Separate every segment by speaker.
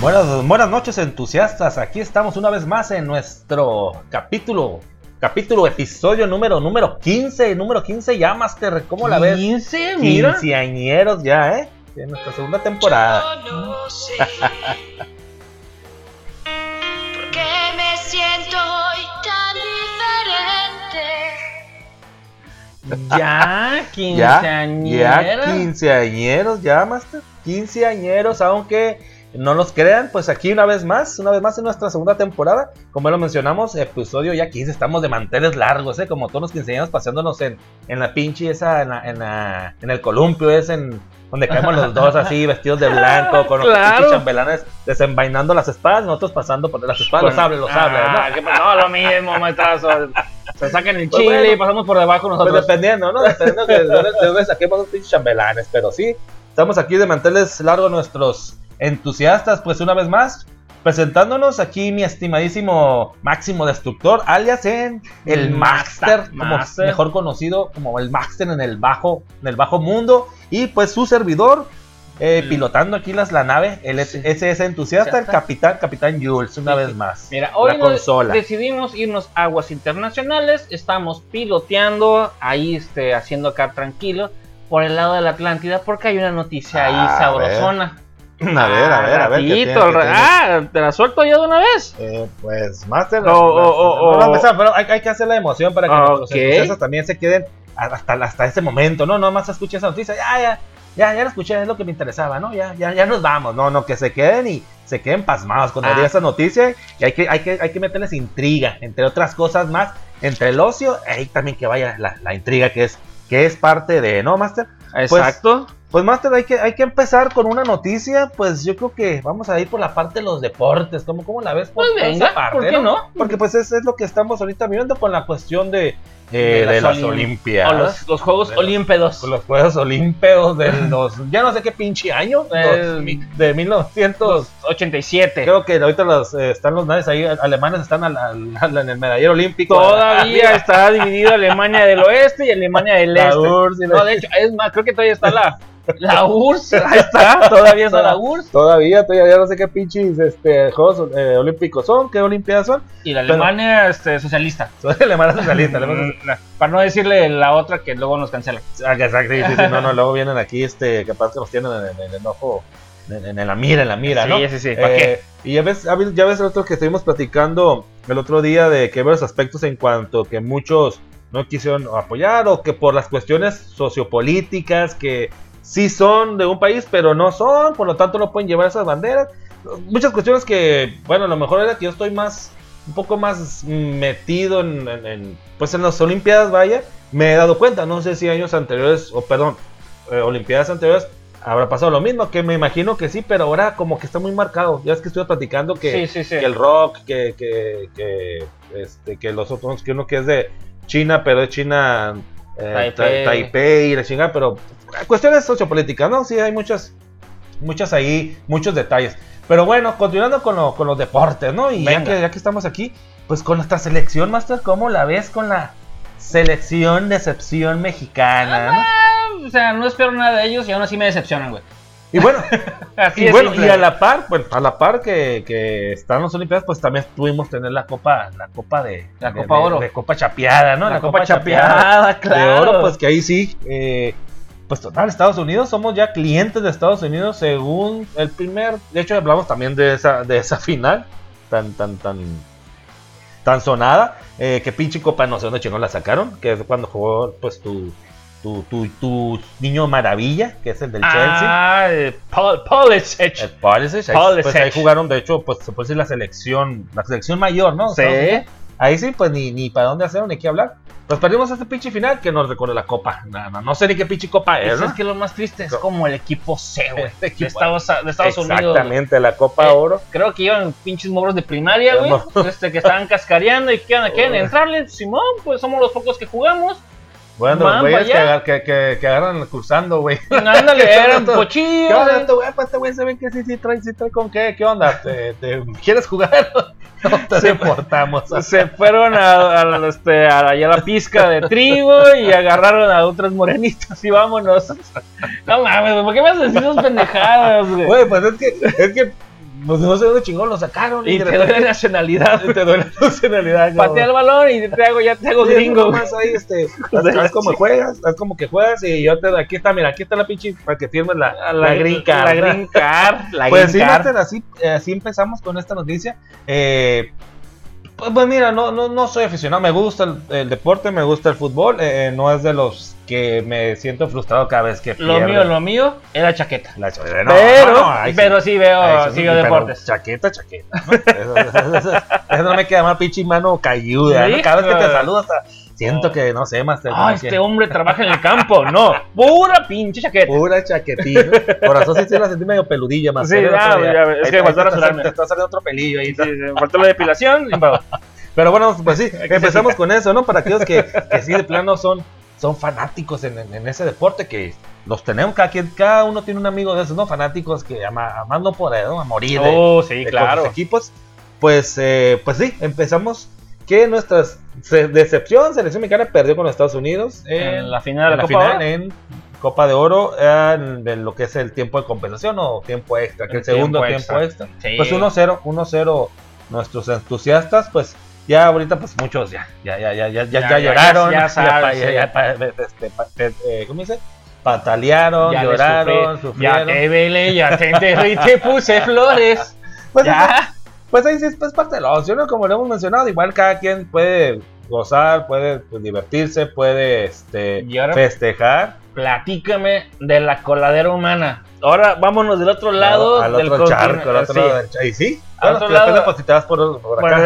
Speaker 1: Buenas, buenas noches entusiastas, aquí estamos una vez más en nuestro capítulo, capítulo, episodio número, número 15, número 15 ya, Master, ¿cómo la ves?
Speaker 2: 15, mira.
Speaker 1: Quinceañeros ya, ¿eh? En nuestra segunda temporada.
Speaker 3: Yo no sé por qué me siento hoy tan diferente.
Speaker 2: Ya,
Speaker 1: Ya, ya,
Speaker 2: quinceañera.
Speaker 1: quinceañeros ya, Master, quinceañeros, aunque no nos crean, pues aquí una vez más, una vez más en nuestra segunda temporada, como ya lo mencionamos, episodio ya 15, estamos de manteles largos, ¿eh? Como todos los quinceañeros paseándonos en, en la pinche esa, en, la- en la- en el columpio es en donde caemos los dos así, vestidos de blanco, con los
Speaker 2: Claro.
Speaker 1: pinches chambelanes desenvainando las espadas, nosotros pasando por las espadas, los sables, los sables, ¿no?
Speaker 2: Ah, que- no, lo mismo, maestro. Se sacan el
Speaker 1: Pues
Speaker 2: chile
Speaker 1: bueno.
Speaker 2: y pasamos por debajo
Speaker 1: Pues
Speaker 2: nosotros.
Speaker 1: dependiendo, ¿no? Dependiendo de dónde, de dónde saquemos los pinches chambelanes, pero sí, estamos aquí de manteles largos nuestros entusiastas, pues una vez más, presentándonos aquí mi estimadísimo Máximo Destructor, alias en el
Speaker 2: Master,
Speaker 1: Master, como
Speaker 2: Master.
Speaker 1: mejor conocido como el Master en el bajo, en el bajo mundo, y pues su servidor. eh,
Speaker 2: Mm.
Speaker 1: pilotando aquí las, la nave, el
Speaker 2: Sí.
Speaker 1: SS entusiasta, el
Speaker 2: Entusiasta.
Speaker 1: capitán, capitán Jules, una
Speaker 2: Sí,
Speaker 1: vez
Speaker 2: sí.
Speaker 1: más.
Speaker 2: Mira, hoy
Speaker 1: la
Speaker 2: nos
Speaker 1: consola.
Speaker 2: decidimos irnos a aguas internacionales, estamos piloteando, ahí este, haciendo acá tranquilo, por el lado de la Atlántida, porque hay una noticia ahí
Speaker 1: A
Speaker 2: sabrosona.
Speaker 1: A ver, a ver, a ver. ¿qué
Speaker 2: Rapidito,
Speaker 1: tiene- qué tiene?
Speaker 2: ah, te la suelto yo de una vez.
Speaker 1: Eh, pues Master.
Speaker 2: Oh, oh, oh,
Speaker 1: no, no,
Speaker 2: oh.
Speaker 1: esa, pero hay, hay que hacer la emoción para que
Speaker 2: Ah,
Speaker 1: nuestros
Speaker 2: ok.
Speaker 1: entusiastas también se queden hasta, hasta ese momento, ¿no? Nomás escuchen esa noticia, ya, ya, ya, ya la escuché, es lo que me interesaba, ¿no? Ya, ya, ya nos vamos, no, no, que se queden y se queden pasmados cuando
Speaker 2: Ah.
Speaker 1: diga esa noticia y hay que, hay, que, hay que meterles intriga, entre otras cosas más, entre el ocio, ahí también que vaya la, la intriga que es, que es parte de, ¿no, Master?
Speaker 2: Exacto.
Speaker 1: Pues Master, hay que, hay que empezar con una noticia, pues yo creo que vamos a ir por la parte de los deportes, ¿cómo, cómo la ves? Por,
Speaker 2: Pues
Speaker 1: por
Speaker 2: venga,
Speaker 1: esa parte,
Speaker 2: ¿por qué no?
Speaker 1: Porque pues es, es lo que estamos ahorita viendo con la cuestión de, eh,
Speaker 2: De
Speaker 1: de
Speaker 2: las
Speaker 1: las,
Speaker 2: olim-
Speaker 1: Olimpiadas.
Speaker 2: O los, los Juegos
Speaker 1: Bueno,
Speaker 2: Olímpidos.
Speaker 1: Con los Juegos Olímpicos del dos, ya no sé qué pinche año,
Speaker 2: Eh,
Speaker 1: dos mi- de 1900.
Speaker 2: 87.
Speaker 1: Creo que ahorita los, eh, están los nazis ahí, alemanes están al- al- al- en el medallero olímpico.
Speaker 2: Todavía está dividida Alemania del oeste y Alemania del
Speaker 1: La
Speaker 2: este.
Speaker 1: URSS y la-
Speaker 2: No, de hecho, es más, creo que todavía está la, la URSS. Ahí está, todavía está la URSS.
Speaker 1: Todavía, todavía no sé qué pinches este, Juegos eh, Olímpicos son, qué Olimpiadas son.
Speaker 2: Y la Alemania este, socialista. Mm,
Speaker 1: Son alemanas socialistas, alemanas
Speaker 2: Para no decirle la otra que luego nos cancela.
Speaker 1: Ah, que exacto, sí, sí, sí, no, no, luego vienen aquí, este, capaz que los tienen en, en el enojo, en, en la mira, en la mira,
Speaker 2: sí,
Speaker 1: ¿no?
Speaker 2: sí, sí. ¿Para
Speaker 1: Eh, Y ya ves, ya ves- ya ves el otro que estuvimos platicando el otro día de que varios aspectos en cuanto que muchos no quisieron apoyar o que por las cuestiones sociopolíticas que sí son de un país pero no son, por lo tanto no pueden llevar esas banderas. Muchas cuestiones que, bueno, a lo mejor era que yo estoy más, un poco más metido en, en- en, pues en las Olimpiadas, vaya, me he dado cuenta, no sé si años anteriores, o perdón, eh, Olimpiadas anteriores habrá pasado lo mismo, que me imagino que sí, pero ahora como que está muy marcado. Ya es que estuve platicando
Speaker 2: qué?
Speaker 1: que,
Speaker 2: Sí, sí, sí.
Speaker 1: que el rock, que, que, que, este, que los otros, que uno que es de China, pero es China, eh,
Speaker 2: Taipei.
Speaker 1: Ta- Taipei y la chingada, pero cuestiones sociopolíticas, ¿no? Sí, hay muchas, muchas ahí, muchos detalles. Pero bueno, continuando con, lo- con los deportes, ¿no? Y ya
Speaker 2: Venga.
Speaker 1: que, ya que estamos aquí, pues con nuestra selección, Master, ¿cómo la ves con la selección decepción mexicana? ¿no?
Speaker 2: O sea, no espero nada de ellos y aún así me decepcionan, güey.
Speaker 1: Y bueno,
Speaker 2: Así
Speaker 1: y
Speaker 2: es.
Speaker 1: bueno, y a la par, pues a la par que, que están los Olimpiadas, pues también tuvimos tener la copa, la copa de
Speaker 2: La
Speaker 1: de-
Speaker 2: Copa
Speaker 1: de-
Speaker 2: Oro.
Speaker 1: de copa chapeada, ¿no?
Speaker 2: La Copa Chapeada,
Speaker 1: de
Speaker 2: claro.
Speaker 1: oro, pues que ahí sí, eh, pues total, Estados Unidos, somos ya clientes de Estados Unidos según el primer, de hecho hablamos también de esa, de esa final, tan, tan, tan, tan sonada, eh, que pinche copa no sé dónde chingón la sacaron, que es cuando jugó pues tu, tu, tu, tu niño maravilla, que es el del Chelsea. Eh,
Speaker 2: Ah, eh, Paul, Pulisic.
Speaker 1: El Pulisic, ahí-
Speaker 2: Pulisic.
Speaker 1: pues ahí jugaron, de hecho, pues se puede decir la selección, la selección mayor, ¿no? Estados Unidos.
Speaker 2: Sí.
Speaker 1: Ahí sí, pues ni, ni para dónde hacer, ni qué hablar. Nos perdimos este pinche final que nos recuerda la copa. No, no, no sé ni qué pinche copa Pues es,
Speaker 2: Eso
Speaker 1: ¿no?
Speaker 2: Pues es que lo más triste es
Speaker 1: Co-
Speaker 2: como el equipo C, güey.
Speaker 1: Este equipo-
Speaker 2: de Estados, de Estados Unidos. güey.
Speaker 1: Exactamente, la copa
Speaker 2: Eh,
Speaker 1: oro.
Speaker 2: Creo que iban pinches morros de primaria, güey.
Speaker 1: No.
Speaker 2: Este, que estaban cascareando y que quieren
Speaker 1: Uy.
Speaker 2: entrarle. Simón, pues somos los pocos que jugamos.
Speaker 1: Bueno, de los
Speaker 2: man,
Speaker 1: güeyes que,
Speaker 2: vaya.
Speaker 1: agar- que, que, que agarran cruzando, güey.
Speaker 2: Ándale,
Speaker 1: ¿Qué
Speaker 2: eran
Speaker 1: onda? ¿Qué
Speaker 2: pochillos.
Speaker 1: onda, este güey? Pues este güey se ve que sí, sí trae, sí trae con qué. ¿Qué onda? ¿Te, te- quieres jugar? No te
Speaker 2: Se-
Speaker 1: deportamos.
Speaker 2: Se fueron a, a la- este, a, allá a la pizca de trigo y agarraron a otros morenitos y vámonos. No mames, güey, ¿por qué me haces esas pendejadas, güey?
Speaker 1: Güey, pues es que, es que Pues no sé dónde chingón lo sacaron.
Speaker 2: Y
Speaker 1: de
Speaker 2: te doy
Speaker 1: repente
Speaker 2: la nacionalidad.
Speaker 1: te doy la nacionalidad.
Speaker 2: Patea el balón y te hago, ya te hago gringo. güey.
Speaker 1: más ahí, este, haz, haz como juegas, haz como que juegas y yo te aquí está, mira, aquí está la pinche para que firmes la, la, green card.
Speaker 2: La green card. La
Speaker 1: Pues sí,
Speaker 2: green card.
Speaker 1: Master, así, así empezamos con esta noticia. Eh, pues, pues mira, no, no, no soy aficionado, me gusta el, el deporte, me gusta el fútbol, eh, eh, no es de los que me siento frustrado cada vez que
Speaker 2: Lo
Speaker 1: pierde
Speaker 2: mío, lo mío es la chaqueta.
Speaker 1: la chaqueta. No,
Speaker 2: pero,
Speaker 1: no, no, ahí sí.
Speaker 2: pero sí,
Speaker 1: Ahí
Speaker 2: veo,
Speaker 1: sí,
Speaker 2: sí veo
Speaker 1: pero
Speaker 2: deportes.
Speaker 1: Chaqueta, chaqueta. ¿no? Eso, eso- eso- eso no me queda más pinche mano cayuda. ¿no?
Speaker 2: Sí,
Speaker 1: Cada vez que te
Speaker 2: claro.
Speaker 1: saludo hasta siento que, no sé, Master.
Speaker 2: Ah,
Speaker 1: como que-
Speaker 2: este hombre trabaja en el campo. No, pura pinche chaqueta.
Speaker 1: Pura chaquetilla. Corazón sí, sí la sentí medio peludilla, más.
Speaker 2: Sí, ah, ya, es que me faltó rasurarme.
Speaker 1: Te está saliendo otro pelillo ahí.
Speaker 2: Sí, sí, faltó la depilación. sin pago.
Speaker 1: Pero bueno, pues sí, empezamos con eso, ¿no? Para aquellos que, que sí de plano son, son fanáticos en, en- en ese deporte que los tenemos, cada, quien, cada uno tiene un amigo de esos, ¿no? Fanáticos que ama- amando por ahí, ¿no? A morir. de-
Speaker 2: Oh, sí,
Speaker 1: de
Speaker 2: claro.
Speaker 1: con sus equipos. Pues, eh, pues sí, empezamos que nuestra se- decepción, selección mexicana perdió con los Estados Unidos en
Speaker 2: En
Speaker 1: la,
Speaker 2: la final
Speaker 1: en
Speaker 2: de la,
Speaker 1: la
Speaker 2: Copa
Speaker 1: final
Speaker 2: Oro.
Speaker 1: en Copa de Oro, en, de lo que es el tiempo de compensación o tiempo extra, que el,
Speaker 2: El
Speaker 1: segundo
Speaker 2: tiempo
Speaker 1: tiempo extra.
Speaker 2: extra. Sí.
Speaker 1: Pues 1-0, 1-0 nuestros entusiastas, pues ya ahorita pues muchos ya, ya, ya, ya, ya, ya,
Speaker 2: Ya,
Speaker 1: ya
Speaker 2: ya,
Speaker 1: lloraron,
Speaker 2: ya sabes,
Speaker 1: pa-
Speaker 2: sí.
Speaker 1: ya pa- este, pa- eh, ¿cómo dice? Patalearon,
Speaker 2: Ya le
Speaker 1: lloraron,
Speaker 2: sufrí, Ya
Speaker 1: sufrieron.
Speaker 2: te vele, ya te enterré y te puse flores.
Speaker 1: Pues,
Speaker 2: Ya.
Speaker 1: Pues ahí sí es pues, parte del ocio, ¿no? Como lo hemos mencionado, igual cada quien puede gozar, puede pues, divertirse, puede este,
Speaker 2: Y ahora-
Speaker 1: festejar.
Speaker 2: Platícame de la coladera humana. Ahora vámonos del otro lado
Speaker 1: al
Speaker 2: del
Speaker 1: otro charco, al
Speaker 2: continente.
Speaker 1: otro lado del charco. Y sí,
Speaker 2: Al
Speaker 1: bueno,
Speaker 2: otro
Speaker 1: depende,
Speaker 2: lado-
Speaker 1: pues, si te vas por, por
Speaker 2: Bueno,
Speaker 1: acá.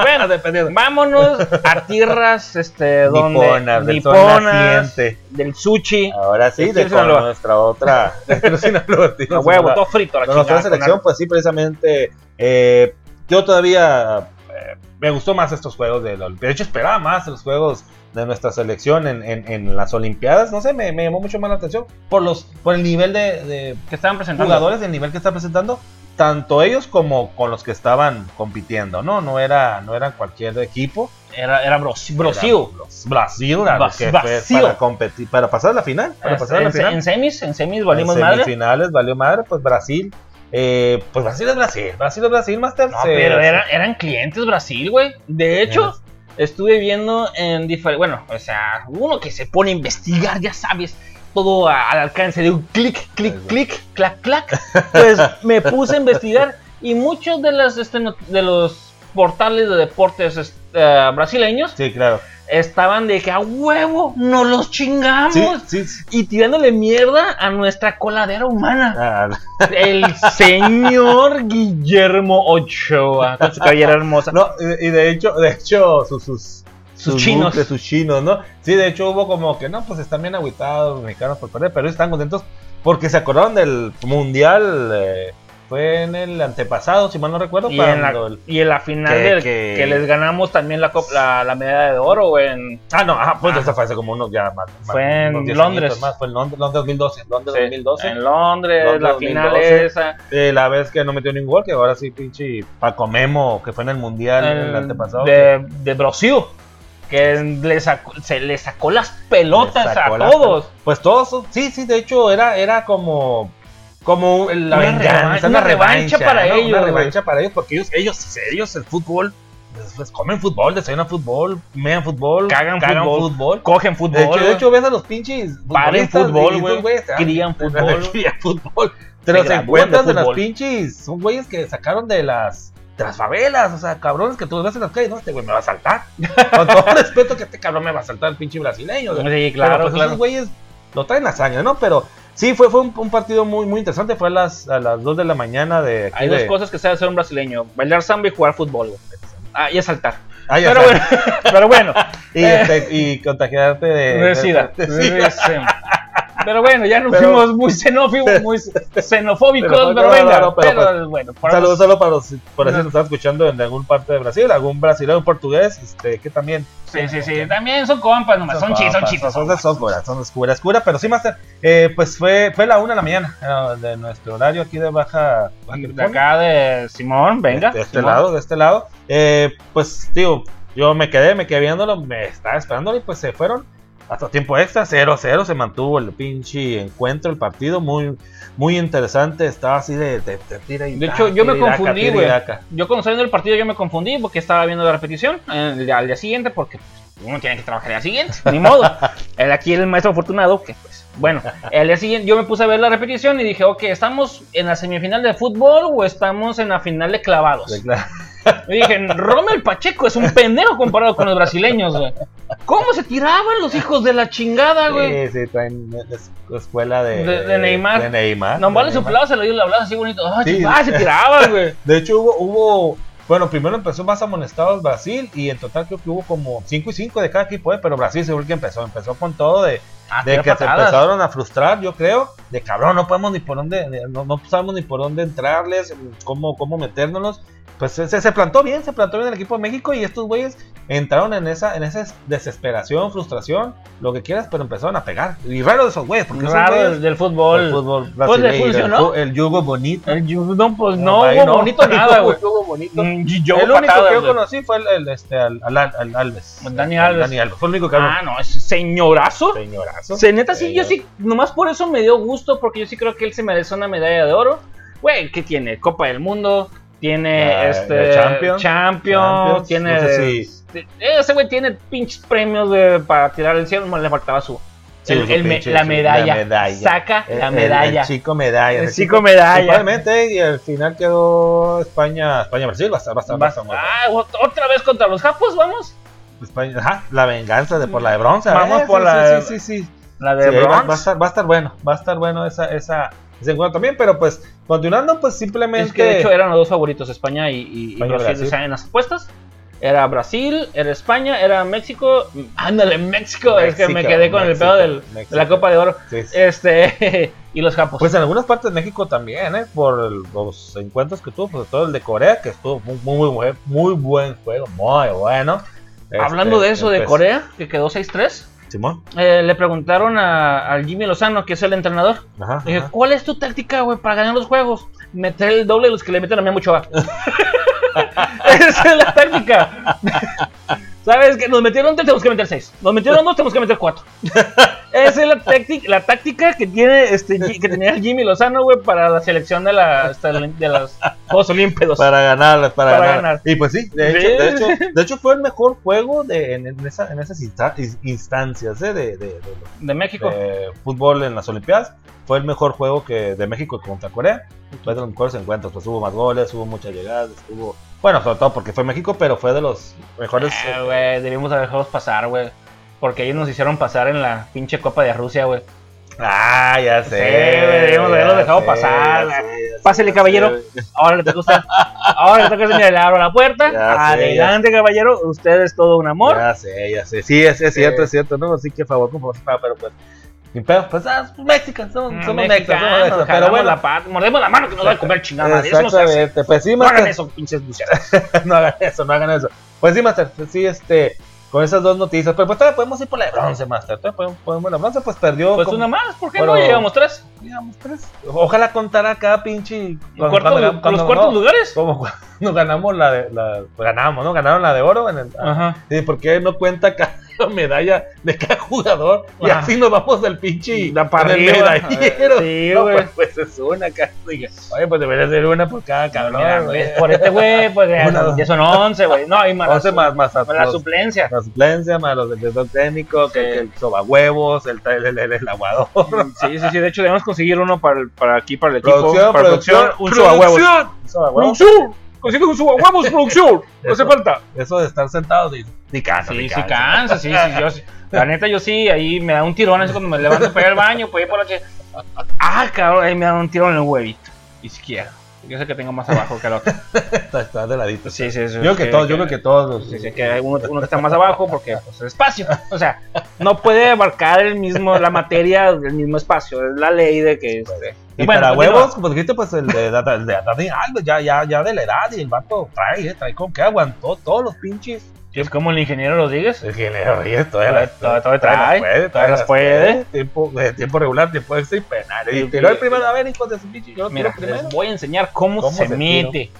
Speaker 2: bueno, dependiendo. Vámonos a tierras este, donde
Speaker 1: Niponas, del sol
Speaker 2: niponas,
Speaker 1: naciente. Ah,
Speaker 2: del sushi,
Speaker 1: Ahora sí,
Speaker 2: Sí,
Speaker 1: de
Speaker 2: sí,
Speaker 1: con
Speaker 2: Sinaloa.
Speaker 1: nuestra otra. de Sinaloa, tío,
Speaker 2: a huevo,
Speaker 1: Sinaloa.
Speaker 2: todo frito. a La
Speaker 1: Con nuestra
Speaker 2: chingada,
Speaker 1: selección, pues sí, precisamente. eh, yo todavía eh, me gustó más estos juegos de la Olimpiada. De hecho, esperaba más los juegos de nuestra selección en, en- en las Olimpiadas. No sé, me, me llamó mucho más la atención por los por el nivel de, de
Speaker 2: con- que estaban presentando.
Speaker 1: jugadores, el nivel que está presentando, tanto ellos como con los que estaban compitiendo, ¿no? No era, no era cualquier equipo.
Speaker 2: Era, era Bros- Brosiu.
Speaker 1: Brasil, era lo que
Speaker 2: Bas-
Speaker 1: fue
Speaker 2: vacío.
Speaker 1: para competir, para pasar a la final, para pasar a la
Speaker 2: Este, En,
Speaker 1: pues, final.
Speaker 2: en semis, en semis valimos
Speaker 1: En
Speaker 2: madre.
Speaker 1: semifinales valió madre, pues Brasil. eh, pues Brasil es Brasil, Brasil es Brasil, Master.
Speaker 2: No,
Speaker 1: se-
Speaker 2: pero eran, eran clientes Brasil, güey. De hecho, estuve viendo en diferentes. Bueno, o sea, uno que se pone a investigar, ya sabes, todo a- al alcance de un clic, clic,
Speaker 1: Ahí va.
Speaker 2: clic, clac, clac. Pues me puse a investigar y muchos de, las, este, no- de los portales de deportes este, eh, brasileños
Speaker 1: Sí, claro.
Speaker 2: estaban de que a huevo, no los chingamos.
Speaker 1: Sí, sí, sí.
Speaker 2: Y tirándole mierda a nuestra coladera humana.
Speaker 1: Ah,
Speaker 2: El señor Guillermo Ochoa, con su cabellera hermosa.
Speaker 1: no, y y de hecho, de hecho, sus, sus,
Speaker 2: Sus chinos.
Speaker 1: buques, sus chinos, ¿no? Sí, de hecho hubo como que no, pues están bien aguitados los mexicanos por perder, pero ellos están contentos porque se acordaron del mundial. eh, fue en el antepasado, si mal no recuerdo.
Speaker 2: y, en
Speaker 1: cuando
Speaker 2: la,
Speaker 1: el-
Speaker 2: y en la final
Speaker 1: Que-
Speaker 2: del-
Speaker 1: que-
Speaker 2: que, les ganamos también la, cop- la, la medalla de oro, güey. en-
Speaker 1: Ah, no, ajá, pues
Speaker 2: Ah.
Speaker 1: eso fue hace como unos ya más. más-
Speaker 2: Fue en
Speaker 1: unos 10
Speaker 2: Londres.
Speaker 1: añitos Más, fue en Londres, Londres 2012. Londres
Speaker 2: sí,
Speaker 1: 2012.
Speaker 2: en Londres,
Speaker 1: Londres
Speaker 2: la final
Speaker 1: 2012.
Speaker 2: esa.
Speaker 1: Eh, la vez que no metió ningún gol, que ahora sí, pinche Paco Memo, que fue en el mundial el,
Speaker 2: en-
Speaker 1: antepasado. que
Speaker 2: de, de Brasil, que le sacó, se le sacó las pelotas
Speaker 1: le sacó
Speaker 2: a
Speaker 1: la-
Speaker 2: todos.
Speaker 1: Pues todos, son- sí, sí, de hecho era, era como. Como la
Speaker 2: Una
Speaker 1: venganza,
Speaker 2: revancha, una revancha para
Speaker 1: ¿no?
Speaker 2: ellos,
Speaker 1: Una
Speaker 2: güey.
Speaker 1: revancha para ellos, porque ellos, ellos, ellos, el fútbol, pues, pues, comen fútbol, desayunan fútbol, mean fútbol,
Speaker 2: Cagan fútbol.
Speaker 1: fútbol.
Speaker 2: Cogen fútbol.
Speaker 1: De hecho, de
Speaker 2: güey.
Speaker 1: hecho, ves a los pinches
Speaker 2: Paren
Speaker 1: futbolistas
Speaker 2: fútbol,
Speaker 1: y esos
Speaker 2: güey.
Speaker 1: güeyes te dan-
Speaker 2: Crían
Speaker 1: te dan-
Speaker 2: fútbol.
Speaker 1: crían fútbol. Te
Speaker 2: Se
Speaker 1: los
Speaker 2: gradúan de
Speaker 1: encuentras de las
Speaker 2: fútbol.
Speaker 1: pinches. Son güeyes que sacaron de las, de las favelas. O sea, cabrones que tú los ves en las calles. No, este güey me va a saltar. Con todo respeto que este cabrón me va a saltar el pinche brasileño. güey. Pero,
Speaker 2: Sí, claro,
Speaker 1: pues,
Speaker 2: claro.
Speaker 1: Esos güeyes lo traen la sangre, ¿no? Pero sí, fue, fue un, un partido muy, muy interesante. Fue a las, a las 2 de la mañana de. aquí
Speaker 2: Hay
Speaker 1: de-
Speaker 2: dos cosas que sabe hacer un brasileño: bailar samba y jugar fútbol. güey. Ah, y asaltar.
Speaker 1: Ah, ya
Speaker 2: Pero
Speaker 1: sabes.
Speaker 2: bueno, pero bueno.
Speaker 1: Y, este, y contagiarte de.
Speaker 2: No es SIDA.
Speaker 1: de- de-
Speaker 2: No es SIDA. Pero bueno, ya nos
Speaker 1: Pero-
Speaker 2: fuimos muy xenófobos, muy xenofóbicos,
Speaker 1: Pero- pero-
Speaker 2: pero, venga.
Speaker 1: pero- pues,
Speaker 2: Pero,
Speaker 1: pero-
Speaker 2: bueno, pues,
Speaker 1: Un
Speaker 2: por-
Speaker 1: saludo solo para los, por
Speaker 2: No.
Speaker 1: eso nos están escuchando en algún parte de Brasil, algún brasileño, un portugués, este, que también.
Speaker 2: Sí, sí, sí. También son compas nomás, son chis, son
Speaker 1: papas,
Speaker 2: chis.
Speaker 1: Son de sombra, son de oscura, oscura, pero sí, Master. Eh, pues fue, fue la una de la mañana eh, de nuestro horario aquí de Baja. Baja
Speaker 2: De
Speaker 1: California.
Speaker 2: acá de Simón, venga.
Speaker 1: De, este
Speaker 2: Simón.
Speaker 1: lado, de este lado. Eh, pues, tío, yo me quedé, me quedé viéndolo, me estaba esperándolo y pues se fueron Hasta tiempo extra, 0-0 se mantuvo el pinche encuentro, el partido muy, muy interesante. Estaba así de, de- de tira y
Speaker 2: De
Speaker 1: ta,
Speaker 2: hecho, yo me
Speaker 1: tira y daca,
Speaker 2: confundí,
Speaker 1: tira y
Speaker 2: güey.
Speaker 1: daca.
Speaker 2: Yo cuando saliendo del partido yo me confundí porque estaba viendo la repetición eh, al día- al día siguiente porque pues, uno tiene que trabajar al día siguiente, ni modo. El, aquí el maestro afortunado, que pues, bueno, el día siguiente yo me puse a ver la repetición y dije, ok, ¿estamos en la semifinal de fútbol o estamos en la final de clavados?
Speaker 1: De- claro.
Speaker 2: Y dije, Rommel Pacheco es un pendejo comparado con los brasileños, güey. ¿Cómo se tiraban los hijos de la chingada, güey?
Speaker 1: Sí, sí, traen es- escuela de,
Speaker 2: De- de Neymar.
Speaker 1: De Neymar.
Speaker 2: No vale
Speaker 1: de
Speaker 2: su
Speaker 1: Neymar.
Speaker 2: plaza, se lo dio la plaza así bonito. Ah,
Speaker 1: ah, Sí.
Speaker 2: chingada, se tiraban, güey.
Speaker 1: De hecho, hubo, hubo. Bueno, primero empezó más amonestados Brasil y en total creo que hubo como 5 y 5 de cada equipo, eh, pero Brasil seguro que empezó. Empezó con todo de,
Speaker 2: Ah,
Speaker 1: de
Speaker 2: tira
Speaker 1: que se
Speaker 2: patadas.
Speaker 1: empezaron a frustrar, yo creo, de cabrón, no podemos ni por dónde, de- no, no sabemos ni por dónde entrarles, cómo, cómo metérnoslos. Pues se, se plantó bien, se plantó bien el equipo de México y estos güeyes entraron en esa, en esa desesperación, frustración, lo que quieras, pero empezaron a pegar. Y raro de esos güeyes, porque esos
Speaker 2: Raro
Speaker 1: güeyes-
Speaker 2: del, del fútbol.
Speaker 1: el fútbol
Speaker 2: Pues le
Speaker 1: brasileño, el
Speaker 2: funcionó.
Speaker 1: ju- el yugo bonito.
Speaker 2: El judo, pues no,
Speaker 1: ahí
Speaker 2: hubo bonito nada,
Speaker 1: No
Speaker 2: güey.
Speaker 1: hubo yugo bonito.
Speaker 2: Mm, y yo
Speaker 1: el único
Speaker 2: patadas,
Speaker 1: que yo
Speaker 2: güey.
Speaker 1: conocí fue el, el, este, al, al- al Alves.
Speaker 2: Dani
Speaker 1: Al-
Speaker 2: Alves.
Speaker 1: Dani Alves. Fue el único que
Speaker 2: Ah, no, es señorazo.
Speaker 1: Señorazo.
Speaker 2: Se neta, sí, yo
Speaker 1: Señor.
Speaker 2: sí, nomás por eso me dio gusto, porque yo sí creo que él se merece una medalla de oro. Güey, ¿qué tiene? Copa del Mundo, tiene
Speaker 1: Ah,
Speaker 2: este.
Speaker 1: la Champions.
Speaker 2: Champions,
Speaker 1: Champions,
Speaker 2: tiene.
Speaker 1: no sé si-
Speaker 2: este, Ese güey tiene pinches premios de- para tirar el cielo, le faltaba su.
Speaker 1: Sí,
Speaker 2: el-
Speaker 1: su
Speaker 2: el me-
Speaker 1: pinche-
Speaker 2: la,
Speaker 1: su- la
Speaker 2: medalla.
Speaker 1: medalla.
Speaker 2: Saca
Speaker 1: El-
Speaker 2: la
Speaker 1: el-
Speaker 2: medalla.
Speaker 1: El, chico medalla.
Speaker 2: El chico medalla.
Speaker 1: Y probablemente, y al final quedó España, España Brasil, va a estar, va a estar, va a estar muy bueno.
Speaker 2: Ah, ot- otra vez contra los japos, vamos.
Speaker 1: España- ajá, la venganza de por la de bronce.
Speaker 2: Vamos
Speaker 1: eh,
Speaker 2: por
Speaker 1: sí,
Speaker 2: la-
Speaker 1: sí, sí, sí, sí.
Speaker 2: La de
Speaker 1: Sí, ahí va- va, a
Speaker 2: bronce.
Speaker 1: estar, va a estar bueno, va a estar bueno esa, esa, ese encuentro también, pero pues continuando, pues simplemente
Speaker 2: Es que de hecho eran los dos favoritos, España y, y- y
Speaker 1: España y
Speaker 2: Brasil,
Speaker 1: Brasil.
Speaker 2: o sea, en las apuestas. Era Brasil, era España, era México. Ándale, México. es que me
Speaker 1: México,
Speaker 2: quedé con
Speaker 1: México,
Speaker 2: el pedo del- de la
Speaker 1: México.
Speaker 2: Copa de Oro.
Speaker 1: sí, sí.
Speaker 2: Este, y los japos.
Speaker 1: Pues en algunas partes de México también, ¿eh? por el- los encuentros que tuvo, sobre todo el de Corea, que estuvo muy, muy, buen, muy buen juego, muy bueno.
Speaker 2: Hablando
Speaker 1: Este,
Speaker 2: de eso, de
Speaker 1: empezó-
Speaker 2: Corea, que quedó 6-3,
Speaker 1: Simón.
Speaker 2: eh, le preguntaron a, al Jimmy Lozano, que es el entrenador,
Speaker 1: Ajá,
Speaker 2: le dije,
Speaker 1: ajá.
Speaker 2: ¿cuál es tu táctica, güey, para ganar los juegos? Meter el doble de los que le meten a Memo Ochoa. Esa es la táctica. ¿Sabes que Nos metieron tres, tenemos que meter seis. Nos metieron dos, tenemos que meter cuatro. Esa es la táctica, la táctica que tiene este Gi- que tenía el Jimmy Lozano, güey, para la selección de, la, esta- de los Juegos Olímpicos.
Speaker 1: Para ganar, para,
Speaker 2: Para
Speaker 1: ganar.
Speaker 2: ganar.
Speaker 1: Y pues sí, de hecho, de hecho, de hecho fue el mejor juego de, en, en esa- en esas insta- is- instancias ¿eh? de, de- de-
Speaker 2: De México.
Speaker 1: de fútbol en las Olimpiadas. Fue el mejor juego que de México contra Corea. Fue de los mejores encuentros. Pues hubo más goles, hubo muchas llegadas, hubo... Bueno, sobre todo porque fue México, pero fue de los mejores... eh,
Speaker 2: Eh, güey, debimos dejarlos pasar, güey. Porque ellos nos hicieron pasar en la pinche Copa de Rusia, güey.
Speaker 1: Ah, ya sé.
Speaker 2: Sí, güey, debimos
Speaker 1: ya
Speaker 2: haberlo dejado
Speaker 1: sé,
Speaker 2: pasar.
Speaker 1: ya sé, ya
Speaker 2: Pásele,
Speaker 1: sé,
Speaker 2: caballero.
Speaker 1: ya sé.
Speaker 2: Ahora le toca a usted. Ahora le toca señalar la puerta.
Speaker 1: Ya sé,
Speaker 2: Adelante, caballero. Usted es todo un amor.
Speaker 1: Ya sé, ya sé. Sí, es, es cierto, es cierto, ¿no? Así que favor, por favor, ah, pero pues. Sin pedo, pues ah, somos mexicanos, somos,
Speaker 2: Mm,
Speaker 1: somos
Speaker 2: mexicanos,
Speaker 1: mexicanos, somos mexicanos,
Speaker 2: jalamos
Speaker 1: Pero bueno,
Speaker 2: la pata, mordemos la mano que nos va a comer chingada madre. Eso no se hace.
Speaker 1: exactamente. Pues sí,
Speaker 2: No hagan
Speaker 1: Master,
Speaker 2: eso, pinches buceras.
Speaker 1: no hagan eso, no hagan eso. Pues sí, Master, pues sí, este, con esas dos noticias. Pero pues todavía podemos ir por la de bronce, Master. Todavía podemos, podemos ir por la bronce, pues perdió.
Speaker 2: Pues
Speaker 1: como-
Speaker 2: una más, ¿por qué
Speaker 1: Bueno,
Speaker 2: no? Llegamos tres.
Speaker 1: digamos, tres. Ojalá contara cada pinche. cuando-
Speaker 2: Cuarto-
Speaker 1: cuando-
Speaker 2: los
Speaker 1: cuando-
Speaker 2: cuartos
Speaker 1: no,
Speaker 2: lugares.
Speaker 1: Como cuando ganamos la de. La, pues, ganamos, ¿no? Ganaron la de oro en el,
Speaker 2: Ajá.
Speaker 1: Sí, porque no cuenta cada medalla de cada jugador y
Speaker 2: Ajá.
Speaker 1: así nos vamos del pinche
Speaker 2: Da para
Speaker 1: del
Speaker 2: arriba.
Speaker 1: medallero.
Speaker 2: Sí,
Speaker 1: No,
Speaker 2: güey.
Speaker 1: pues, pues es una cada- Oye, pues debería ser una por cada cabrón.
Speaker 2: Mira,
Speaker 1: güey.
Speaker 2: güey, por este güey, pues ya,
Speaker 1: Una, dos.
Speaker 2: ya son once, güey. No, hay más.
Speaker 1: Once más, más,
Speaker 2: La
Speaker 1: los-
Speaker 2: suplencia.
Speaker 1: la suplencia, más los del director técnico, que, que el sobahuevos, el, el, el, el, el aguador.
Speaker 2: Sí, sí, sí. De hecho, debemos conseguir uno para, el- para aquí, para el equipo.
Speaker 1: Producción,
Speaker 2: para
Speaker 1: producción,
Speaker 2: un
Speaker 1: producción.
Speaker 2: subahuevos.
Speaker 1: El sobahuevos.
Speaker 2: ¡Producción! Consigue un subahuevos, producción. No hace
Speaker 1: Eso.
Speaker 2: falta.
Speaker 1: Eso de estar sentados y, y cansa,
Speaker 2: Sí,
Speaker 1: y
Speaker 2: sí
Speaker 1: cansa.
Speaker 2: cansa, sí, sí. Yo, sí. la neta, yo sí, ahí me da un tirón, así cuando me levanto para ir al baño, pues ahí por la que. Ah, cabrón, ahí me da un tirón en el huevito izquierdo. Yo sé que tengo más abajo que el otro.
Speaker 1: Está, está de ladito.
Speaker 2: Sí, sí, sí.
Speaker 1: Yo creo que todos, yo creo que todos.
Speaker 2: Sí, sí, que hay uno, uno que está más abajo porque pues, el espacio. O sea, no puede abarcar el mismo, la materia del mismo espacio. Es la ley de que. este,
Speaker 1: Y
Speaker 2: bueno,
Speaker 1: para
Speaker 2: continúa.
Speaker 1: huevos, como dijiste, pues el de, el de Dani Alves, ya, ya, ya de la edad, y el vato trae, eh, trae con que aguantó todos los pinches.
Speaker 2: Es como el ingeniero lo digas.
Speaker 1: El género, y esto
Speaker 2: Todavía- todavía trae, todavía las puede.
Speaker 1: Tiempo, eh, tiempo regular, tiempo extra y penal.
Speaker 2: Y-
Speaker 1: Y tiró
Speaker 2: y-
Speaker 1: el primero, a ver, hijo de su pinche, yo lo
Speaker 2: Mira,
Speaker 1: tiro primero.
Speaker 2: les voy a enseñar cómo,
Speaker 1: ¿Cómo
Speaker 2: se,
Speaker 1: se
Speaker 2: mete.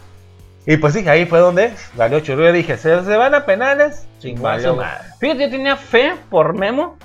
Speaker 1: Y pues sí, ahí fue donde valió churro. Yo dije, se, se van a penales,
Speaker 2: Valió
Speaker 1: chingón.
Speaker 2: madre. Fíjate, yo tenía fe por Memo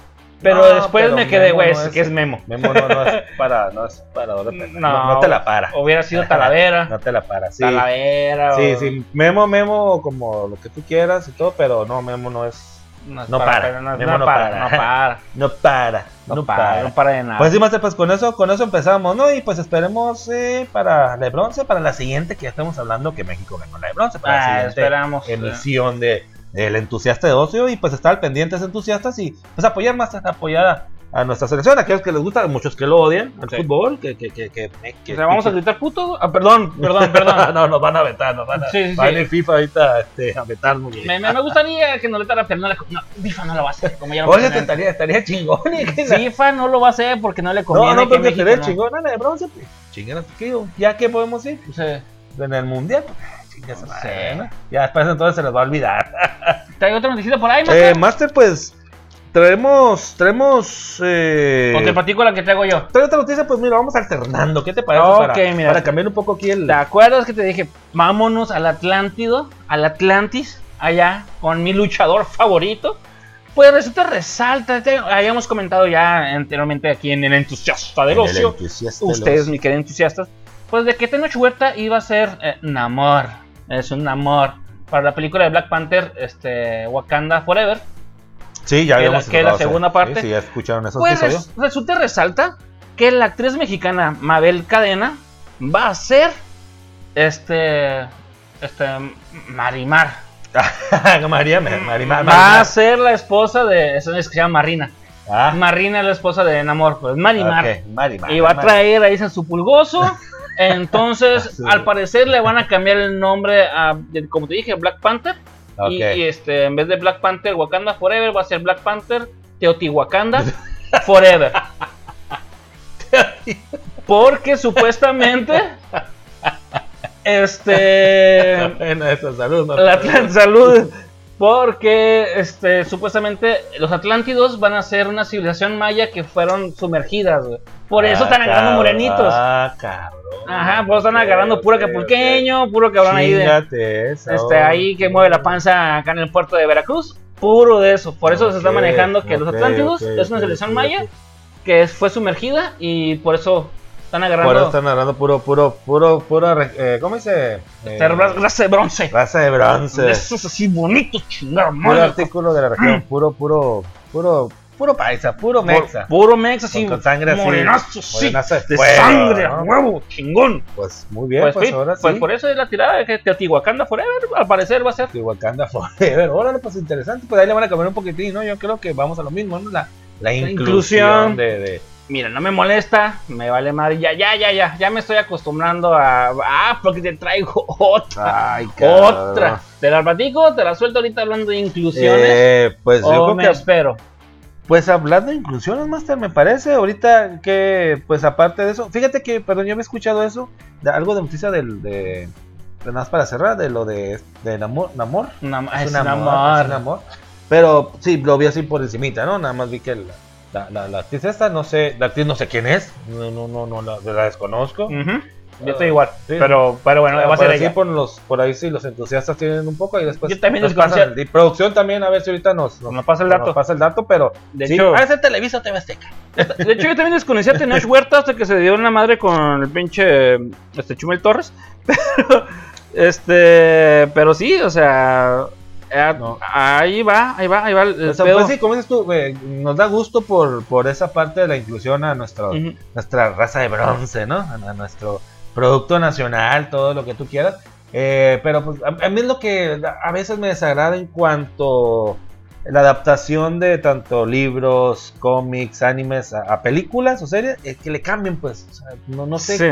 Speaker 2: Pero
Speaker 1: No,
Speaker 2: después
Speaker 1: pero
Speaker 2: me quedé,
Speaker 1: Memo
Speaker 2: güey,
Speaker 1: no
Speaker 2: es
Speaker 1: es-
Speaker 2: que es Memo.
Speaker 1: Memo no, no es para, no es para, no,
Speaker 2: No.
Speaker 1: no te la para.
Speaker 2: Hubiera sido Talavera.
Speaker 1: No te la para, sí.
Speaker 2: Talavera.
Speaker 1: Sí,
Speaker 2: o-
Speaker 1: sí, Memo, Memo, como lo que tú quieras y todo, pero no, Memo no es.
Speaker 2: No, es
Speaker 1: No para,
Speaker 2: pero no,
Speaker 1: Memo
Speaker 2: no
Speaker 1: no
Speaker 2: para,
Speaker 1: para.
Speaker 2: no para.
Speaker 1: No para,
Speaker 2: No, para, no para de nada.
Speaker 1: Pues sí, Master, pues con eso, con eso empezamos, ¿no? Y pues esperemos eh, para la de bronce, para la siguiente que ya estamos hablando que México ganó la de bronce, para
Speaker 2: Ah,
Speaker 1: la siguiente
Speaker 2: esperamos.
Speaker 1: emisión de del entusiasta de ocio y pues estar al pendiente de esos entusiastas y pues apoyar más, apoyar a, a nuestra selección, a aquellos que les gusta, a muchos que lo odian, al
Speaker 2: Sí.
Speaker 1: fútbol, que, que, que, que,
Speaker 2: O
Speaker 1: que-
Speaker 2: sea, vamos a
Speaker 1: que-
Speaker 2: gritar puto. Ah, perdón, perdón, perdón.
Speaker 1: no, nos van a vetar, nos van a,
Speaker 2: Sí, sí,
Speaker 1: va a
Speaker 2: sí.
Speaker 1: venir FIFA ahorita este, a vetarnos. güey.
Speaker 2: me, me, me gustaría que no le tara, pero no le. No, FIFA no lo va a hacer, como ya lo
Speaker 1: Oye, te
Speaker 2: mencioné.
Speaker 1: estaría, estaría chingón. ¿eh? Que la-
Speaker 2: FIFA no lo va a hacer porque no le
Speaker 1: No,
Speaker 2: conviene.
Speaker 1: no,
Speaker 2: que
Speaker 1: porque
Speaker 2: México
Speaker 1: estaría
Speaker 2: no.
Speaker 1: chingón a la de bronce. pues. Chinguen a su tío. ¿Ya qué podemos ir?
Speaker 2: O sea,
Speaker 1: En el mundial. pues,
Speaker 2: Ah,
Speaker 1: chingue su
Speaker 2: No
Speaker 1: madre,
Speaker 2: sé.
Speaker 1: ¿no? Ya después entonces se les va a olvidar.
Speaker 2: ¿Trae otra noticia por ahí,
Speaker 1: Eh,
Speaker 2: Master?
Speaker 1: Master, pues traemos. Traemos. Eh,
Speaker 2: ¿O te platico la que traigo yo?
Speaker 1: trae otra noticia, pues mira, vamos alternando. ¿Qué te parece?
Speaker 2: Ok,
Speaker 1: para,
Speaker 2: mira.
Speaker 1: para cambiar un poco aquí el.
Speaker 2: ¿Te acuerdas que te dije, vámonos al Atlántido, al Atlantis, allá con mi luchador favorito? Pues resulta resalta, te- habíamos comentado ya anteriormente aquí en el entusiasta del ocio, ustedes, mi querido entusiastas, pues de que Tenoch Huerta iba a ser eh, Namor, es un Namor, para la película de Black Panther, este, Wakanda Forever.
Speaker 1: Sí, ya
Speaker 2: que la-
Speaker 1: habíamos
Speaker 2: que la
Speaker 1: hablado, sí.
Speaker 2: segunda parte.
Speaker 1: Sí, sí, ya escucharon esos
Speaker 2: Pues
Speaker 1: episodios.
Speaker 2: res- resulta y resalta que la actriz mexicana Mabel Cadena va a ser este este Marimar.
Speaker 1: María, María, María,
Speaker 2: va
Speaker 1: María.
Speaker 2: a ser la esposa de es una que se llama Marina.
Speaker 1: Ah,
Speaker 2: Marina es la esposa de Namor, pues Marimar.
Speaker 1: ok, Marimar,
Speaker 2: Y va a
Speaker 1: Marimar.
Speaker 2: traer ahí en su pulgoso. Entonces,
Speaker 1: Sí.
Speaker 2: al parecer le van a cambiar el nombre a, de- como te dije, Black Panther.
Speaker 1: Ok.
Speaker 2: Y, y, este, en vez de Black Panther Wakanda Forever, va a ser Black Panther Teotihuacanda Forever. Porque supuestamente, este,
Speaker 1: Bueno, eso, salud, Master.
Speaker 2: la plan- salud. Porque este, supuestamente los Atlántidos van a ser una civilización maya que fueron sumergidas, güey. Por eso
Speaker 1: Ah,
Speaker 2: están agarrando
Speaker 1: cabrón,
Speaker 2: morenitos.
Speaker 1: Ah, cabrón.
Speaker 2: Ajá, por eso están
Speaker 1: Ok,
Speaker 2: agarrando puro
Speaker 1: ok,
Speaker 2: capulqueño, puro
Speaker 1: ok.
Speaker 2: cabrón ahí de,
Speaker 1: Chíngate esa,
Speaker 2: este, ahí que mueve la panza acá en el puerto de Veracruz. Puro de eso. Por eso se está
Speaker 1: Ok,
Speaker 2: manejando que los
Speaker 1: ok,
Speaker 2: Atlántidos
Speaker 1: ok,
Speaker 2: es una
Speaker 1: ok,
Speaker 2: civilización
Speaker 1: ok,
Speaker 2: maya
Speaker 1: ok.
Speaker 2: que fue sumergida y por eso están agarrando
Speaker 1: Por eso están agarrando puro, puro, puro, puro. re- eh, ¿Cómo dice? Eh,
Speaker 2: este, ra- raza de bronce.
Speaker 1: raza de
Speaker 2: De
Speaker 1: bronce.
Speaker 2: Esos así bonitos, chingados,
Speaker 1: Puro
Speaker 2: madre.
Speaker 1: artículo de la
Speaker 2: Mm.
Speaker 1: región. Puro, puro, puro, puro paisa, puro
Speaker 2: Puro-
Speaker 1: mexa.
Speaker 2: Puro mexa, sí.
Speaker 1: Con- con sangre así,
Speaker 2: morenazo, sí.
Speaker 1: morenazo
Speaker 2: De
Speaker 1: fuego,
Speaker 2: sangre, a
Speaker 1: ¿no?
Speaker 2: huevo, chingón.
Speaker 1: Pues muy bien, pues,
Speaker 2: sí,
Speaker 1: ahora sí.
Speaker 2: pues por eso es la tirada de que Teotihuacanda Forever, al parecer va a ser.
Speaker 1: de Wakanda Forever. Órale, pues interesante. Pues ahí le van a cambiar un poquitín, ¿no? Yo creo que vamos a lo mismo, ¿no? La, la inclusión,
Speaker 2: inclusión.
Speaker 1: de, de-
Speaker 2: Mira, no me molesta, me vale madre. Ya, ya, ya, ya. Ya me estoy acostumbrando a. Ah, porque te traigo otra.
Speaker 1: Ay,
Speaker 2: Ah, otra. Te la platico, te la suelto ahorita hablando de inclusiones.
Speaker 1: Eh, pues yo
Speaker 2: o
Speaker 1: creo
Speaker 2: me
Speaker 1: que
Speaker 2: espero.
Speaker 1: Pues hablando de inclusiones, Master, me parece ahorita que, pues aparte de eso, fíjate que, perdón, yo había escuchado eso, de- algo de noticia del, de, de nada más para cerrar, de lo de, de Namor, Namor,
Speaker 2: Nam-
Speaker 1: es
Speaker 2: Ah, es
Speaker 1: un amor, es un
Speaker 2: amor.
Speaker 1: amor. pero sí, lo vi así por encimita, ¿no? Nada más vi que la, la, la- la actriz esta, no sé, la actriz no sé quién es, no, no, no, no la, la desconozco.
Speaker 2: Ujú, Mm, Yo estoy igual.
Speaker 1: Ah, Sí.
Speaker 2: Pero, pero bueno, va a ser
Speaker 1: Pero sí,
Speaker 2: ella.
Speaker 1: por, los, por ahí sí, los entusiastas tienen un poco y después...
Speaker 2: Yo también
Speaker 1: nos
Speaker 2: desconocía-
Speaker 1: pasan el- Y producción también, a ver si ahorita nos, nos,
Speaker 2: Nos pasa el dato.
Speaker 1: nos pasa el dato, pero...
Speaker 2: De
Speaker 1: sí,
Speaker 2: hecho,
Speaker 1: ah, es de Televisa o TV Azteca.
Speaker 2: De hecho, yo también desconocía a Tenoch Huerta hasta que se dio una madre con el pinche este, Chumel Torres. Pero, este, pero sí, o sea, a-
Speaker 1: No.
Speaker 2: ahí va, ahí va, ahí va el
Speaker 1: O sea,
Speaker 2: pedo.
Speaker 1: pues sí, como dices tú, güey, nos da gusto por, por esa parte de la inclusión a nuestro,
Speaker 2: Ujú.
Speaker 1: nuestra raza de bronce, ¿no? A, a nuestro producto nacional, todo lo que tú quieras. Eh, pero pues a, a mí es lo que a veces me desagrada en cuanto la adaptación de tanto libros, cómics, animes a, a películas o series, es que le cambien, pues. O sea, no, no sé
Speaker 2: Sí.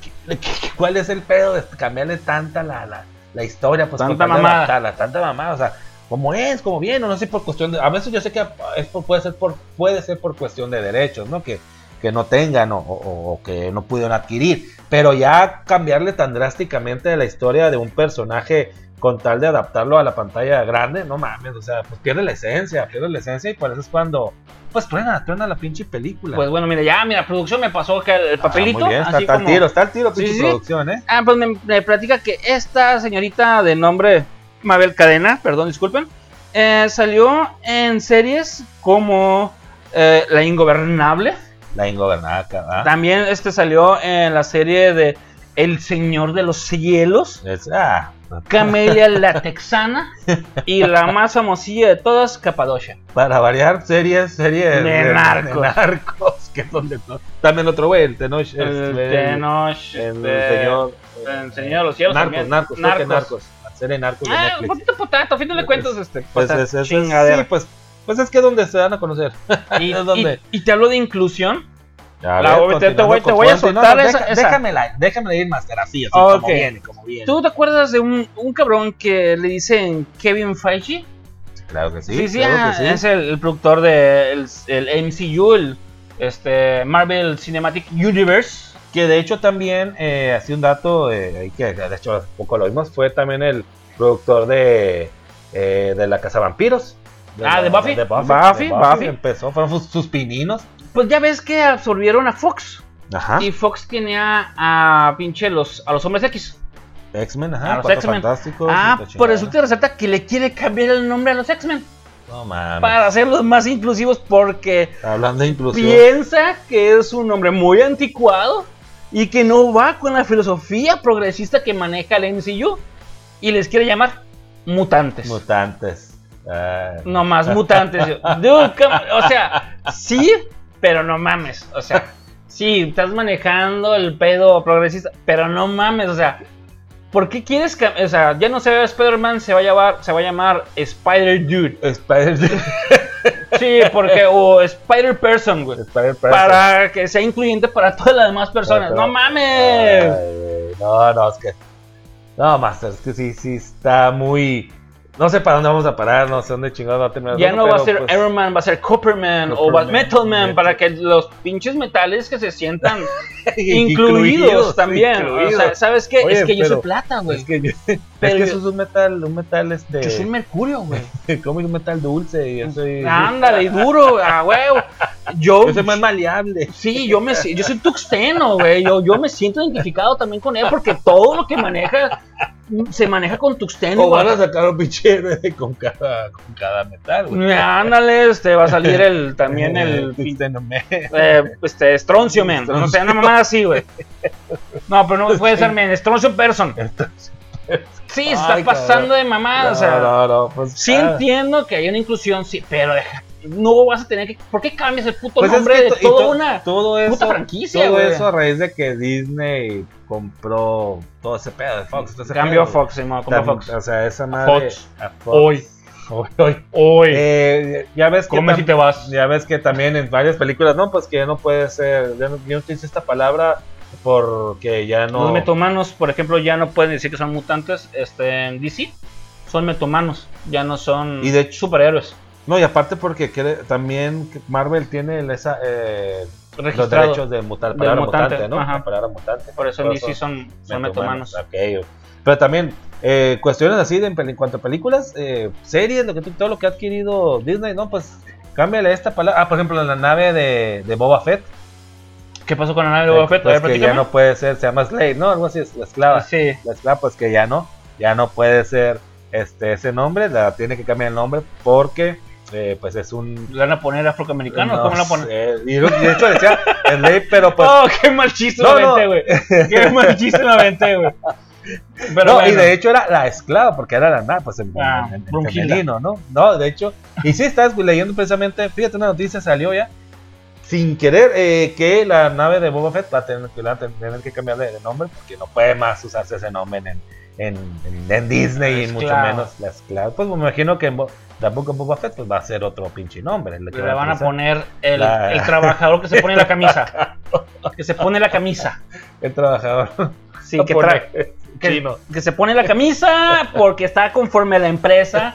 Speaker 1: qué, qué- qué- cuál es el pedo de cambiarle tanta la, la, la historia, pues.
Speaker 2: Tanta
Speaker 1: con tal de
Speaker 2: mamada.
Speaker 1: adaptarla, tanta mamada, o sea, como es, como bien, o no sé por cuestión de, a veces yo sé que es por- puede ser por puede ser por cuestión de derechos, ¿no? Que, que no tengan o, o- o que no pudieron adquirir, pero ya cambiarle tan drásticamente la historia de un personaje con tal de adaptarlo a la pantalla grande, no mames, o sea, pues pierde la esencia, pierde la esencia y por eso es cuando pues truena, truena la pinche película.
Speaker 2: Pues bueno, mira, ya, mira, producción me pasó acá el
Speaker 1: Ah,
Speaker 2: papelito.
Speaker 1: muy bien, está,
Speaker 2: así
Speaker 1: está al
Speaker 2: como-
Speaker 1: tiro, está al tiro
Speaker 2: Sí,
Speaker 1: pinche
Speaker 2: sí.
Speaker 1: producción, ¿eh?
Speaker 2: Ah, pues me, me platica que esta señorita de nombre Mabel Cadena, perdón, disculpen, eh, salió en series como eh, La Ingobernable.
Speaker 1: La ingobernaca, ¿verdad?
Speaker 2: También este salió en la serie de El Señor de los Cielos.
Speaker 1: Es- ah,
Speaker 2: Camelia la Texana y la más famosilla de todas, Capadocia.
Speaker 1: para variar series, series
Speaker 2: De narcos.
Speaker 1: narcos, que es donde no- También otro güey, el Tenoch.
Speaker 2: El,
Speaker 1: este,
Speaker 2: Tenoch,
Speaker 1: el
Speaker 2: este,
Speaker 1: señor.
Speaker 2: el Señor de los Cielos.
Speaker 1: Narcos,
Speaker 2: también.
Speaker 1: narcos, creo que narcos. La serie narcos de
Speaker 2: Ah, un
Speaker 1: Netflix.
Speaker 2: poquito potato, a fin de
Speaker 1: Es-
Speaker 2: cuentas, este.
Speaker 1: Pues
Speaker 2: potato,
Speaker 1: es, es- es-
Speaker 2: chingadera.
Speaker 1: sí, pues, pues es que es donde se dan a conocer.
Speaker 2: Y,
Speaker 1: es donde-
Speaker 2: y- y te hablo de inclusión.
Speaker 1: A
Speaker 2: La voy- te- te voy-
Speaker 1: continuando
Speaker 2: te
Speaker 1: con
Speaker 2: voy a
Speaker 1: Fuente.
Speaker 2: soltar
Speaker 1: deja-
Speaker 2: esa- esa.
Speaker 1: Déjamela, déjamela ir master así, así
Speaker 2: Ok.
Speaker 1: como viene, como viene.
Speaker 2: ¿Tú te acuerdas de un, un cabrón que le dicen Kevin Feige?
Speaker 1: Claro que sí,
Speaker 2: Sí, sí,
Speaker 1: claro
Speaker 2: ah,
Speaker 1: que sí.
Speaker 2: es el, el productor de el, el MCU, el este, Marvel Cinematic Universe.
Speaker 1: Que de hecho también, eh, así un dato, eh, ahí que de hecho hace poco lo vimos, fue también el productor de, eh, de la Casa Vampiros.
Speaker 2: Ah,
Speaker 1: la-
Speaker 2: ¿de Buffy?
Speaker 1: De Buffy,
Speaker 2: Buffy,
Speaker 1: de
Speaker 2: Buffy.
Speaker 1: Empezó, fueron sus, sus pininos.
Speaker 2: Pues ya ves que absorbieron a Fox.
Speaker 1: Ajá.
Speaker 2: Y Fox tenía a pinche los, a los hombres X.
Speaker 1: X-Men,
Speaker 2: a
Speaker 1: ajá.
Speaker 2: los
Speaker 1: Cuatro
Speaker 2: X-Men.
Speaker 1: Fantásticos.
Speaker 2: Ah,
Speaker 1: y la
Speaker 2: por
Speaker 1: chingada.
Speaker 2: resulta y resalta que le quiere cambiar el nombre a los X-Men.
Speaker 1: Ah, No mames.
Speaker 2: Para hacerlos más inclusivos porque
Speaker 1: Hablando de inclusión.
Speaker 2: piensa que es un nombre muy anticuado y que no va con la filosofía progresista que maneja el MCU. Y les quiere llamar mutantes.
Speaker 1: Mutantes. Ah,
Speaker 2: No más mutantes. Yo, dude, come- o sea, sí, pero no mames. O sea, sí, estás manejando el pedo progresista, pero no mames. O sea, ¿por qué quieres que, o sea, ya no se ve Spider-Man, se va a llamar, se va a llamar Spider Dude.
Speaker 1: Spider-
Speaker 2: Sí, porque o Spider Person, güey.
Speaker 1: Spider-Person.
Speaker 2: Para que sea incluyente para todas las demás personas. No mames.
Speaker 1: Ay, güey, no, no, es que. No, Master, es que sí, sí está muy. No sé para dónde vamos a parar, no sé dónde chingados va a terminar.
Speaker 2: Ya
Speaker 1: bueno,
Speaker 2: no va a
Speaker 1: pero,
Speaker 2: ser
Speaker 1: pues,
Speaker 2: Iron Man, va a ser Copperman o va
Speaker 1: Copperman,
Speaker 2: Metal Man
Speaker 1: Metal.
Speaker 2: para que los pinches metales que se sientan incluidos, también.
Speaker 1: incluidos.
Speaker 2: O sea, ¿sabes qué?
Speaker 1: Oye,
Speaker 2: es que yo soy
Speaker 1: pero-
Speaker 2: plata, güey.
Speaker 1: es que, yo- es
Speaker 2: Pero
Speaker 1: que
Speaker 2: yo-
Speaker 1: eso es un metal, un metal este.
Speaker 2: Yo soy mercurio, güey.
Speaker 1: como un metal dulce y yo soy.
Speaker 2: Ándale, y duro, a huevo. Yo,
Speaker 1: Yo soy más maleable.
Speaker 2: sí, yo me si- yo soy tuxteno, güey. Yo, yo me siento identificado también con él porque todo lo que maneja se maneja con tuxteno.
Speaker 1: O
Speaker 2: güey.
Speaker 1: van a sacar un pinche héroe con cada, con cada metal, güey.
Speaker 2: Ándale, este va a salir el también el eh, este Stroncio Man, no sé, una mamada así, güey. No, pero no puede ser Man, Stroncio Person. Sí, está
Speaker 1: Ay,
Speaker 2: pasando de mamada, Ah, o sea.
Speaker 1: no, no, pues,
Speaker 2: Sí
Speaker 1: ah.
Speaker 2: entiendo que hay una inclusión, sí, pero deja- no vas a tener que... ¿Por qué cambias el puto
Speaker 1: Pues es
Speaker 2: nombre
Speaker 1: que
Speaker 2: de
Speaker 1: to- y
Speaker 2: toda
Speaker 1: to-
Speaker 2: una
Speaker 1: todo eso,
Speaker 2: puta franquicia,
Speaker 1: todo
Speaker 2: güey?
Speaker 1: eso a raíz de que Disney compró todo ese pedo de Fox. todo ese
Speaker 2: Cambió
Speaker 1: pedo,
Speaker 2: a Fox, sí, mo, cambió a
Speaker 1: También,
Speaker 2: Fox.
Speaker 1: O sea, esa madre.
Speaker 2: Fox.
Speaker 1: a Fox.
Speaker 2: Hoy,
Speaker 1: Hoy, hoy.
Speaker 2: hoy,
Speaker 1: Eh, ya ves que
Speaker 2: come
Speaker 1: tam-
Speaker 2: si te vas.
Speaker 1: ya ves que también en varias películas, no, pues que ya no puede ser, ya no, ya no utilizo esta palabra porque ya no.
Speaker 2: Los metomanos, por ejemplo, ya no pueden decir que son mutantes este, en DC. Son metomanos, ya no son
Speaker 1: Y de hecho-
Speaker 2: superhéroes
Speaker 1: No, y aparte porque quiere- también Marvel tiene el- esa, eh, los
Speaker 2: registrados.
Speaker 1: derechos de mutar,
Speaker 2: Del
Speaker 1: palabra
Speaker 2: mutante,
Speaker 1: mutante, ¿no?
Speaker 2: ajá.
Speaker 1: La palabra mutante.
Speaker 2: Por eso en
Speaker 1: Por
Speaker 2: DC
Speaker 1: eso
Speaker 2: son, son metomanos.
Speaker 1: Ok, ok. Pero también, eh, cuestiones así de, en pel- en cuanto a películas, eh, series, lo que tú- todo lo que ha adquirido Disney, no, pues cámbiale esta palabra. Ah, por ejemplo, la nave de, de Boba Fett.
Speaker 2: ¿Qué pasó con la nave de Boba Fett? A
Speaker 1: Pues
Speaker 2: ver,
Speaker 1: que ya
Speaker 2: platícame.
Speaker 1: no puede ser, se llama Slave, ¿no? Algo así, es la esclava.
Speaker 2: Sí.
Speaker 1: La esclava, pues que ya no, ya no puede ser este ese nombre, la tiene que cambiar el nombre porque, eh, pues es un.
Speaker 2: ¿Le van a poner afroamericano?
Speaker 1: no
Speaker 2: ¿Cómo la ponen?
Speaker 1: sé, y lo- de hecho decía Slave, pero pues.
Speaker 2: oh, qué mal chiste
Speaker 1: No,
Speaker 2: me
Speaker 1: no.
Speaker 2: aventé, güey. Qué mal chiste me aventé, güey. Pero
Speaker 1: no, y
Speaker 2: bueno.
Speaker 1: de hecho era la esclava, porque era la nada, pues en,
Speaker 2: Ah,
Speaker 1: en- en
Speaker 2: Brunhilda.
Speaker 1: femenino, ¿no? No, de hecho, y sí, estás leyendo precisamente, fíjate, una noticia salió ya, sin querer, eh, que la nave de Boba Fett va a tener que, la- tener que cambiarle de nombre, porque no puede más usarse ese nombre en, en, en- en Disney, y
Speaker 2: La
Speaker 1: mucho
Speaker 2: esclava.
Speaker 1: menos la esclava. Pues me imagino que en Bo- tampoco en Boba Fett pues, va a ser otro pinche nombre. el que
Speaker 2: Le van a
Speaker 1: utilizar.
Speaker 2: poner el,
Speaker 1: La-
Speaker 2: el trabajador que se pone la camisa. Que se pone la camisa.
Speaker 1: El trabajador.
Speaker 2: Sí, que, tra- que-
Speaker 1: Chino.
Speaker 2: que se pone la camisa porque está conforme a la empresa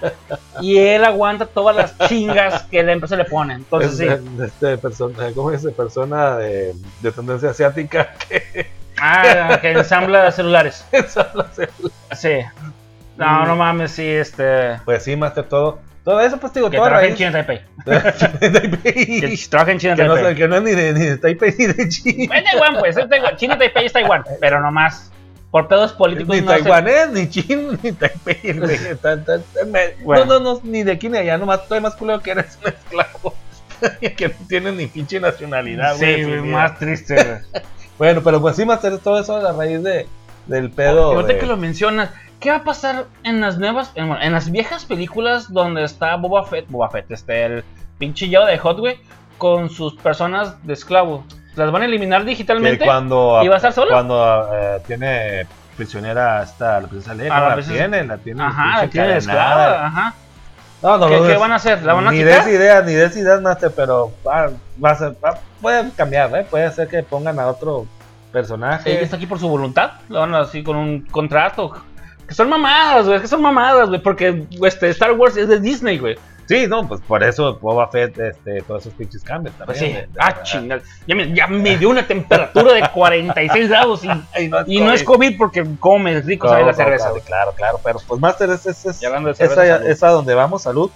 Speaker 2: y él aguanta todas las chingas que la empresa le pone. Entonces, Pues, sí.
Speaker 1: Este- este persona, ¿Cómo es? Persona de, de tendencia asiática.
Speaker 2: Ah, que ensambla celulares.
Speaker 1: Eso,
Speaker 2: Sí. No, no mames, sí, este.
Speaker 1: Pues sí, Master, todo. Todo eso, pues digo,
Speaker 2: Que
Speaker 1: todo a
Speaker 2: trabaja en
Speaker 1: raíz.
Speaker 2: China Taipei.
Speaker 1: de Taipei.
Speaker 2: Que trabaja en China
Speaker 1: Que no,
Speaker 2: Taipei.
Speaker 1: sé, que no es ni de, ni de Taipei ni de China.
Speaker 2: Es Taiwán, pues, es Taiwán. China y Taipei es Taiwán, pero no más. Por pedos políticos
Speaker 1: Ni
Speaker 2: no se-
Speaker 1: taiwanés, ni chino, ni Taipei. el güey, está- está- está en medio.
Speaker 2: Bueno.
Speaker 1: No, no, no, ni de aquí ni de allá, nomás estoy más culero que eres un esclavo. que no tienen ni pinche nacionalidad, güey.
Speaker 2: sí,
Speaker 1: en su
Speaker 2: güey,
Speaker 1: vida.
Speaker 2: más triste, güey.
Speaker 1: Bueno, pero pues sí, Master, todo eso a la raíz de, del pedo.
Speaker 2: Y ahorita
Speaker 1: de-
Speaker 2: que lo mencionas, ¿qué va a pasar en las nuevas, en, bueno, en las viejas películas donde está Boba Fett, Boba Fett, este, el pinche Yoda de Hot, güey, con sus personas de esclavo? ¿Las van a eliminar
Speaker 1: que
Speaker 2: digitalmente?
Speaker 1: cuando,
Speaker 2: iba a estar solo.
Speaker 1: Cuando eh, tiene prisionera hasta la princesa Leia,
Speaker 2: Ah,
Speaker 1: no
Speaker 2: la
Speaker 1: la,
Speaker 2: princesa-
Speaker 1: tiene, la tiene.
Speaker 2: Ajá,
Speaker 1: pinche
Speaker 2: la tienen de
Speaker 1: encadenada.
Speaker 2: esclava, ajá.
Speaker 1: No, no,
Speaker 2: ¿Qué,
Speaker 1: no,
Speaker 2: qué
Speaker 1: es-
Speaker 2: van a hacer? ¿La van a
Speaker 1: ni
Speaker 2: quitar?
Speaker 1: des ideas, ni des ideas, Master, pero va, va a ser, va- puede cambiar, ¿eh? Puede ser que pongan a otro personaje.
Speaker 2: Ella está aquí por su voluntad, la van así con un contrato. Que son mamadas, güey, que son mamadas, güey, porque este, Star Wars es de Disney, güey.
Speaker 1: Sí, no, pues por eso Boba Fett, este, todos esos pinches cambios también.
Speaker 2: Pues sí,
Speaker 1: de- de-
Speaker 2: ah, chingada. Ya me, ya me dio una temperatura de 46 grados y,
Speaker 1: Y no es
Speaker 2: y no es COVID porque come rico, sabe la
Speaker 1: Claro,
Speaker 2: cerveza,
Speaker 1: claro,
Speaker 2: güey.
Speaker 1: Claro, claro, pero pues Master es, es, es,
Speaker 2: Y hablando de
Speaker 1: es,
Speaker 2: cerveza,
Speaker 1: a,
Speaker 2: salud.
Speaker 1: es a donde vamos, salud.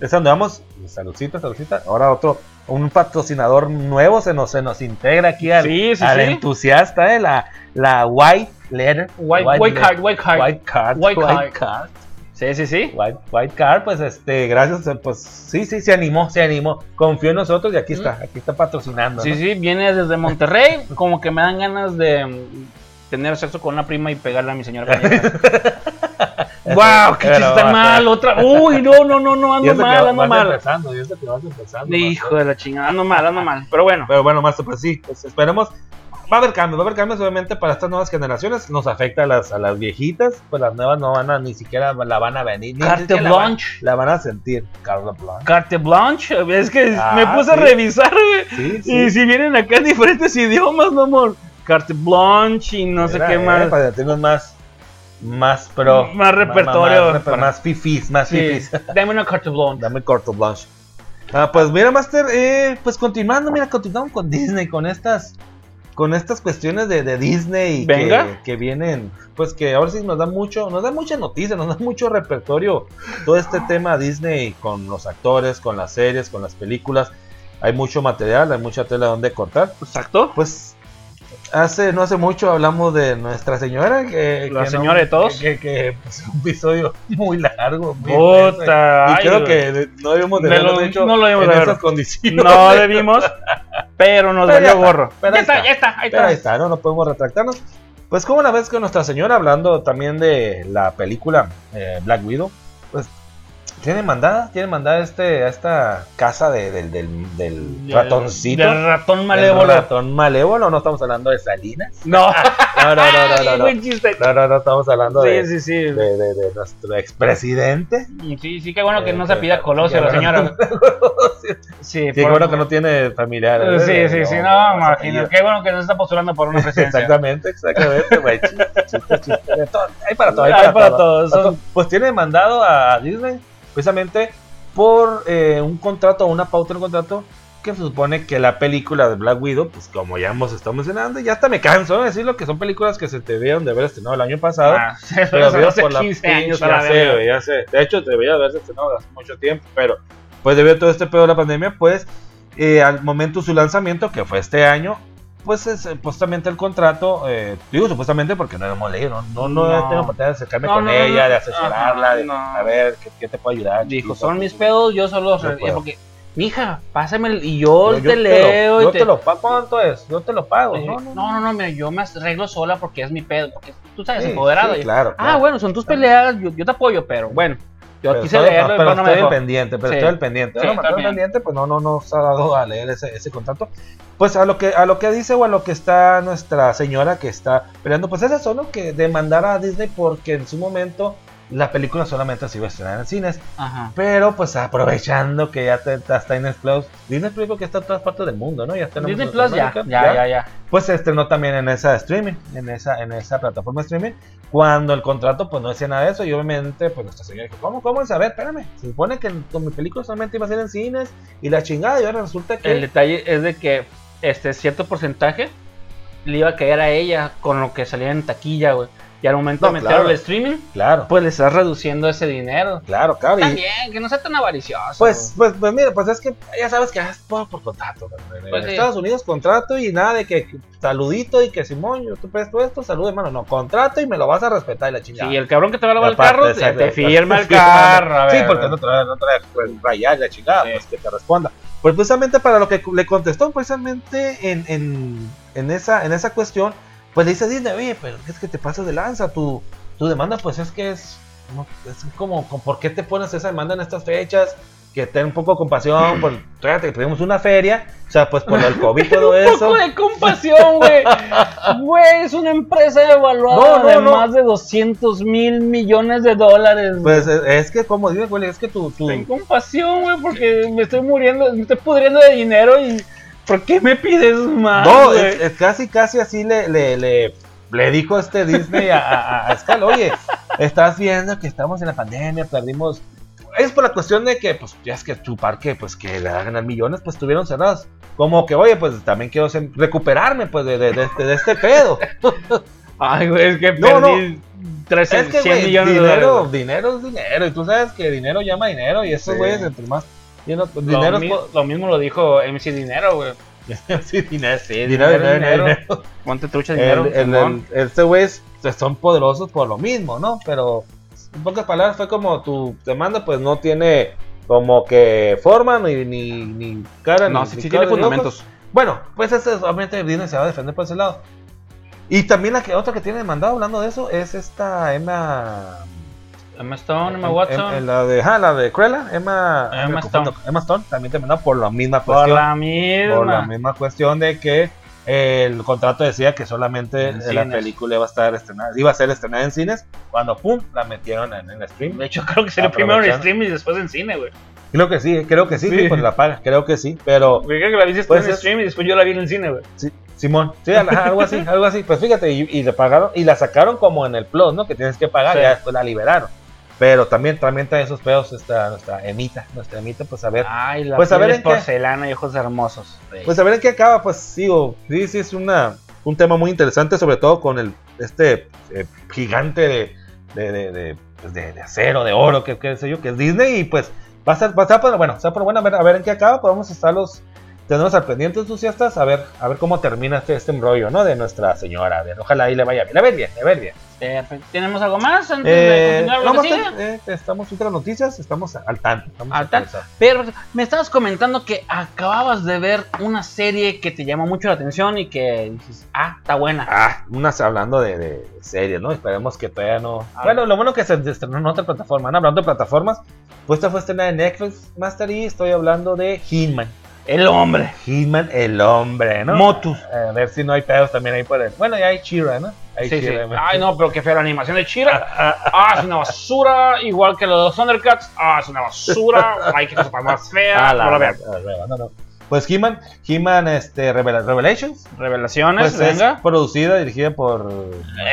Speaker 1: Es a donde vamos, saludcita, saludcita. Ahora otro, un patrocinador nuevo se nos, se nos integra aquí al,
Speaker 2: Sí, sí,
Speaker 1: al
Speaker 2: sí.
Speaker 1: entusiasta, ¿eh? la, la White Letter.
Speaker 2: White, white, card, white card.
Speaker 1: White Card.
Speaker 2: White
Speaker 1: White,
Speaker 2: card.
Speaker 1: Card.
Speaker 2: Sí, sí, sí.
Speaker 1: White, White Card, pues este, gracias, eh, pues sí, sí, se animó, se animó. Confió en nosotros y aquí
Speaker 2: Mm.
Speaker 1: está, aquí está patrocinando.
Speaker 2: Sí,
Speaker 1: ¿no?
Speaker 2: sí, viene desde Monterrey, como que me dan ganas de mm, tener sexo con una prima y pegarle a mi señora. ¡Wow! ¡Qué chiste
Speaker 1: Pero,
Speaker 2: tan mal! Otra. ¡Uy! No, no, no, no,
Speaker 1: Y eso que
Speaker 2: ando mal, ando
Speaker 1: vas
Speaker 2: mal.
Speaker 1: empezando, y eso que vas empezando.
Speaker 2: Hijo de la chingada, ando mal, ando mal. Pero bueno,
Speaker 1: Pero bueno, Master, pues sí, pues esperemos. Va a haber cambios, va a haber cambios obviamente para estas nuevas generaciones. Nos afecta a las, a las viejitas, pues las nuevas no van a, ni siquiera la van a venir. ni
Speaker 2: Carte
Speaker 1: siquiera la van-
Speaker 2: Blanche.
Speaker 1: La van a sentir, Carla Blanche.
Speaker 2: Carte Blanche, es que
Speaker 1: Ah,
Speaker 2: me puse a
Speaker 1: sí.
Speaker 2: revisar, güey.
Speaker 1: Sí,
Speaker 2: Y si vienen acá en diferentes idiomas, no amor. Carte Blanche y no sé
Speaker 1: Era,
Speaker 2: qué
Speaker 1: era
Speaker 2: más.
Speaker 1: Para sentirnos más, más pro.
Speaker 2: Más repertorio.
Speaker 1: Más, reper- más fifís, más
Speaker 2: Sí,
Speaker 1: fifís.
Speaker 2: dame una Carte Blanche.
Speaker 1: Dame Carta Blanche. Ah, pues mira, Master, eh, pues continuando, mira, continuamos con Disney, con estas, con estas cuestiones de, de Disney que-
Speaker 2: Venga.
Speaker 1: Que, vienen, pues que ahora sí nos da mucho, nos da mucha noticia, nos da mucho repertorio todo este tema Disney con los actores, con las series, con las películas. Hay mucho material, hay mucha tela donde cortar.
Speaker 2: Exacto.
Speaker 1: Pues hace, no hace mucho hablamos de Nuestra Señora, que,
Speaker 2: La
Speaker 1: que no-
Speaker 2: señora de todos.
Speaker 1: que, que- que, pues, un episodio muy largo, muy extenso,
Speaker 2: Puta.
Speaker 1: y
Speaker 2: ay,
Speaker 1: creo
Speaker 2: güey.
Speaker 1: que de- no debimos de
Speaker 2: De
Speaker 1: haberlo
Speaker 2: lo-
Speaker 1: hecho
Speaker 2: no lo debimos
Speaker 1: en
Speaker 2: de
Speaker 1: esas
Speaker 2: haber-
Speaker 1: condiciones.
Speaker 2: No debimos, pero nos
Speaker 1: Pero ya
Speaker 2: valió
Speaker 1: está,
Speaker 2: gorro.
Speaker 1: pero
Speaker 2: ya
Speaker 1: ahí
Speaker 2: está,
Speaker 1: está.
Speaker 2: ya está, ahí
Speaker 1: Pero ahí
Speaker 2: está.
Speaker 1: está, no, no podemos retractarnos. Pues como una vez que Nuestra Señora, hablando también de la película eh, Black Widow, pues tiene mandada, tiene mandada este, a esta casa de- del, del- del
Speaker 2: Del-
Speaker 1: ratoncito.
Speaker 2: Del ratón
Speaker 1: del
Speaker 2: malévolo.
Speaker 1: ratón malévolo, no estamos hablando de Salinas.
Speaker 2: No.
Speaker 1: No, no, no, no, no,
Speaker 2: Ay,
Speaker 1: no.
Speaker 2: buen chiste.
Speaker 1: No, no, no estamos hablando de,
Speaker 2: Sí, sí, sí.
Speaker 1: de- de- de nuestro expresidente.
Speaker 2: Sí, sí, qué bueno que
Speaker 1: Eh,
Speaker 2: no se
Speaker 1: que-
Speaker 2: pida Colosio
Speaker 1: que-
Speaker 2: la señora. Sí,
Speaker 1: Qué
Speaker 2: por-
Speaker 1: bueno que no tiene familiares.
Speaker 2: Sí,
Speaker 1: ¿eh?
Speaker 2: sí, sí,
Speaker 1: no,
Speaker 2: no,
Speaker 1: no,
Speaker 2: imagino. Qué bueno que no se está postulando por una presidencia.
Speaker 1: Exactamente, exactamente, güey. Chiste, chiste, chiste. De todo. Hay para todo, hay
Speaker 2: Ay,
Speaker 1: para,
Speaker 2: para
Speaker 1: todo.
Speaker 2: todos.
Speaker 1: Para todo.
Speaker 2: son-
Speaker 1: Pues tiene mandado a Disney precisamente por eh, un contrato, una pauta de contrato que se supone que la película de Black Widow, pues como ya hemos estado mencionando, ya hasta me canso de decirlo, que son películas que se te dieron de haber estrenado el año pasado.
Speaker 2: Ah,
Speaker 1: Pero
Speaker 2: eso
Speaker 1: veo
Speaker 2: hace
Speaker 1: por la
Speaker 2: 15
Speaker 1: pinche-
Speaker 2: años a la
Speaker 1: ya sé,
Speaker 2: verga.
Speaker 1: güey, ya sé. De hecho, debería haberse estrenado hace mucho tiempo, pero pues debido a todo este pedo de la pandemia, pues eh, al momento de su lanzamiento, que fue este año, pues es, eh, supuestamente el contrato, eh, digo supuestamente porque no lo hemos leído, no, no, no
Speaker 2: No.
Speaker 1: tengo oportunidad de acercarme
Speaker 2: No,
Speaker 1: con
Speaker 2: no, no,
Speaker 1: ella,
Speaker 2: no.
Speaker 1: de asesorarla, de
Speaker 2: Ajá, no.
Speaker 1: a ver ¿qué, qué te puedo ayudar.
Speaker 2: Dijo,
Speaker 1: chiquito?
Speaker 2: son mis pedos, yo solo.
Speaker 1: No puedo.
Speaker 2: porque, mija, pásame el- y yo,
Speaker 1: Yo- yo
Speaker 2: te leo.
Speaker 1: lo,
Speaker 2: y
Speaker 1: yo te lo pago, ¿cuánto es? Yo te lo pago.
Speaker 2: Oye,
Speaker 1: No,
Speaker 2: No,
Speaker 1: no,
Speaker 2: no, no, mira, yo me arreglo sola porque es mi pedo. Porque tú sabes,
Speaker 1: Sí,
Speaker 2: empoderado.
Speaker 1: sí,
Speaker 2: y-
Speaker 1: claro,
Speaker 2: Ah,
Speaker 1: claro.
Speaker 2: bueno, son tus peleas, yo, yo te apoyo, pero bueno. Yo
Speaker 1: Pero
Speaker 2: quise
Speaker 1: estoy-
Speaker 2: leerlo, y
Speaker 1: pero
Speaker 2: después no me
Speaker 1: estoy al
Speaker 2: dejó.
Speaker 1: pendiente, pero
Speaker 2: Sí.
Speaker 1: estoy al pendiente.
Speaker 2: Sí,
Speaker 1: Bueno, estoy al
Speaker 2: también.
Speaker 1: pendiente, pues no, no nos ha dado a leer ese, ese contrato. Pues a lo que a lo que dice o a lo que está nuestra señora que está peleando, pues es eso, ¿no? Que demandar a Disney porque en su momento la película solamente se iba a estrenar en cines,
Speaker 2: Ajá.
Speaker 1: pero pues aprovechando que ya te- está en Plus, Disney Plus creo que está en todas partes del mundo, ¿no? Ya está en el
Speaker 2: Disney
Speaker 1: mundo de
Speaker 2: Plus ya, ya,
Speaker 1: América,
Speaker 2: ya, ya.
Speaker 1: pues se estrenó también en esa streaming, en esa, en esa plataforma de streaming, cuando el contrato pues no decía nada de eso y obviamente pues nuestra señora dijo, ¿cómo? ¿Cómo? A ver, espérame, se supone que con mi película solamente iba a ser en cines y la chingada y ahora resulta que...
Speaker 2: El detalle es de que este cierto porcentaje le iba a caer a ella con lo que salía en taquilla, güey. Y al momento
Speaker 1: No,
Speaker 2: de meterlo
Speaker 1: claro.
Speaker 2: al streaming,
Speaker 1: Claro,
Speaker 2: pues le estás reduciendo ese dinero.
Speaker 1: claro, claro. Y,
Speaker 2: También, que no sea tan avaricioso.
Speaker 1: pues, pues, pues mira, pues es que ya sabes que es todo por contrato. ¿no? En
Speaker 2: Pues sí.
Speaker 1: Estados Unidos contrato y nada de que que saludito y que Simón, yo te presto esto, salud hermano, no, contrato y me lo vas a respetar y la chingada.
Speaker 2: Sí, el cabrón que te va a lavar el
Speaker 1: Aparte,
Speaker 2: carro, te,
Speaker 1: exacto,
Speaker 2: te
Speaker 1: exacto.
Speaker 2: firma el
Speaker 1: Firma,
Speaker 2: carro. a
Speaker 1: Sí,
Speaker 2: ver.
Speaker 1: porque no trae, no trae pues, rayar la chingada, pues que te responda. Pues precisamente para lo que le contestó, precisamente en, en, en esa, en esa cuestión, pues le dice a Disney, oye, pero es que te pasas de lanza, tu, tu demanda pues es que es, no, es como, como, ¿por qué te pones esa demanda en estas fechas? Que ten un poco de compasión, por, fíjate que pedimos una feria, o sea, pues por el COVID y todo
Speaker 2: Un
Speaker 1: eso.
Speaker 2: poco de compasión, güey. Güey, es una empresa evaluada
Speaker 1: No, no,
Speaker 2: de
Speaker 1: no.
Speaker 2: más de 200 mil millones de dólares.
Speaker 1: Pues es, es que, como digo, güey, es que tu, tu,
Speaker 2: Ten compasión, güey, porque me estoy muriendo, me estoy pudriendo de dinero y ¿por qué me pides más?
Speaker 1: No,
Speaker 2: güey?
Speaker 1: es- es casi, casi así le, le, le, le dijo este Disney a, a, a Scal, oye, estás viendo que estamos en la pandemia, perdimos... Es por la cuestión de que, pues, ya es que tu parque, pues, que le va a ganar millones, pues, estuvieron cerrados. Como que, oye, pues, también quiero ser- recuperarme, pues, de, de, de este, de este pedo.
Speaker 2: Ay, güey, es que
Speaker 1: No,
Speaker 2: perdí 300,
Speaker 1: es que,
Speaker 2: 100
Speaker 1: güey,
Speaker 2: millones de
Speaker 1: dinero,
Speaker 2: dólares.
Speaker 1: dinero es dinero. Y tú sabes que dinero llama dinero. Y esos
Speaker 2: Sí.
Speaker 1: güeyes, entre más... you know, pues,
Speaker 2: Lo,
Speaker 1: dinero, es
Speaker 2: mi-
Speaker 1: po-
Speaker 2: lo mismo lo dijo MC Dinero, güey.
Speaker 1: sí, dinero, Eh, sí,
Speaker 2: dinero,
Speaker 1: dinero, dinero,
Speaker 2: dinero.
Speaker 1: dinero.
Speaker 2: Ponte trucha de dinero.
Speaker 1: el, el,
Speaker 2: Simón.
Speaker 1: el- este güey es- son poderosos por lo mismo, ¿no? Pero en pocas palabras fue como tu demanda pues no tiene como que forma ni, ni, ni cara.
Speaker 4: No,
Speaker 1: ni-
Speaker 4: sí,
Speaker 1: ni
Speaker 4: sí
Speaker 1: cara
Speaker 4: tiene
Speaker 1: ni ojos.
Speaker 4: fundamentos.
Speaker 1: Bueno, pues ese es- obviamente Disney se va a defender por ese lado. Y también la que otra que tiene demandado hablando de eso es esta Emma...
Speaker 2: Emma Stone, Emma Watson.
Speaker 1: Em- em- la de, ah, la de Cruella, Emma...
Speaker 2: Emma
Speaker 1: me confundo, Emma Stone también demandada por la misma
Speaker 2: por
Speaker 1: cuestión.
Speaker 2: Pues la misma.
Speaker 1: Por la misma cuestión de que eh, el contrato decía que solamente
Speaker 2: En
Speaker 1: la
Speaker 2: cines.
Speaker 1: película iba a estar estrenada, iba a ser estrenada en cines, cuando pum, la metieron en el stream.
Speaker 2: De hecho, creo que
Speaker 1: Ah,
Speaker 2: sería primero en
Speaker 1: Aprovechar.
Speaker 2: stream y después en cine, güey.
Speaker 1: Creo que sí, creo que sí,
Speaker 2: Sí.
Speaker 1: sí, pues la paga, creo que sí, pero
Speaker 2: Porque creo que la viste
Speaker 1: Pues
Speaker 2: en
Speaker 1: es-
Speaker 2: stream y después yo la vi en el cine, güey.
Speaker 1: sí, Simón, sí, ajá, algo así, algo así, pues fíjate, y, y le pagaron, y la sacaron como en el plus, ¿no? Que tienes que pagar,
Speaker 2: Sí.
Speaker 1: ya después la liberaron. Pero también, también trae esos pedos esta, nuestra emita, nuestra emita, pues a ver,
Speaker 2: Ay, la
Speaker 1: Pues a
Speaker 2: piel
Speaker 1: ver
Speaker 2: es
Speaker 1: en qué-
Speaker 2: porcelana y ojos hermosos.
Speaker 1: Pues a ver en qué acaba, pues sigo. Sí, sí, es una, un tema muy interesante, sobre todo con el este eh, gigante de, de, de, de, pues, de- de acero, de oro, que, que sé yo, que es Disney. Y pues va a ser, va a estar por- bueno, está por bueno, a ver, a ver en qué acaba, podemos estarlos, tenemos al pendiente entusiastas, a ver, a ver cómo termina este, este embrollo, ¿no? De nuestra señora, a ver, ojalá ahí le vaya bien, a ver bien, a ver bien.
Speaker 2: Perfecto. ¿Tenemos Este, algo más antes de
Speaker 1: Eh,
Speaker 2: continuar
Speaker 1: no,
Speaker 2: con lo que
Speaker 1: más
Speaker 2: sigue?
Speaker 1: te- eh, estamos entre las noticias, estamos al tanto. estamos
Speaker 2: Al tanto.
Speaker 1: actualizados.
Speaker 2: Pero me estabas comentando que acababas de ver una serie que te llamó mucho la atención y que dices, ah, está buena.
Speaker 1: Ah, unas hablando de, de series, ¿no? Esperemos que todavía no.
Speaker 2: Ah.
Speaker 1: Bueno, lo bueno que se estrenó en otra plataforma. ¿no? Hablando de plataformas, pues esta fue estrenada en Netflix Master y estoy hablando de Hitman.
Speaker 2: El hombre.
Speaker 1: Hitman, el hombre, ¿no?
Speaker 2: Motus.
Speaker 1: A ver si no hay pedos también ahí por el. Bueno, ya hay Chira, ¿no? Hay
Speaker 2: Sí, sí.
Speaker 1: She-Ra, ¿no?
Speaker 2: Ay, no, pero qué fea la animación de Chira. Ah, es una basura. Igual que los Thundercats. Ah, es una basura. Ay, qué cosa tan más fea.
Speaker 1: Ah, la-
Speaker 2: no la veo.
Speaker 1: la- la- no, no. Pues He-Man, He-Man este, Revela- Revelations,
Speaker 2: Revelaciones,
Speaker 1: pues es
Speaker 2: venga.
Speaker 1: producida y dirigida por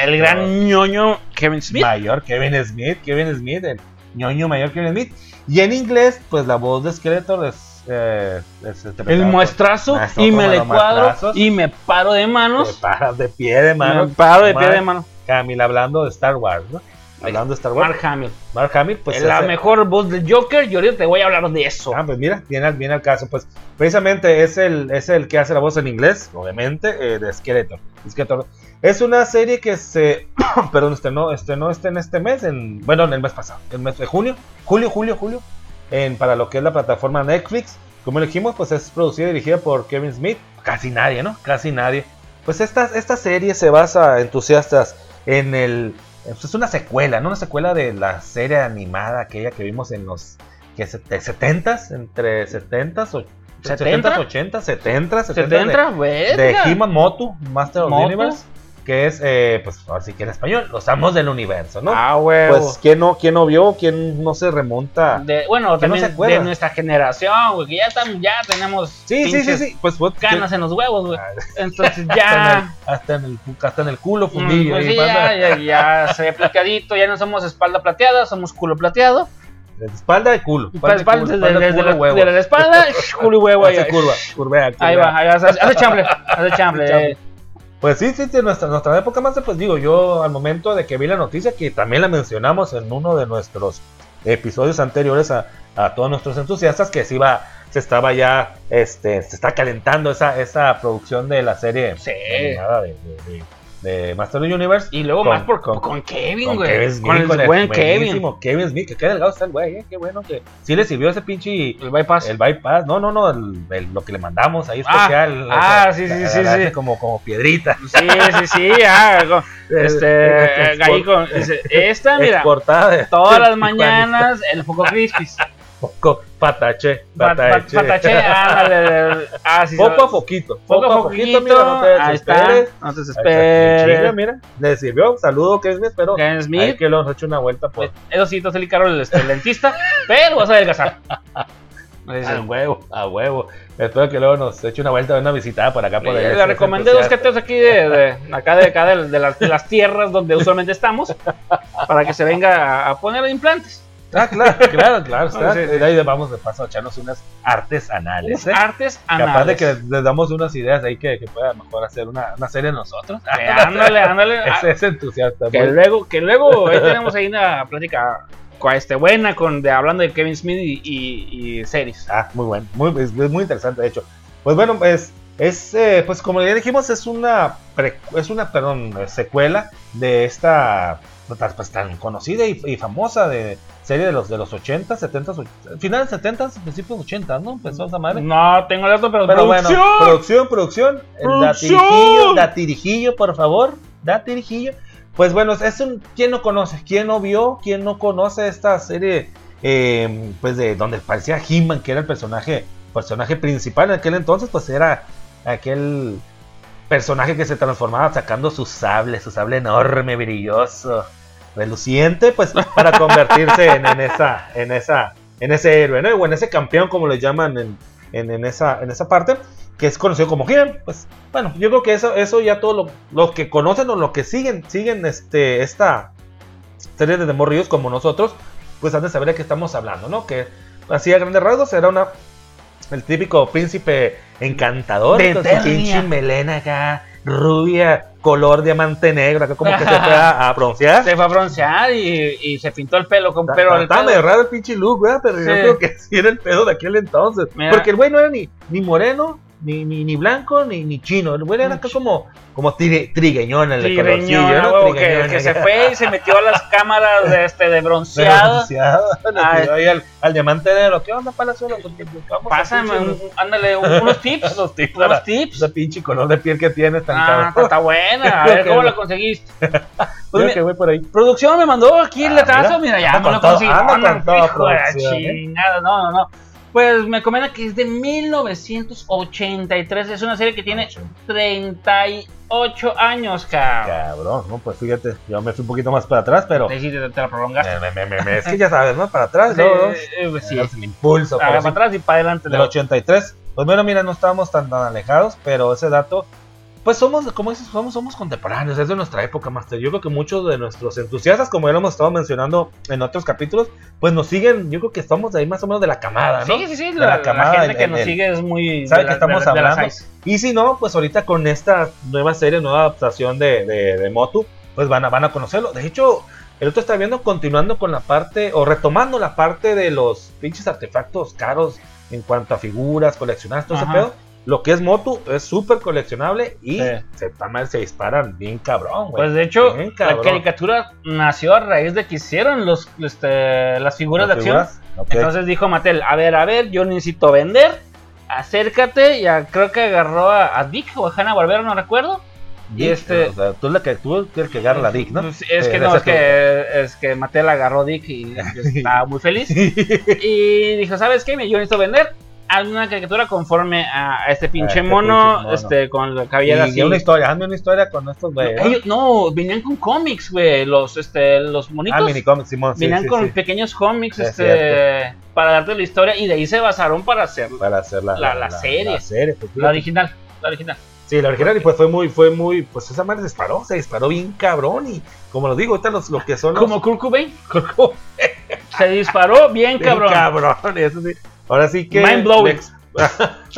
Speaker 2: El gran ñoño Kevin Smith.
Speaker 1: mayor Kevin Smith, Kevin Smith, el ñoño mayor Kevin Smith. Y en inglés, pues la voz de Skeletor es. eh, es interpretada
Speaker 2: El
Speaker 1: por-
Speaker 2: muestrazo.
Speaker 1: Maestro,
Speaker 2: Y me
Speaker 1: toma
Speaker 2: le
Speaker 1: los
Speaker 2: cuadro.
Speaker 1: muestrazos.
Speaker 2: Y me paro de
Speaker 1: Te
Speaker 2: manos.
Speaker 1: paras de pie de
Speaker 2: Me
Speaker 1: mano.
Speaker 2: paro de pie de
Speaker 1: Mark
Speaker 2: mano.
Speaker 1: Hamill, hablando de Star Wars, ¿no? Hablando de Star Wars.
Speaker 2: Mark
Speaker 1: Mark,
Speaker 2: Hamill.
Speaker 1: Hamill, pues.
Speaker 2: Es la
Speaker 1: hace-
Speaker 2: mejor voz del Joker. Y ahorita te voy a hablar de eso.
Speaker 1: Ah, pues mira, viene al, viene al caso. Pues precisamente es el, es el que hace la voz en inglés, obviamente, eh, de Skeletor. Skeletor. Es una serie que se. perdón, este no, este no está en este mes, en, bueno, en el mes pasado, el mes de junio, julio, julio, julio, en, para lo que es la plataforma Netflix. Como lo dijimos, pues es producida y dirigida por Kevin Smith. Casi nadie, ¿no? Casi nadie. Pues esta, esta serie se basa, entusiastas, en el. pues, Es una secuela, ¿no? Una secuela de la serie animada aquella que vimos en los que se- de 70s, entre 70s, o, 70s, 80s, 70s, 70s,
Speaker 2: ¿Se te
Speaker 1: de-
Speaker 2: entra? Verga.
Speaker 1: de He-Man Motu, Master of
Speaker 2: Motu.
Speaker 1: the Universe, que es, eh, pues, así que en español, los amos del universo, ¿no?
Speaker 2: Ah, huevo.
Speaker 1: pues, ¿quién no, ¿quién no vio? ¿Quién no se remonta?
Speaker 2: De- bueno,
Speaker 1: que
Speaker 2: también
Speaker 1: no se acuerda.
Speaker 2: de nuestra generación, güey, que ya, estamos, ya tenemos
Speaker 1: Sí, sí, sí,
Speaker 2: pinches
Speaker 1: sí, pues, what-
Speaker 2: canas en los huevos, güey.
Speaker 1: Ah,
Speaker 2: Entonces
Speaker 1: hasta, en
Speaker 2: ya,
Speaker 1: el, hasta, en el, cu- hasta en el culo
Speaker 2: mm,
Speaker 1: fundido.
Speaker 2: pues,
Speaker 1: ahí
Speaker 2: sí,
Speaker 1: pasa.
Speaker 2: ya, ya, ya se ve plateadito, ya no somos espalda plateada, somos culo plateado.
Speaker 1: De Espalda de culo.
Speaker 2: Espalda,
Speaker 1: de culo,
Speaker 2: desde,
Speaker 1: espalda de
Speaker 2: desde
Speaker 1: culo,
Speaker 2: la,
Speaker 1: huevo.
Speaker 2: desde la espalda, culo y huevo. Ahí,
Speaker 1: Hace curva, curvea,
Speaker 2: ahí
Speaker 1: curvea.
Speaker 2: va, ahí va, hace hace chamble, hace chamble. eh.
Speaker 1: Pues sí, sí, sí, nuestra, nuestra época más, pues digo, yo al momento de que vi la noticia, que también la mencionamos en uno de nuestros episodios anteriores a, a todos nuestros entusiastas, que se iba, se estaba ya, este, se está calentando esa, esa producción de la serie
Speaker 2: Sí.
Speaker 1: animada de, de- de de Master of the Universe.
Speaker 2: Y luego
Speaker 1: Con-
Speaker 2: más por,
Speaker 1: con-
Speaker 2: con, Kevin,
Speaker 1: con
Speaker 2: güey.
Speaker 1: Kevin Smith,
Speaker 2: Con el buen Kevin.
Speaker 1: buenísimo Kevin Smith, que qué delgado está el güey, eh, qué bueno que sí le sirvió ese pinche
Speaker 2: El bypass.
Speaker 1: el bypass, no, no, no, el- el- lo que le mandamos ahí
Speaker 2: Ah,
Speaker 1: especial. o
Speaker 2: ah, sí, sí, sí, sí.
Speaker 1: hace Como, como piedrita.
Speaker 2: Sí, sí, sí. ah, go- este,
Speaker 1: Export-
Speaker 2: ahí con- dice, esta, mira,
Speaker 1: Exportada de
Speaker 2: todas las
Speaker 1: Tijuana.
Speaker 2: mañanas el Foco Crispis.
Speaker 1: Poco, patache,
Speaker 2: Pat- pat-
Speaker 1: patache.
Speaker 2: Patache, ándale. Ah, sí,
Speaker 1: Poco
Speaker 2: sí.
Speaker 1: a poquito,
Speaker 2: Poco a poquito,
Speaker 1: mira, no te
Speaker 2: ahí está.
Speaker 1: desesperes.
Speaker 2: No te
Speaker 1: Ahí está, chinga,
Speaker 2: desesperes.
Speaker 1: mira, le sirvió. Saludo, Kevin Smith, pero
Speaker 2: Kevin
Speaker 1: Smith.
Speaker 2: Smith.
Speaker 1: que lo has hecho una vuelta por
Speaker 2: Pues, Eso sí, te hace el caro el este, el dentista, pero vas a adelgazar. Ah,
Speaker 1: A huevo, a huevo. Espero que luego nos eche una vuelta, una visitada por este acá. Por ahí,
Speaker 2: Eh, Le
Speaker 1: si es
Speaker 2: recomendé dos
Speaker 1: entusiasta.
Speaker 2: cateos aquí de, de- acá de acá de, de las, de las tierras donde usualmente estamos para que se venga a, a poner implantes.
Speaker 1: Ah, claro, claro, claro. está.
Speaker 2: Sí, sí.
Speaker 1: De ahí vamos de paso a echarnos unas artesanales.
Speaker 2: Uf,
Speaker 1: ¿eh?
Speaker 2: Artes
Speaker 1: Capaz de
Speaker 2: anales.
Speaker 1: que les damos unas ideas ahí que, que pueda mejor hacer una, una serie nosotros.
Speaker 2: Eh, ándale, ándale. ah,
Speaker 1: Ese es entusiasta.
Speaker 2: que
Speaker 1: muy-
Speaker 2: luego, que luego ahí tenemos ahí una plática cua- este, buena con de hablando de Kevin Smith y, y, y series.
Speaker 1: Ah, muy bueno. Muy, es, es muy interesante, de hecho. Pues bueno, pues, es, eh, pues como ya dijimos, es una, pre- es una perdón, eh, secuela de esta tan, pues, tan conocida y, y famosa de serie de los de los 80, 70, finales 70, principios 80, ¿no? Empezó esa madre.
Speaker 2: No tengo el dato, pero,
Speaker 1: Pero
Speaker 2: producción.
Speaker 1: bueno, producción, producción. El
Speaker 2: ¡Producción!
Speaker 1: datirijillo, datirijillo, por favor. Datirijillo. Pues bueno, es un. ¿Quién no conoce? ¿Quién no vio? ¿Quién no conoce esta serie? eh, pues de donde parecía He-Man, que era el personaje, personaje principal en aquel entonces, pues era aquel personaje que se transformaba sacando su sable, su sable enorme, brilloso, reluciente, pues para convertirse en, en esa, en esa, en ese héroe, ¿no? O en ese campeón, como le llaman en, en, en esa, en esa parte, que es conocido como He-Man. Pues bueno, yo creo que eso, eso ya todos lo- los que conocen o los que siguen, siguen este, esta serie de morrillos como nosotros, pues han de saber de qué estamos hablando, ¿no? Que así a grandes rasgos era una. El típico príncipe encantador
Speaker 2: De
Speaker 1: con su
Speaker 2: Eternia.
Speaker 1: pinche melena acá, rubia, color diamante negro, acá como que se fue a, a broncear.
Speaker 2: Se fue a broncear y, y se pintó el pelo con
Speaker 1: Pero
Speaker 2: pelo. al
Speaker 1: estaba
Speaker 2: pelo.
Speaker 1: medio raro el pinche look, ¿verdad? Pero yo
Speaker 2: Sí.
Speaker 1: creo que sí era el pedo de aquel entonces.
Speaker 2: Mira.
Speaker 1: Porque el güey no era ni, ni moreno, ni, ni, ni blanco, ni, ni chino. El güey era
Speaker 2: Ni
Speaker 1: acá
Speaker 2: chi-
Speaker 1: como, como tire- trigueñón el de colorcillo,
Speaker 2: Tigreñona,
Speaker 1: ¿no?
Speaker 2: huevo, que,
Speaker 1: Trigueñón,
Speaker 2: que se
Speaker 1: acá.
Speaker 2: fue y se metió a las cámaras de, este, de
Speaker 1: Pero
Speaker 2: bronceado.
Speaker 1: bronceado, le
Speaker 2: Ay.
Speaker 1: tiró ahí al, al diamante negro. ¿Qué onda, Palazuelo? Porque buscamos
Speaker 2: Pásame,
Speaker 1: a
Speaker 2: un-
Speaker 1: pinche-
Speaker 2: un- ándale, un- unos tips.
Speaker 1: los tips
Speaker 2: unos
Speaker 1: para-
Speaker 2: tips.
Speaker 1: ese pinche color de piel que tiene tan
Speaker 2: Ah, está,
Speaker 1: cabrón.
Speaker 2: está buena. A ver
Speaker 1: que
Speaker 2: cómo
Speaker 1: no.
Speaker 2: la conseguiste. Pues
Speaker 1: Creo
Speaker 2: mi-
Speaker 1: que voy por ahí.
Speaker 2: producción me mandó aquí el
Speaker 1: Ah,
Speaker 2: retraso. Mira,
Speaker 1: mira.
Speaker 2: ya
Speaker 1: Anda
Speaker 2: me lo
Speaker 1: con todo,
Speaker 2: conseguí. Ah,
Speaker 1: anda
Speaker 2: No,
Speaker 1: con
Speaker 2: no,
Speaker 1: todo,
Speaker 2: hijo de la
Speaker 1: producción, ¿eh?
Speaker 2: chingada, No, no, no. Pues me comenta que es de 1983. Es una serie que tiene 38 años, cabrón.
Speaker 1: Cabrón, no, pues fíjate, yo me fui un poquito más para atrás, pero.
Speaker 2: Ahí sí te, te la prolongaste.
Speaker 1: Me- me- me- me- es que ya sabes, ¿no? Para atrás,
Speaker 2: Sí,
Speaker 1: luego. ¿no?
Speaker 2: eh, pues sí.
Speaker 1: Es el impulso.
Speaker 2: Haga
Speaker 1: pero
Speaker 2: para
Speaker 1: sí,
Speaker 2: atrás y para adelante.
Speaker 1: del 83. Pues bueno, mira, no estábamos tan, tan alejados, pero ese dato, pues somos, como dices, somos, somos contemporáneos, es de nuestra época, Master. Yo creo que muchos de nuestros entusiastas, como ya lo hemos estado mencionando en otros capítulos, pues nos siguen, yo creo que estamos de ahí más o menos de la camada, ¿no?
Speaker 2: Sí, sí, sí.
Speaker 1: De
Speaker 2: La,
Speaker 1: la
Speaker 2: la
Speaker 1: camada,
Speaker 2: gente
Speaker 1: el-
Speaker 2: que
Speaker 1: el-
Speaker 2: nos
Speaker 1: el-
Speaker 2: sigue es muy.
Speaker 1: ¿Sabe
Speaker 2: de
Speaker 1: que
Speaker 2: la- de
Speaker 1: estamos
Speaker 2: la- de las
Speaker 1: hablando?
Speaker 2: seis.
Speaker 1: Y si no, pues ahorita con esta nueva serie, nueva adaptación de, de, de Motu, pues van a, van a conocerlo. De hecho, el otro está viendo continuando con la parte, o retomando la parte de los pinches artefactos caros en cuanto a figuras, coleccionables, todo
Speaker 2: Ajá.
Speaker 1: ese pedo. Lo que es Motu es súper coleccionable y
Speaker 2: Sí.
Speaker 1: se, tama- se disparan bien cabrón, güey.
Speaker 2: Pues de hecho,
Speaker 1: bien
Speaker 2: la
Speaker 1: cabrón.
Speaker 2: caricatura nació a raíz de que hicieron los, este, las figuras de
Speaker 1: Las
Speaker 2: acción.
Speaker 1: figuras, ok.
Speaker 2: Entonces dijo Mattel: A ver, a ver, yo necesito vender. Acércate. Ya creo que agarró a, a Dick o a Hanna Barbera, no recuerdo.
Speaker 1: Dick,
Speaker 2: este-
Speaker 1: o sea, tú, la que, tú el que agarra la Dick, ¿no?
Speaker 2: Pues, es que
Speaker 1: Eh,
Speaker 2: no,
Speaker 1: esa
Speaker 2: es que, es que Mattel agarró a Dick y estaba muy feliz. y dijo, ¿sabes qué? Yo necesito vender alguna caricatura conforme a este pinche
Speaker 1: este
Speaker 2: mono,
Speaker 1: pinche mono.
Speaker 2: este, con la
Speaker 1: Y,
Speaker 2: cabellera así.
Speaker 1: y una historia, hazme una historia con estos
Speaker 2: No,
Speaker 1: güeyes. ¿no?
Speaker 2: ellos- no, venían con cómics, güey, los, este, los monitos.
Speaker 1: Ah, minicomics, Simón. sí,
Speaker 2: venían
Speaker 1: sí,
Speaker 2: con
Speaker 1: sí.
Speaker 2: pequeños cómics,
Speaker 1: Es
Speaker 2: este, para darte la historia y de ahí se basaron para hacer
Speaker 1: para hacer la,
Speaker 2: La- la serie.
Speaker 1: la serie, pues,
Speaker 2: la
Speaker 1: fíjate.
Speaker 2: original, la original.
Speaker 1: sí, la original y pues fue muy, fue muy, pues esa madre se disparó, se disparó bien cabrón y como lo digo, ahorita los, los que son los
Speaker 2: Como Kurt Cobain, se disparó
Speaker 1: bien
Speaker 2: bien cabrón.
Speaker 1: cabrón, eso sí. Ahora sí que
Speaker 2: Mind blowing.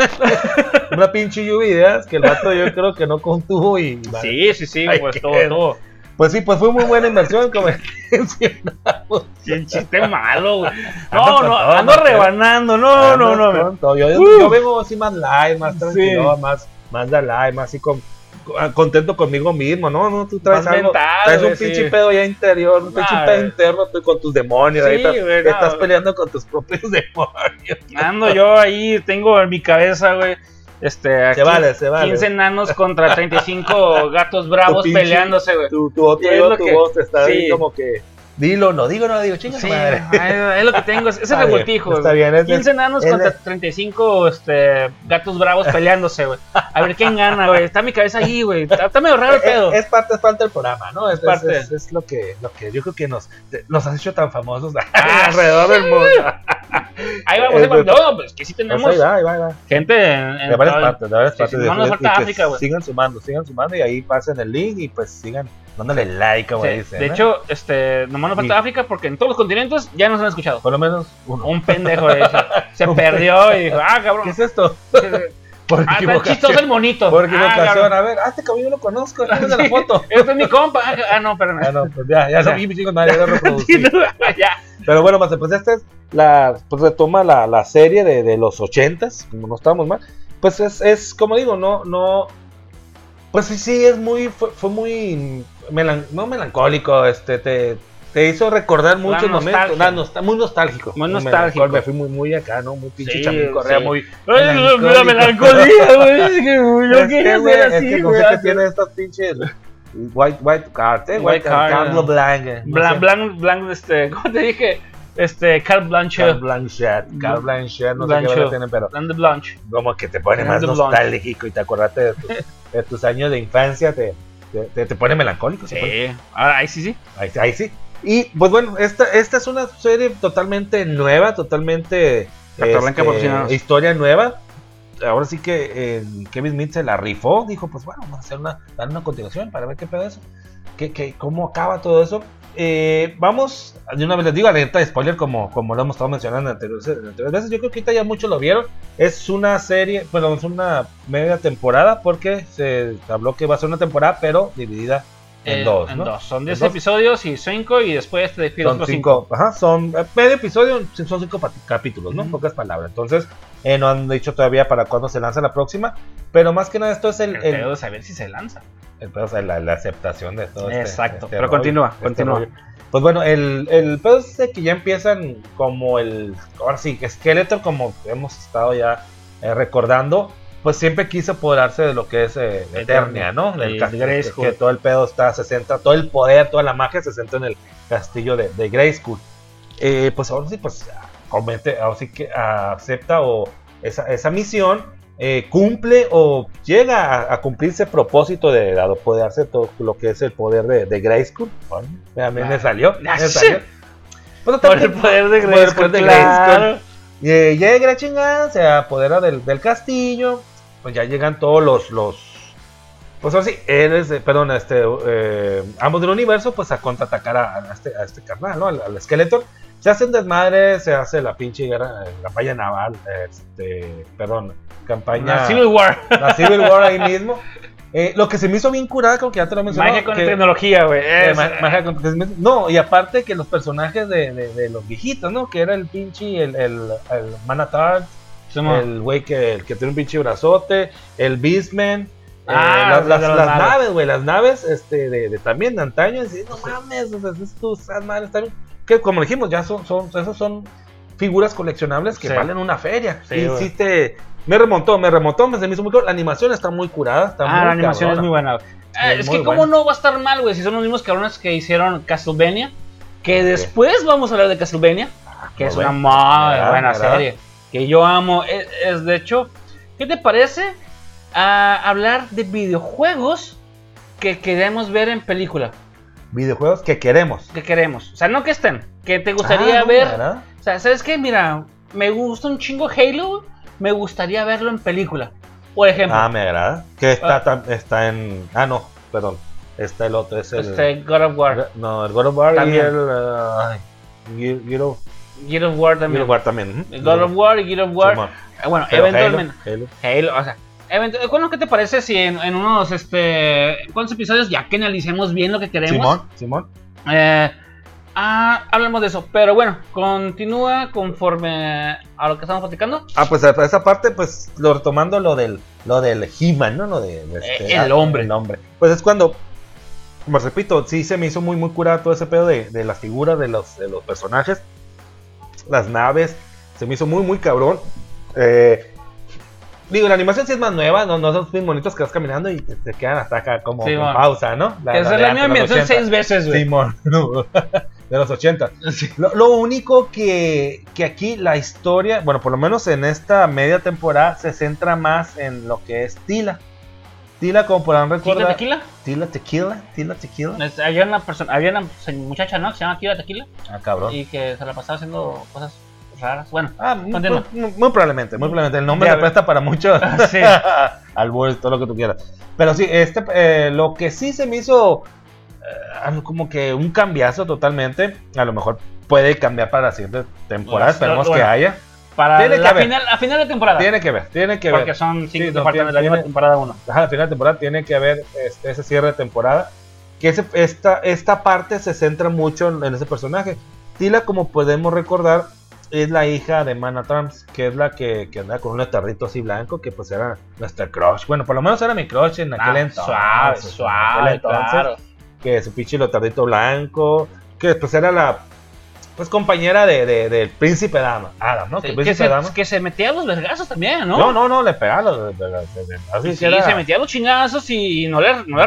Speaker 1: una pinche lluvia de ideas que el vato yo creo que no contuvo y
Speaker 2: Sí, sí, sí,
Speaker 1: Ay,
Speaker 2: pues
Speaker 1: qué-
Speaker 2: todo, todo.
Speaker 1: pues sí, pues fue muy buena inversión como mencionamos.
Speaker 2: Sí, chiste malo, güey.
Speaker 1: Ando
Speaker 2: No,
Speaker 1: con
Speaker 2: no,
Speaker 1: todo,
Speaker 2: ando
Speaker 1: Mateo.
Speaker 2: rebanando, no, no,
Speaker 1: Andas
Speaker 2: no.
Speaker 1: con todo. Yo, yo-
Speaker 2: Uh.
Speaker 1: yo vengo así más live, más
Speaker 2: Sí.
Speaker 1: tranquilo, más, más de live, más así con, co- contento conmigo mismo, ¿no? No, tú traes
Speaker 2: Vas
Speaker 1: algo,
Speaker 2: mental,
Speaker 1: traes un
Speaker 2: güey, sí.
Speaker 1: pinche pedo ya interior, un
Speaker 2: Nah,
Speaker 1: pinche pedo
Speaker 2: güey.
Speaker 1: interno tú con tus demonios,
Speaker 2: Sí,
Speaker 1: ahí estás,
Speaker 2: güey,
Speaker 1: te
Speaker 2: no,
Speaker 1: estás
Speaker 2: güey.
Speaker 1: peleando con tus propios demonios.
Speaker 2: Ando yo ahí, tengo en mi cabeza, güey. Este, aquí,
Speaker 1: Se vale, se vale.
Speaker 2: 15 enanos contra 35 gatos bravos
Speaker 1: pinche-
Speaker 2: peleándose, güey.
Speaker 1: Tu, tu otro
Speaker 2: Es
Speaker 1: yo,
Speaker 2: lo
Speaker 1: tu
Speaker 2: que-
Speaker 1: voz está ahí
Speaker 2: sí.
Speaker 1: como que, dilo, no digo, no digo, chinga
Speaker 2: Sí,
Speaker 1: madre.
Speaker 2: es, es lo que tengo, es- ese
Speaker 1: Está bien,
Speaker 2: revoltijo.
Speaker 1: Está
Speaker 2: güey.
Speaker 1: bien, es-
Speaker 2: 15 enanos
Speaker 1: él
Speaker 2: contra
Speaker 1: es-
Speaker 2: 35 este, gatos bravos peleándose, güey. A ver quién gana, güey. Está mi cabeza allí, güey. Está, está medio
Speaker 1: Eh,
Speaker 2: raro el pedo.
Speaker 1: Es, es parte, es parte del programa, ¿no? Es, es-
Speaker 2: parte.
Speaker 1: Es, es lo, que, lo que yo creo que nos, te- nos has hecho tan famosos
Speaker 2: Ah,
Speaker 1: alrededor del mundo.
Speaker 2: Ahí vamos, ahí
Speaker 1: es-
Speaker 2: vamos. No, pues que sí
Speaker 1: eh, Pues
Speaker 2: tenemos
Speaker 1: ahí va, ahí va, ahí va.
Speaker 2: gente en, en
Speaker 1: De varias
Speaker 2: todo el-
Speaker 1: partes, de varias
Speaker 2: sí,
Speaker 1: partes.
Speaker 2: sí, no nos
Speaker 1: Y
Speaker 2: falta
Speaker 1: que
Speaker 2: África, güey.
Speaker 1: Sigan sumando, sigan sumando y ahí pasen el link y pues sigan dándole like, como
Speaker 2: Sí,
Speaker 1: dicen.
Speaker 2: de
Speaker 1: ¿no?
Speaker 2: hecho, este, nomás nos falta
Speaker 1: Sí.
Speaker 2: África porque en todos los continentes ya nos han escuchado.
Speaker 1: por lo menos uno.
Speaker 2: Un pendejo de eso. Se perdió y dijo, ah,
Speaker 1: ¿Qué
Speaker 2: cabrón.
Speaker 1: es esto? Por
Speaker 2: Ah, tan
Speaker 1: equivocación.
Speaker 2: chistoso el monito.
Speaker 1: Por
Speaker 2: ah,
Speaker 1: equivocación. A ver, ah, este cabrón yo lo conozco, el de la foto.
Speaker 2: Este es mi compa. Ah, Ah, no,
Speaker 1: Ah,
Speaker 2: perdón.
Speaker 1: no, pues ya, ya lo vi, chicos, nadie lo reproducí.
Speaker 2: ya.
Speaker 1: Pero bueno, más pues esta es la, pues retoma la, la serie de, de los ochentas, como no estábamos mal. Pues es, es, como digo, no, no, pues sí, sí, es muy, fue, fue muy, melan- no melancólico, este, te, te hizo recordar muchos
Speaker 2: nostalgia.
Speaker 1: momentos, la nostal- muy nostálgico.
Speaker 2: Muy nostálgico.
Speaker 1: melancólico, Me fui muy, muy acá, ¿no? Muy pinche
Speaker 2: Sí,
Speaker 1: Chapín Correa,
Speaker 2: sí.
Speaker 1: muy...
Speaker 2: Ay,
Speaker 1: Melancólico.
Speaker 2: la melancolía, güey. Es que, güey, yo
Speaker 1: Es que,
Speaker 2: quería
Speaker 1: güey,
Speaker 2: ser
Speaker 1: es que
Speaker 2: así,
Speaker 1: no sé
Speaker 2: güey.
Speaker 1: qué tiene estas pinches... White, white card, eh,
Speaker 2: White
Speaker 1: white, card,
Speaker 2: card,
Speaker 1: Carlo Blanc, no
Speaker 2: Blan,
Speaker 1: sé.
Speaker 2: blan, blan, este, ¿cómo te dije? Este, Carl
Speaker 1: Carl
Speaker 2: Blanche.
Speaker 1: Blanchard, Carl Blanchard, no sé qué
Speaker 2: Blanchard.
Speaker 1: lo tienen, pero
Speaker 2: Blan de Blanche.
Speaker 1: como que te pone
Speaker 2: And
Speaker 1: más
Speaker 2: the blonde.
Speaker 1: nostálgico y te acordaste de tus, de tus años de infancia, te, te, te- te pone melancólico. te pone-
Speaker 2: Sí. Pues, Ahora, ahí sí, sí.
Speaker 1: ahí, ahí sí. Y pues bueno, esta, esta es una serie totalmente nueva, totalmente este,
Speaker 2: Carta blanca, patrocínanos.
Speaker 1: historia nueva. Ahora sí que eh, Kevin Smith se la rifó, dijo, pues bueno, vamos a hacer una, dar una continuación para ver qué pedo es, qué, qué- cómo acaba todo eso. Eh, vamos, de una vez les digo, alerta de spoiler, como, como lo hemos estado mencionando en anteriores, en anteriores veces. Yo creo que ahorita ya muchos lo vieron. Es una serie, bueno, es una media temporada, porque se habló que va a ser una temporada, pero dividida en
Speaker 2: Eh,
Speaker 1: dos.
Speaker 2: En
Speaker 1: ¿no?
Speaker 2: dos. Son 10
Speaker 1: dos.
Speaker 2: episodios y 5 y después te despido
Speaker 1: Son
Speaker 2: otros
Speaker 1: cinco,
Speaker 2: 5.
Speaker 1: ajá, son eh, medio episodio, sí, son cinco pat- capítulos, ¿no? En
Speaker 2: Ujú.
Speaker 1: pocas palabras. Entonces, eh, no han dicho todavía para cuándo se lanza la próxima, pero más que nada esto es el,
Speaker 2: El
Speaker 1: el-
Speaker 2: pedo de saber si se lanza.
Speaker 1: el pedo, o sea, la, la aceptación de todo este-
Speaker 2: Exacto,
Speaker 1: este
Speaker 2: pero
Speaker 1: rollo,
Speaker 2: continúa,
Speaker 1: este
Speaker 2: continúa.
Speaker 1: rollo. Pues bueno, el, el pedo es de que ya empiezan como el, ahora sí, que esqueleto, como hemos estado ya eh, recordando, pues siempre quiso apoderarse de lo que es eh, Eternia,
Speaker 2: Eternia,
Speaker 1: ¿no? Del
Speaker 2: y
Speaker 1: castillo,
Speaker 2: Grayskull.
Speaker 1: que todo el pedo está, se centra, todo el poder, toda la magia se centra en el castillo de, de Grayskull. Eh, pues ahora sí, pues comete, ahora sí que ah, acepta o esa, esa misión, eh, cumple o llega a, a cumplirse el propósito de, de apoderarse de todo lo que es el poder de, de Grayskull. Bueno, a mí me salió, me salió. Pues,
Speaker 2: Por el poder de
Speaker 1: Por el
Speaker 2: Grace.
Speaker 1: poder de
Speaker 2: claro.
Speaker 1: eh, llega la chingada, se apodera del, del castillo. Pues ya llegan todos los. los pues ahora sí, eres, de- perdón, este, eh, ambos del universo, pues a contraatacar a, a este, a este carnal, ¿no? Al, al Skeletor. Se hacen desmadre, se hace la pinche guerra, eh, campaña naval, este, perdón, campaña.
Speaker 2: Civil War.
Speaker 1: la Civil War ahí mismo. Eh, lo que se me hizo bien curada, como que ya te lo mencioné.
Speaker 2: Magia con tecnología, güey.
Speaker 1: eh,
Speaker 2: Es-
Speaker 1: ma- magia con- es- No, y aparte que los personajes de, de- de los viejitos, ¿no? Que era el pinche, el, el, el Manatard,
Speaker 2: Simón.
Speaker 1: el güey que, el que tiene un pinche brazote, el Beastman. eh,
Speaker 2: Ah,
Speaker 1: las,
Speaker 2: sí,
Speaker 1: las-
Speaker 2: de las
Speaker 1: las
Speaker 2: naves.
Speaker 1: naves, güey, las naves este, de, de también de antaño, así, no mames, o sea, es tus esas madres también. Que como dijimos, ya son, son, esas son figuras coleccionables que
Speaker 2: Sí.
Speaker 1: valen una feria.
Speaker 2: Sí,
Speaker 1: y
Speaker 2: güey.
Speaker 1: sí te- me remontó, me remontó, me se me hizo muy cool. La animación está muy curada, está muy
Speaker 2: Ah, la animación es
Speaker 1: cabrona.
Speaker 2: muy buena. güey. Ah,
Speaker 1: Es
Speaker 2: es
Speaker 1: muy
Speaker 2: que cómo
Speaker 1: buena.
Speaker 2: no va a estar mal, güey, si son los mismos cabrones que hicieron Castlevania, que
Speaker 1: Sí.
Speaker 2: después vamos a hablar de Castlevania, que
Speaker 1: muy
Speaker 2: es una
Speaker 1: buena.
Speaker 2: muy
Speaker 1: ¿Verdad?
Speaker 2: buena
Speaker 1: ¿Verdad?
Speaker 2: serie, que yo amo. Es, es, de hecho, ¿qué te parece a hablar de videojuegos que queremos ver en película?
Speaker 1: videojuegos que queremos.
Speaker 2: Que queremos. O sea, no que estén, que te gustaría
Speaker 1: Ah, no,
Speaker 2: ver.
Speaker 1: ¿verdad?
Speaker 2: O sea, ¿sabes qué? Mira, me gusta un chingo Halo, me gustaría verlo en película. Por ejemplo,
Speaker 1: Ah, me agrada. Que está, tam- está en. Ah, no, perdón. Está el otro, es el.
Speaker 2: este, God of War,
Speaker 1: No, el God of War
Speaker 2: También.
Speaker 1: y el. eh, ay, Gear- Gear of-
Speaker 2: God of War
Speaker 1: Gear
Speaker 2: también.
Speaker 1: of War también. ujú.
Speaker 2: God of War y God of War.
Speaker 1: Simón.
Speaker 2: Eh, Bueno,
Speaker 1: Pero
Speaker 2: eventualmente.
Speaker 1: Halo, Halo.
Speaker 2: Halo, o sea. eventu- ¿Cuándo qué te parece si en, en unos este cuántos episodios ya que analicemos bien lo que queremos?
Speaker 1: Simón, Simón.
Speaker 2: eh, Ah, hablamos de eso. Pero bueno, continúa conforme a lo que estamos platicando.
Speaker 1: Ah, pues a esa parte, pues lo retomando lo del, lo del He-Man, ¿no? Lo de, de
Speaker 2: Eh, el
Speaker 1: ah,
Speaker 2: hombre.
Speaker 1: El hombre. Pues es cuando, como repito, sí se me hizo muy, muy curado todo ese pedo de, de las figuras, de los, de los personajes, las naves. Se me hizo muy, muy cabrón. Eh, digo, la animación sí es más nueva, no, no son los mismos bonitos que vas caminando y te, te quedan hasta acá como
Speaker 2: Sí,
Speaker 1: en
Speaker 2: bueno.
Speaker 1: pausa, ¿no?
Speaker 2: que es
Speaker 1: de
Speaker 2: la
Speaker 1: antes, los
Speaker 2: misma ambientación
Speaker 1: 80.
Speaker 2: seis veces, güey.
Speaker 1: Simón, no, de los 80. Lo, lo único que, que aquí la historia, bueno, por lo menos en esta media temporada, se centra más en lo que es Tila. Tila, como podrán
Speaker 2: ¿Tequila,
Speaker 1: recordar.
Speaker 2: tequila?
Speaker 1: Tila Tequila, Tila Tequila.
Speaker 2: Es- Había una persona, había una se- muchacha, ¿no? Que se llama Kira Tequila
Speaker 1: Ah, cabrón.
Speaker 2: y que se la pasaba haciendo cosas raras. Bueno,
Speaker 1: Ah, muy,
Speaker 2: Continúa.
Speaker 1: muy- muy probablemente, muy probablemente. El nombre
Speaker 2: Ya,
Speaker 1: se presta para mucho.
Speaker 2: Sí.
Speaker 1: Al vuelto, todo lo que tú quieras. Pero sí, este, eh, lo que sí se me hizo eh, algo como que un cambiazo totalmente. A lo mejor puede cambiar para la siguiente temporada.
Speaker 2: Bueno,
Speaker 1: Esperemos
Speaker 2: bueno.
Speaker 1: que haya.
Speaker 2: para
Speaker 1: Tiene que
Speaker 2: la
Speaker 1: haber.
Speaker 2: final, a final de temporada.
Speaker 1: Tiene que ver, tiene que
Speaker 2: porque
Speaker 1: ver.
Speaker 2: son cinco
Speaker 1: Sí, no,
Speaker 2: departamentos de la
Speaker 1: tiene-
Speaker 2: misma temporada 1.
Speaker 1: Ajá, al final de temporada tiene que haber este, ese cierre de temporada. Que ese- esta, esta parte se centra mucho en, en ese personaje. Tila, como podemos recordar, es la hija de Mana Trumps, que es la que, que andaba con un letarrito así blanco, que pues era nuestra crush. Bueno, por lo menos era mi crush en aquel entonces.
Speaker 2: Ah, suave,
Speaker 1: en
Speaker 2: suave,
Speaker 1: aquel entonces,
Speaker 2: claro.
Speaker 1: Que su pinche letarrito blanco, que pues era la pues compañera de, de- del príncipe Dama. Adam, ¿no? Que
Speaker 2: Sí,
Speaker 1: el
Speaker 2: que,
Speaker 1: príncipe
Speaker 2: se,
Speaker 1: Dama.
Speaker 2: que se metía a los vergazos también, ¿no?
Speaker 1: No, no, no, le pegaba. le- le- le- le- así
Speaker 2: Sí,
Speaker 1: que era-
Speaker 2: se metía a los chingazos y, no le, no le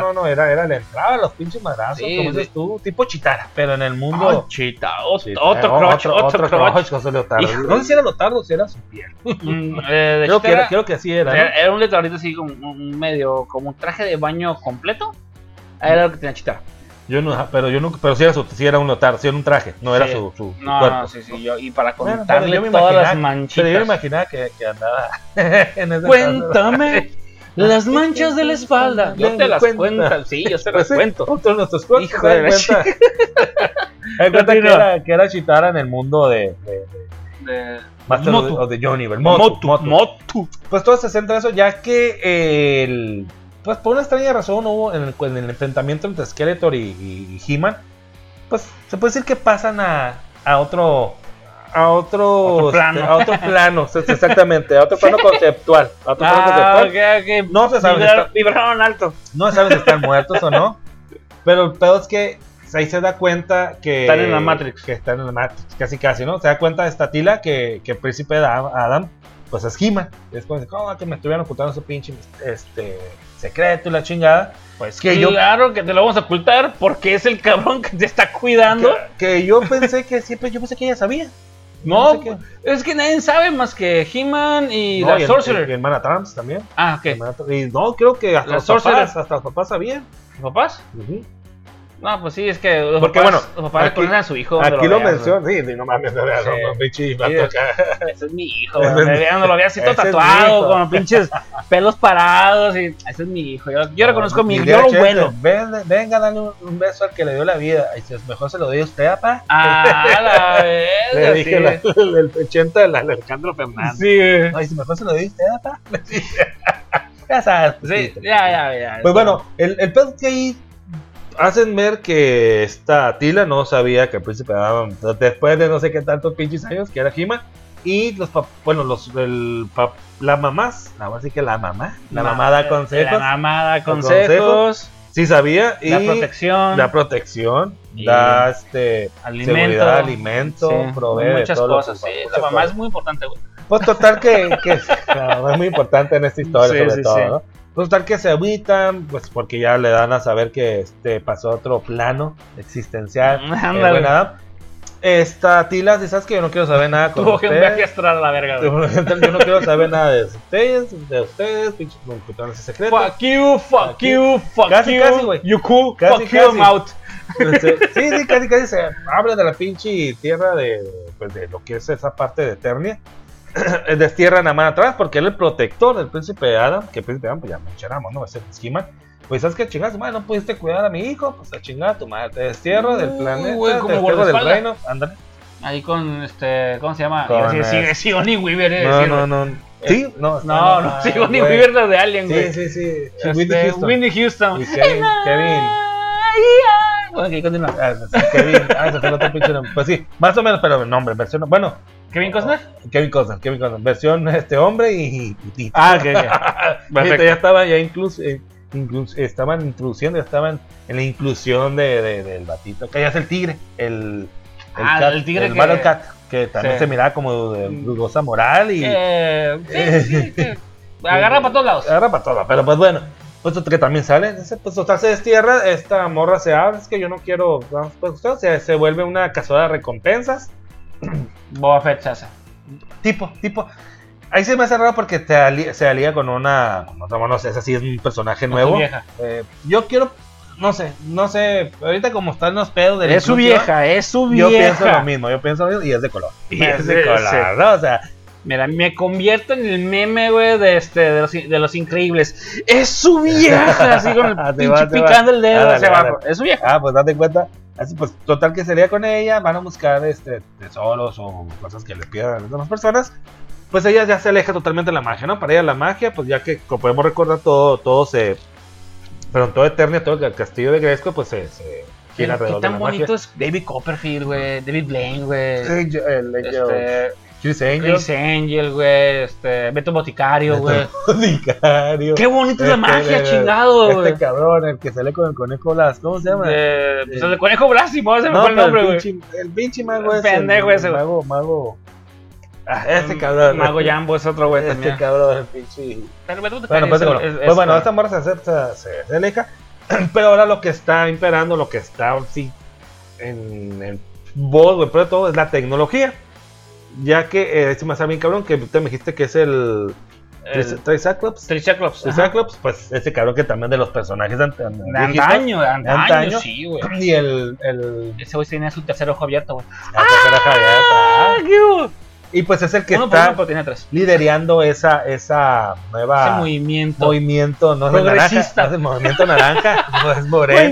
Speaker 1: No, no, no, no, era, era le entraba a los pinches madrazos,
Speaker 2: Sí,
Speaker 1: como dices tú, tipo chitara, pero en el mundo.
Speaker 2: Ah, chita, ot-
Speaker 1: Sí,
Speaker 2: otro
Speaker 1: eh,
Speaker 2: crotch, otro,
Speaker 1: otro
Speaker 2: crotch.
Speaker 1: José Leotardo.
Speaker 2: Hijo.
Speaker 1: No sé si era Leotardo o si era su piel.
Speaker 2: Mm, eh, de
Speaker 1: Creo
Speaker 2: chita
Speaker 1: que, era,
Speaker 2: era-
Speaker 1: creo que sí era. ¿no?
Speaker 2: era, era un letrerito así, como un medio, como un traje de baño completo. Era lo que tenía chita.
Speaker 1: Yo no, pero yo nunca, pero sí era, su, sí era un Leotardo, sí era un traje, no era
Speaker 2: Sí.
Speaker 1: su, su- su
Speaker 2: No,
Speaker 1: cuerpo.
Speaker 2: no, sí, sí, yo, y para
Speaker 1: Bueno, pero
Speaker 2: contarle
Speaker 1: yo me
Speaker 2: todas las
Speaker 1: imaginaba-
Speaker 2: manchitas.
Speaker 1: Pero yo me imaginaba que, que andaba en ese
Speaker 2: Cuéntame las manchas de la espalda. Yo
Speaker 1: Ven,
Speaker 2: te las
Speaker 1: cuenta.
Speaker 2: cuento, sí, yo te las
Speaker 1: Pues sí,
Speaker 2: cuento.
Speaker 1: otro de nuestros cuerpos,
Speaker 2: Hijo
Speaker 1: se
Speaker 2: de
Speaker 1: dan
Speaker 2: la
Speaker 1: cuenta, se dan cuenta que,
Speaker 2: Continúa.
Speaker 1: era, que era Chitara en el mundo de, de
Speaker 2: De-
Speaker 1: Master
Speaker 2: Motu.
Speaker 1: of the Universe.
Speaker 2: Motu,
Speaker 1: Motu, Motu.
Speaker 2: Motu.
Speaker 1: pues todo se centra en eso, ya que eh, el, pues por una extraña razón hubo en el, en el enfrentamiento entre Skeletor y, y- y He-Man, pues se puede decir que pasan a, a otro a otro,
Speaker 2: Otro plano.
Speaker 1: este, a otro plano, sí, sí, exactamente, a otro plano conceptual, a otro plano
Speaker 2: Ah,
Speaker 1: conceptual.
Speaker 2: ok, ok.
Speaker 1: No se sabe si
Speaker 2: Vibra-
Speaker 1: está-
Speaker 2: Vibraron alto.
Speaker 1: no se sabe si están muertos o no, pero el pedo es que ahí se da cuenta que
Speaker 2: Están en la Matrix.
Speaker 1: que están en la Matrix, casi casi, ¿no? Se da cuenta de esta tila que, que el príncipe de Adam, Adam, pues es He-Man. Es como, "Oh, que me estuvieran ocultando su pinche este, secreto y la chingada.
Speaker 2: Pues
Speaker 1: que yo-
Speaker 2: claro que te lo vamos a ocultar porque es el cabrón que te está cuidando.
Speaker 1: Que, que yo pensé que siempre, yo pensé que ella sabía.
Speaker 2: No,
Speaker 1: Yo pensé
Speaker 2: es que nadie sabe más que He-Man y
Speaker 1: No,
Speaker 2: la
Speaker 1: el-
Speaker 2: Sorcerer.
Speaker 1: Y el Mana Trumps también.
Speaker 2: ah, ok.
Speaker 1: El Mana Trumps. Y no, creo que hasta
Speaker 2: La
Speaker 1: los
Speaker 2: Sorcerer.
Speaker 1: papás, hasta los papás sabían.
Speaker 2: ¿Los papás?
Speaker 1: Ujú.
Speaker 2: No, pues sí, es que los
Speaker 1: Porque,
Speaker 2: papás,
Speaker 1: bueno,
Speaker 2: los papás
Speaker 1: aquí-
Speaker 2: reconocen a su hijo. donde
Speaker 1: Aquí lo
Speaker 2: veas,
Speaker 1: menciono, sí, no mames, no veas,
Speaker 2: Sí.
Speaker 1: no, no, pinche
Speaker 2: Sí,
Speaker 1: vato acá.
Speaker 2: ¿no? Ese es mi hijo,
Speaker 1: Ese
Speaker 2: donde
Speaker 1: es mi-
Speaker 2: veas, no lo veas así todo
Speaker 1: ese es mi
Speaker 2: tatuado,
Speaker 1: hijo.
Speaker 2: con pinches pelos parados. Y, ese es mi hijo. Yo, yo reconozco a mi hijo,
Speaker 1: Miguel
Speaker 2: yo lo
Speaker 1: Chester,
Speaker 2: vuelo.
Speaker 1: Venga, este, venga dale un, un beso al que le dio la vida. Y dices, mejor se lo doy a usted, papá.
Speaker 2: Ah, la
Speaker 1: Le
Speaker 2: verga,
Speaker 1: dije la-
Speaker 2: sí.
Speaker 1: el 80 de la de Alejandro Fernández.
Speaker 2: Sí, güey.
Speaker 1: Ay, si mejor se lo diste, papá. ya sabes.
Speaker 2: Sí,
Speaker 1: putito.
Speaker 2: ya, ya, ya.
Speaker 1: Pues bueno, el, el pedo es que ahí hacen ver que esta Tila no sabía que el príncipe Adam, después de no sé qué tantos pinches años, que era Jima. Y los pap- bueno, los, el pap- la mamás, ahora sí que la mamá, la mamá da consejos,
Speaker 2: La mamá da consejos.
Speaker 1: consejos, sí sabía, y
Speaker 2: la protección,
Speaker 1: la protección,
Speaker 2: Y-
Speaker 1: da este,
Speaker 2: alimento,
Speaker 1: seguridad, alimento, provee
Speaker 2: muchas
Speaker 1: todo lo
Speaker 2: cosas.
Speaker 1: que-
Speaker 2: sí, la
Speaker 1: muchas
Speaker 2: mamá
Speaker 1: cosas.
Speaker 2: es muy importante, güey.
Speaker 1: Pues total que, que la mamá es muy importante en esta historia,
Speaker 2: Sí,
Speaker 1: sobre
Speaker 2: sí,
Speaker 1: todo,
Speaker 2: sí.
Speaker 1: ¿no? Pues total que se agüitan, pues porque ya le dan a saber que este pasó a otro plano existencial. eh,
Speaker 2: Ándale.
Speaker 1: bueno, Adam. Esta Tila, dice, ¿sabes que yo no quiero saber nada con
Speaker 2: Tuvo que un viaje
Speaker 1: ustedes?
Speaker 2: astral a la verga, güey.
Speaker 1: Yo no quiero saber nada de ustedes, de ustedes, pinches computadores secretos.
Speaker 2: Fuck you, fuck
Speaker 1: Fuck
Speaker 2: you, fuck
Speaker 1: Casi,
Speaker 2: you.
Speaker 1: casi, güey.
Speaker 2: you cool,
Speaker 1: Casi,
Speaker 2: fuck you,
Speaker 1: casi.
Speaker 2: I'm out.
Speaker 1: Este, sí, sí, casi, casi se habla de la pinche tierra de, pues, de lo que es esa parte de Eternia. Destierran a Man atrás porque él es el protector del príncipe Adam. Que el príncipe Adam, pues ya mencionamos, ¿no? Va a ser He-Man. Pues sabes que chingada, madre, no pudiste cuidar a mi hijo. Pues a chingar a tu madre. Te destierro del
Speaker 2: Uy,
Speaker 1: planeta,
Speaker 2: güey,
Speaker 1: te
Speaker 2: como
Speaker 1: destierro del
Speaker 2: guardaespaldas.
Speaker 1: reino. Ándale.
Speaker 2: Ahí con este, ¿cómo se llama?
Speaker 1: Con,
Speaker 2: Iba a decir,
Speaker 1: eh,
Speaker 2: sigue Sigourney Weaver, iba
Speaker 1: No,
Speaker 2: a decir,
Speaker 1: no, no. Sí, no, está
Speaker 2: Eh, No, no,
Speaker 1: mal,
Speaker 2: Sigourney
Speaker 1: güey.
Speaker 2: Weaver la de Alien, güey.
Speaker 1: Sí, sí, sí.
Speaker 2: Este,
Speaker 1: Whitney Houston.
Speaker 2: Whitney Houston.
Speaker 1: Y Kevin, Kevin.
Speaker 2: Ay, ay, Ok, continúa.
Speaker 1: Ah, Kevin, ah, se fue el otro pinche nombre. Pues sí, más o menos, pero nombre, versión. Bueno,
Speaker 2: Kevin Costner.
Speaker 1: Kevin Costner, Kevin Costner, versión este hombre y. y- y-
Speaker 2: Ah, que ya.
Speaker 1: Fíjate,
Speaker 2: Perfecto.
Speaker 1: ya estaban, ya incluso. estaban introduciendo, ya estaban en la inclusión de, de- del batito. Que ya es el tigre. El.
Speaker 2: Ah, el tigre que-
Speaker 1: Battle Cat, que también
Speaker 2: Sí. Mm.
Speaker 1: se miraba como de dudosa moral y.
Speaker 2: Eh, sí, sí, sí. Agarra para todos lados.
Speaker 1: Agarra para todo, pero pues bueno. Pues que también sale, dice, pues total se destierra, esta morra se abre, es que yo no quiero, vamos, pues usted se, se vuelve una cazadora de recompensas,
Speaker 2: Boba Fett se hace.
Speaker 1: tipo, tipo, ahí se me hace raro porque te ali- se alía con una, con otra, bueno, no sé, esa sí es un personaje
Speaker 2: Con su
Speaker 1: nuevo,
Speaker 2: vieja.
Speaker 1: Eh, yo quiero, no sé, no sé, ahorita como están los pedos de la
Speaker 2: Es su
Speaker 1: inclusión,
Speaker 2: vieja, es su
Speaker 1: yo
Speaker 2: vieja.
Speaker 1: pienso lo mismo, yo pienso lo mismo y es de color, y
Speaker 2: Ah,
Speaker 1: es de
Speaker 2: sí,
Speaker 1: color,
Speaker 2: sí.
Speaker 1: ¿no? o sea,
Speaker 2: Mira, me convierto en el meme, güey, de, este, de, los, de los increíbles. ¡Es su vieja! Así con el
Speaker 1: Te
Speaker 2: pinche
Speaker 1: va, te va.
Speaker 2: picando el dedo
Speaker 1: Ándale,
Speaker 2: hacia abajo.
Speaker 1: ándale.
Speaker 2: Es su vieja.
Speaker 1: Ah, pues date cuenta. Así pues, total que sería con ella. Van a buscar este tesoros o cosas que les pidan a las demás personas. Pues ella ya se aleja totalmente de la magia, ¿no? Para ella la magia, pues ya que como podemos recordar todo, todo se. Pero en todo Eternia, todo el castillo de Gresco, pues se, se
Speaker 2: ¿Qué,
Speaker 1: gira alrededor de
Speaker 2: tan
Speaker 1: la
Speaker 2: bonito
Speaker 1: magia.
Speaker 2: es David Copperfield, güey? David Blaine, güey.
Speaker 1: Angel, el Angel-
Speaker 2: Este,
Speaker 1: Chris Angel.
Speaker 2: Chris Angel, güey. Este, Beto Boticario,
Speaker 1: Beto
Speaker 2: güey.
Speaker 1: Boticario.
Speaker 2: ¡Qué bonito es la
Speaker 1: Este,
Speaker 2: magia,
Speaker 1: eh,
Speaker 2: chingado,
Speaker 1: Este
Speaker 2: güey!
Speaker 1: cabrón, el que sale con el conejo Blas. ¿Cómo se llama?
Speaker 2: De- pues, el de Conejo Blásimo, ese me fue el
Speaker 1: pero
Speaker 2: nombre, güey.
Speaker 1: pinche- El pinche mago
Speaker 2: El
Speaker 1: ese.
Speaker 2: pendejo
Speaker 1: el
Speaker 2: ese, güey.
Speaker 1: Mago, mago. Ah,
Speaker 2: Mm,
Speaker 1: este cabrón.
Speaker 2: Mago Jambo es otro, güey,
Speaker 1: Este
Speaker 2: también.
Speaker 1: cabrón, el pinche.
Speaker 2: Pero Beto
Speaker 1: Bueno,
Speaker 2: Boticario
Speaker 1: pues,
Speaker 2: es-
Speaker 1: bueno,
Speaker 2: es-
Speaker 1: Pues
Speaker 2: es-
Speaker 1: bueno, esta morra se acepta, se, se aleja. Pero ahora lo que está imperando, lo que está sí en, en voz, güey, pero todo es la tecnología. Ya que, eh, se me hace bien cabrón, que tú me dijiste que es el.
Speaker 2: el-
Speaker 1: Tricyclops.
Speaker 2: Triceratops. ajá.
Speaker 1: Tricyclops, pues ese cabrón que también de los personajes ant- ant-
Speaker 2: De
Speaker 1: viejitos.
Speaker 2: antaño, de antaño,
Speaker 1: antaño.
Speaker 2: sí, güey.
Speaker 1: Y el. el
Speaker 2: Ese güey tenía su tercer ojo abierto, güey.
Speaker 1: la tercera Javier, ah. Y pues es el que
Speaker 2: Uno por
Speaker 1: está Ah,
Speaker 2: uno, pero tenía tres.
Speaker 1: liderando esa, esa
Speaker 2: Ese
Speaker 1: nueva
Speaker 2: movimiento.
Speaker 1: movimiento, no es de naranja, no
Speaker 2: Progresista.
Speaker 1: es de movimiento naranja, no es morena.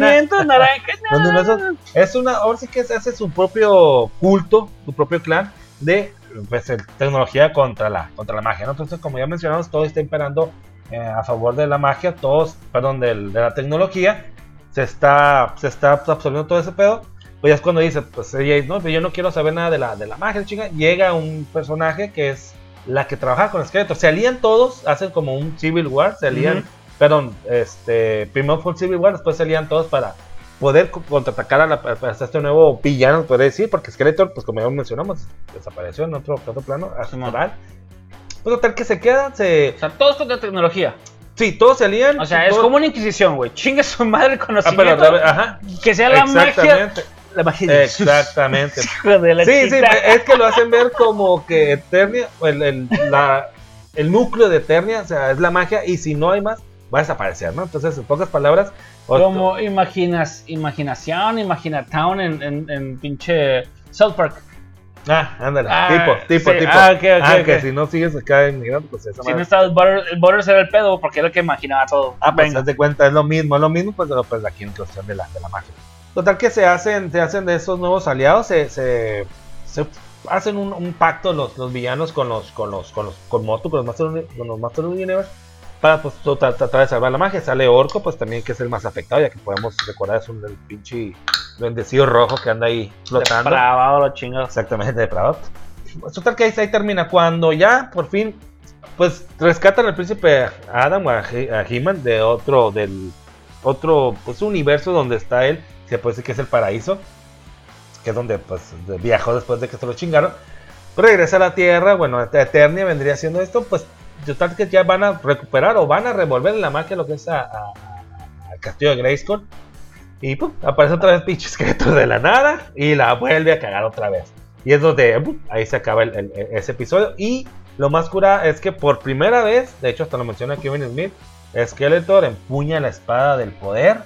Speaker 2: Movimiento naranja.
Speaker 1: No, no, no, eso- es una, ahora sí que se hace su propio culto, su propio clan de pues, el- tecnología contra la, contra la magia. ¿no? Entonces, como ya mencionamos, todo está imperando eh, a favor de la magia, todos, perdón, del- de la tecnología. Se está, se está absorbiendo todo ese pedo. Pues ya es cuando dice, pues ella, no, pues, yo no quiero saber nada de la, de la magia, chinga. Llega un personaje que es la que trabaja con esqueletos. Se alían todos, hacen como un Civil War, se alían,
Speaker 2: Ujú.
Speaker 1: perdón, este, primero fue el Civil War, después se alían todos para poder co- contraatacar a, la, a este nuevo villano, podría decir, porque Skeletor, pues como ya mencionamos, desapareció en otro, otro plano, astral. Pues total que se quedan, se...
Speaker 2: O sea, todos contra tecnología.
Speaker 1: Sí, todos se alían.
Speaker 2: O sea, es
Speaker 1: todos-
Speaker 2: como una inquisición, güey. Chinga su madre el
Speaker 1: Ah, pero,
Speaker 2: conocimiento.
Speaker 1: ajá,
Speaker 2: que sea la magia.
Speaker 1: exactamente,
Speaker 2: La magia de Jesús.
Speaker 1: exactamente.
Speaker 2: Hijo de la
Speaker 1: Sí, sí,
Speaker 2: chingada.
Speaker 1: es que lo hacen ver como que Eternia, o el, el- la- el núcleo de Eternia, o sea, es la magia, y si no hay más, va a desaparecer, ¿no? Entonces, en pocas palabras, o-
Speaker 2: Como imaginas, imaginación, imaginatown en, en, en pinche South Park.
Speaker 1: Ah, ándale,
Speaker 2: Ah,
Speaker 1: tipo, tipo,
Speaker 2: sí,
Speaker 1: tipo.
Speaker 2: ah, ok, ok,
Speaker 1: Ah, que
Speaker 2: ok.
Speaker 1: si no sigues acá inmigrando, pues esa
Speaker 2: Si no
Speaker 1: madre-
Speaker 2: estaba el Butters, el Butters era el pedo porque era el que imaginaba todo.
Speaker 1: Ah, pues
Speaker 2: Venga.
Speaker 1: haz de cuenta, es lo mismo, es lo mismo, pues, pero, pues aquí en cuestión de la, de la magia. Total que se hacen, se hacen de esos nuevos aliados, se, se, se hacen un, un pacto los, los villanos con los, con los, con los, con Motu, con los Master, Uni- con los Master Universe, para pues to- tra- tratar de salvar la magia. Sale Orco, pues también que es el más afectado, ya que podemos recordar es un el pinche bendecido rojo que anda ahí flotando.
Speaker 2: Depravado, los chingados.
Speaker 1: Exactamente, depravado. Pues, Total que ahí, ahí termina. Cuando ya por fin, pues rescatan al príncipe Adam o a He- a He-Man de otro, del otro pues, universo donde está él. Se puede decir que es el paraíso, que es donde pues de- viajó después de que se lo chingaron. Regresa a la tierra, bueno, a Eternia vendría haciendo esto. Pues total que ya van a recuperar o van a revolver en la magia lo que es a- a- a- al castillo de Grayskull. Y pum, aparece otra vez pinche esqueleto de la nada y la vuelve a cagar otra vez. Y es donde pum, ahí se acaba el- el- ese episodio. Y lo más cura es que por primera vez, de hecho hasta lo menciona Kevin Smith, Skeletor empuña la espada del poder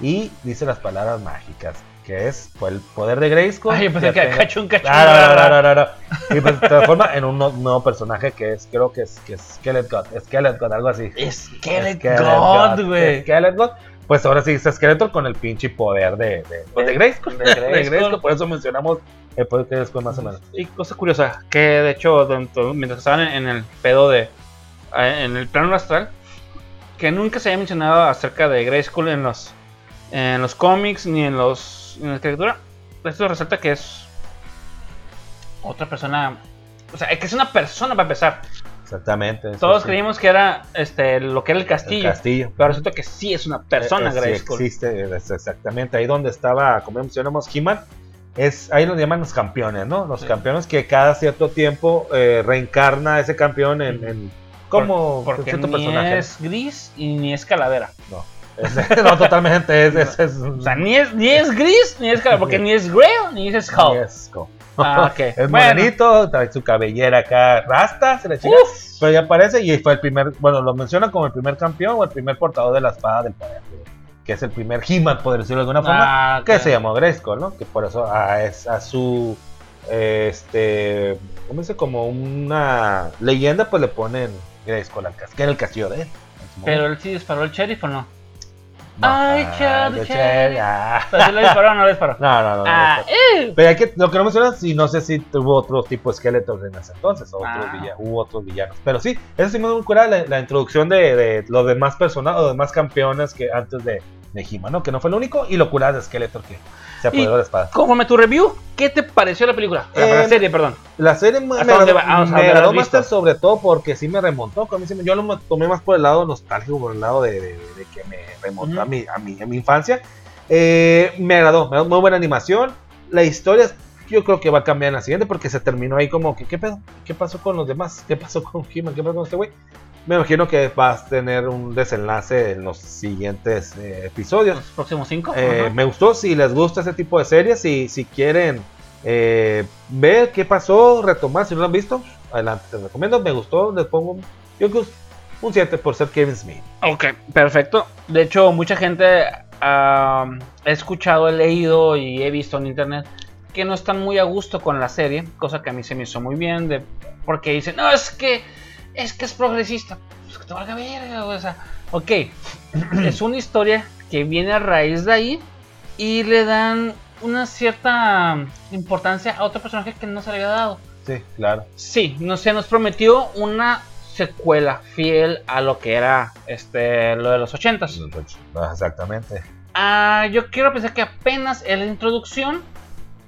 Speaker 1: y dice las palabras mágicas, que es pues, el poder de Grayskull.
Speaker 2: Ay, pues el
Speaker 1: que
Speaker 2: que
Speaker 1: tenga-
Speaker 2: cachón, cachón.
Speaker 1: Ah, no, no, no, no, no, no. Y pues se transforma en un no- nuevo personaje que es, creo que es, que es Skelet God, Skelet God, algo así.
Speaker 2: Skelet
Speaker 1: Skelet
Speaker 2: God, güey.
Speaker 1: Skelet God. Pues ahora sí, es Skeletor con el pinche poder de, de, pues de Grayskull.
Speaker 2: De
Speaker 1: De
Speaker 2: Grayskull.
Speaker 1: Grayskull, por eso mencionamos el poder de Grayskull más o menos.
Speaker 2: Y cosa curiosa, que de hecho, dentro- mientras estaban en el pedo de. eh, en el plano astral, que nunca se había mencionado acerca de Grayskull en los en los cómics ni en los en la escritura. Esto resalta que es otra persona, o sea, que es una persona para empezar.
Speaker 1: Exactamente. eso
Speaker 2: Todos
Speaker 1: sí.
Speaker 2: creímos que era este lo que era el
Speaker 1: El
Speaker 2: castillo,
Speaker 1: castillo.
Speaker 2: pero resulta que sí es una persona,
Speaker 1: Eh, eh, sí
Speaker 2: Grayskull.
Speaker 1: existe, eh, es exactamente. Ahí donde estaba, como mencionamos, He-Man, es, ahí nos llaman los campeones, ¿no? Los
Speaker 2: Sí.
Speaker 1: campeones que cada cierto tiempo eh, reencarna ese campeón en. en- como
Speaker 2: Por- porque
Speaker 1: cierto
Speaker 2: ni
Speaker 1: personaje.
Speaker 2: es gris y ni es calavera.
Speaker 1: Es- no, totalmente. Es, es, es-
Speaker 2: O sea, ni es, ni es gris ni es calavera, porque ni es Grail ni es Skull.
Speaker 1: ni es co-
Speaker 2: Ah, ok.
Speaker 1: Es
Speaker 2: Bueno.
Speaker 1: morenito, trae su cabellera acá, rasta, se le chica.
Speaker 2: Uf.
Speaker 1: Pero ya aparece y fue el primer, bueno, lo menciona como el primer campeón o el primer portador de la espada del poder, que es el primer He-Man, por decirlo de alguna forma.
Speaker 2: Ah,
Speaker 1: que
Speaker 2: ok.
Speaker 1: se llamó Grayskull, ¿no? Que por eso a, es- a su, eh, este, ¿cómo dice? Como una leyenda, pues le ponen Grayskull al castillo, que era el castillo de él. en su
Speaker 2: Pero
Speaker 1: momento.
Speaker 2: él sí disparó el sheriff o no.
Speaker 1: No,
Speaker 2: Ay, Charlie,
Speaker 1: de
Speaker 2: Charlie.
Speaker 1: Cher- ah.
Speaker 2: O sea, ¿sí lo disparó o no lo disparó?
Speaker 1: No, no, no. no,
Speaker 2: Ah,
Speaker 1: no. Pero hay que, lo que no mencionan, si no sé si tuvo otro tipo de esqueletos en ese entonces, o otros
Speaker 2: Ah.
Speaker 1: villa- hubo otros villanos. Pero sí, eso sí me da un cura la, la introducción de, de los demás personajes, los demás campeones que antes de, de He-Man, ¿no? Que no fue el único, y lo cura de Skeletor que se apoderó
Speaker 2: Y-
Speaker 1: de la espada.
Speaker 2: Conforme a tu review, ¿qué te pareció la película? La- la
Speaker 1: Eh,
Speaker 2: serie, perdón.
Speaker 1: La serie me,
Speaker 2: ¿Hasta
Speaker 1: me
Speaker 2: dónde
Speaker 1: agradó-
Speaker 2: va? Ah, o sea,
Speaker 1: me
Speaker 2: ¿dónde la
Speaker 1: agradó
Speaker 2: has visto?
Speaker 1: Master sobre todo porque sí me remontó. que a mí sí me- yo lo mo- tomé más por el lado nostálgico, por el lado de, de- de que me remontó
Speaker 2: Ujú.
Speaker 1: a, mi, a, mi, a mi infancia. Eh, me agradó, me agradó, muy buena animación. La historia yo creo que va a cambiar en la siguiente porque se terminó ahí como que, ¿qué pedo? ¿Qué pasó con los demás? ¿Qué pasó con He-Man? ¿Qué pasó con este güey? Me imagino que vas a tener un desenlace en los siguientes eh, episodios.
Speaker 2: Los próximos cinco.
Speaker 1: Eh,
Speaker 2: Ajá.
Speaker 1: me gustó, si les gusta ese tipo de series, si, si quieren eh, ver qué pasó, retomar, si no lo han visto, adelante, te recomiendo, me gustó, les pongo un- yo creo un 7 por ser Kevin Smith.
Speaker 2: Ok, perfecto. De hecho, mucha gente ah, he escuchado, he leído y he visto en internet que no están muy a gusto con la serie, cosa que a mí se me hizo muy bien, de, porque dicen, no, es que es que es progresista. Pues que te valga verga, güey, o sea, ok, es una historia que viene a raíz de ahí y le dan una cierta importancia a otro personaje que no se le había dado.
Speaker 1: Sí, claro.
Speaker 2: Sí, no, se nos prometió una secuela fiel a lo que era este lo de los ochentas.
Speaker 1: Ah, Exactamente.
Speaker 2: Ah, yo quiero pensar que apenas es la introducción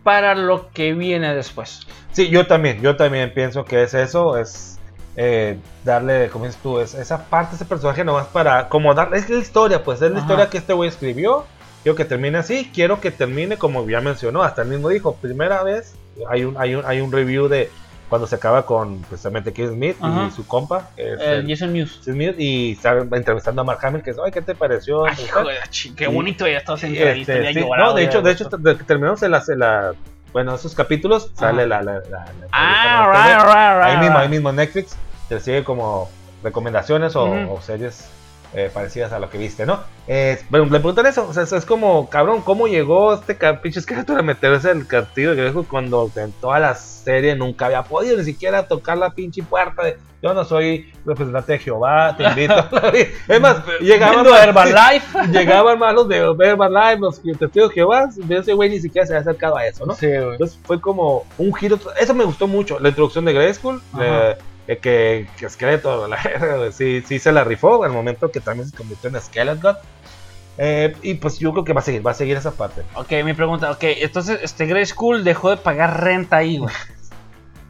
Speaker 2: para lo que viene después.
Speaker 1: Sí, yo también, yo también pienso que es eso, es eh, darle, como dices tú, es, esa parte, ese personaje nomás para, como dar, es la historia, pues es la
Speaker 2: Ajá.
Speaker 1: historia que este güey escribió, quiero que termine así, quiero que termine como ya mencionó, hasta el mismo dijo, primera vez, hay un, hay un, hay un review de cuando se acaba con precisamente Kevin Smith
Speaker 2: Ajá. Eh,
Speaker 1: y su compa, que es
Speaker 2: El
Speaker 1: el
Speaker 2: Jason Mewes.
Speaker 1: Smith, y está entrevistando a Mark Hamill, que es, ay, ¿qué te pareció?
Speaker 2: Ay, hijo de la chi- qué
Speaker 1: Sí.
Speaker 2: bonito ya estaba
Speaker 1: Sí,
Speaker 2: sentadito,
Speaker 1: este,
Speaker 2: ya
Speaker 1: sí,
Speaker 2: llorado,
Speaker 1: no, de
Speaker 2: ya
Speaker 1: hecho, de hecho,
Speaker 2: gusto.
Speaker 1: de- terminamos en la, en la- bueno, esos capítulos, sale la, la, la, la-
Speaker 2: Ah,
Speaker 1: la-
Speaker 2: right, right, right.
Speaker 1: ahí mismo, ahí
Speaker 2: right.
Speaker 1: mismo Netflix te sigue como recomendaciones o,
Speaker 2: Ujú.
Speaker 1: o series eh, parecidas a lo que viste, ¿no? Eh, bueno, le preguntan eso, o sea, es es como, cabrón, ¿cómo llegó este ca- pinche escritor a meterse el castillo de Grejo cuando en toda la serie nunca había podido ni siquiera tocar la pinche puerta de, yo no soy representante de Jehová, te invito. a la vida". es más, llegaban,
Speaker 2: Viendo Herbalife.
Speaker 1: llegaban malos de Herbalife, los testigos de Jehová, y ese güey ni siquiera se había acercado a eso, ¿no?
Speaker 2: Sí, güey.
Speaker 1: Entonces fue como un giro. Eso me gustó mucho. La introducción de Grayskull,
Speaker 2: Ajá.
Speaker 1: eh, eh, que, que Skeletor, la verga, sí, sí se la rifó al momento que también se convirtió en Skeletor. Eh, y pues yo creo que va a seguir, va a seguir esa parte.
Speaker 2: Ok, mi pregunta, ok, entonces este Grey School dejó de pagar renta ahí, güey.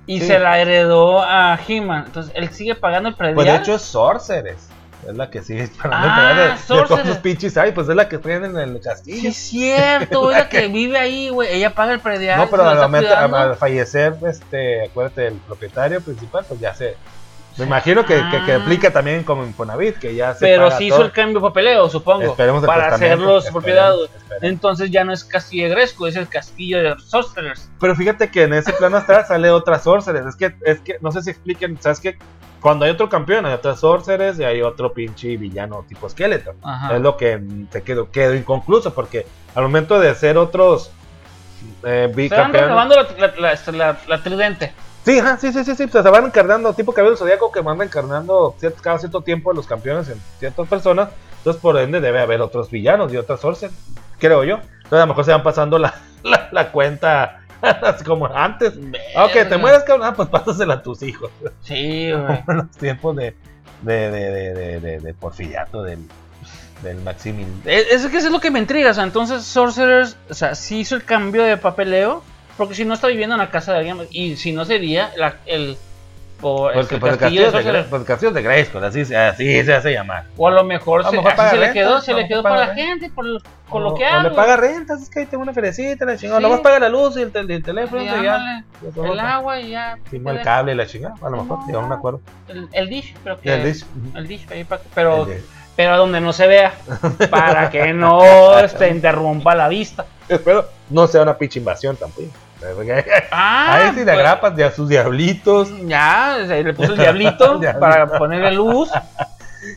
Speaker 2: Y
Speaker 1: Sí.
Speaker 2: se la heredó a He-Man. Entonces, él sigue pagando el predial.
Speaker 1: Pues de hecho es Sorceress. Es la que sigue disparando
Speaker 2: Ah,
Speaker 1: para de, de todos
Speaker 2: Sorceress.
Speaker 1: los pinches ahí, pues es la que traen en el
Speaker 2: sí,
Speaker 1: castillo.
Speaker 2: es cierto, es la que vive ahí, güey. Ella paga el predial.
Speaker 1: no, pero
Speaker 2: se la
Speaker 1: al,
Speaker 2: está
Speaker 1: momento- al-
Speaker 2: cuidando.
Speaker 1: al fallecer, este, acuérdate, el propietario principal, pues ya se. Me imagino que, que, que
Speaker 2: Ah.
Speaker 1: aplica también como Infonavit, que ya se.
Speaker 2: Pero
Speaker 1: paga
Speaker 2: sí
Speaker 1: todo.
Speaker 2: hizo el cambio de papeleo, supongo.
Speaker 1: Esperemos el
Speaker 2: para hacer
Speaker 1: testamento,
Speaker 2: los
Speaker 1: esperemos,
Speaker 2: propiedades.
Speaker 1: esperemos.
Speaker 2: Entonces ya no es Castillo de Grey School, es el Castillo de Sorcerers.
Speaker 1: Pero fíjate que en ese plano astral sale otra sorceress. Es que, es que, no sé si expliquen, ¿sabes qué? Cuando hay otro campeón, hay otras sorceress y hay otro pinche villano tipo esqueleto.
Speaker 2: Ajá.
Speaker 1: Es lo que mm, te quedó, quedó inconcluso, porque al momento de ser otros eh,
Speaker 2: Se van
Speaker 1: bicampeones.
Speaker 2: renovando la, la, la- este, la- la tridente.
Speaker 1: Sí, ajá, sí, sí, sí, sí, pues, se van encarnando, tipo cabello zodiaco que van reencarnando cier- cada cierto tiempo los campeones en ciertas personas. Entonces, por ende, debe haber otros villanos y otras sorceress, creo yo. Entonces, a lo mejor se van pasando la, la, la cuenta como antes. Ah, Ok, te
Speaker 2: Verga.
Speaker 1: mueres, cabrón. Ah, pues pásasela a tus hijos.
Speaker 2: Sí, güey.
Speaker 1: Los tiempos de, de, de, de, de, de, de Porfiriato, del, del Maximil.
Speaker 2: Es, es que eso es lo que me intriga. O sea, entonces Sorcerers, o sea, sí hizo el cambio de papeleo. Porque si no está viviendo en la casa de alguien más, Y si no sería la- el. o,
Speaker 1: Porque
Speaker 2: este, el
Speaker 1: pues, el
Speaker 2: castillo
Speaker 1: castillo
Speaker 2: de
Speaker 1: de,
Speaker 2: Sorcerers.
Speaker 1: Gre- pues, el castillo de Grayskull, así, se- así se hace llamar.
Speaker 2: O a lo mejor,
Speaker 1: A lo
Speaker 2: se,
Speaker 1: mejor
Speaker 2: así
Speaker 1: paga
Speaker 2: se le
Speaker 1: renta,
Speaker 2: quedó,
Speaker 1: a
Speaker 2: se
Speaker 1: lo
Speaker 2: le
Speaker 1: mejor
Speaker 2: quedó
Speaker 1: paga
Speaker 2: para la
Speaker 1: renta.
Speaker 2: gente, por, lo- con
Speaker 1: O-
Speaker 2: lo que
Speaker 1: o
Speaker 2: hago.
Speaker 1: le paga rentas, es que ahí tengo una ferecita, la chingada.
Speaker 2: Sí.
Speaker 1: Nomás paga la luz y el, tel- el teléfono
Speaker 2: Y
Speaker 1: y ya.
Speaker 2: pues, ándale, el agua y ya.
Speaker 1: Sí, el cable y la chingada, a lo mejor, digo, no me acuerdo.
Speaker 2: El, el dish, creo
Speaker 1: Y
Speaker 2: que.
Speaker 1: el dish. ujú.
Speaker 2: el dish, ahí pa- pero,
Speaker 1: El de-
Speaker 2: pero donde no se vea. Para que no este, interrumpa la vista.
Speaker 1: Espero no sea una pinche invasión tampoco. Porque
Speaker 2: Ah,
Speaker 1: Ahí sí le
Speaker 2: pues,
Speaker 1: agrapas de a sus diablitos
Speaker 2: Ya, o sea, le puso el diablito
Speaker 1: Diablito.
Speaker 2: para ponerle luz.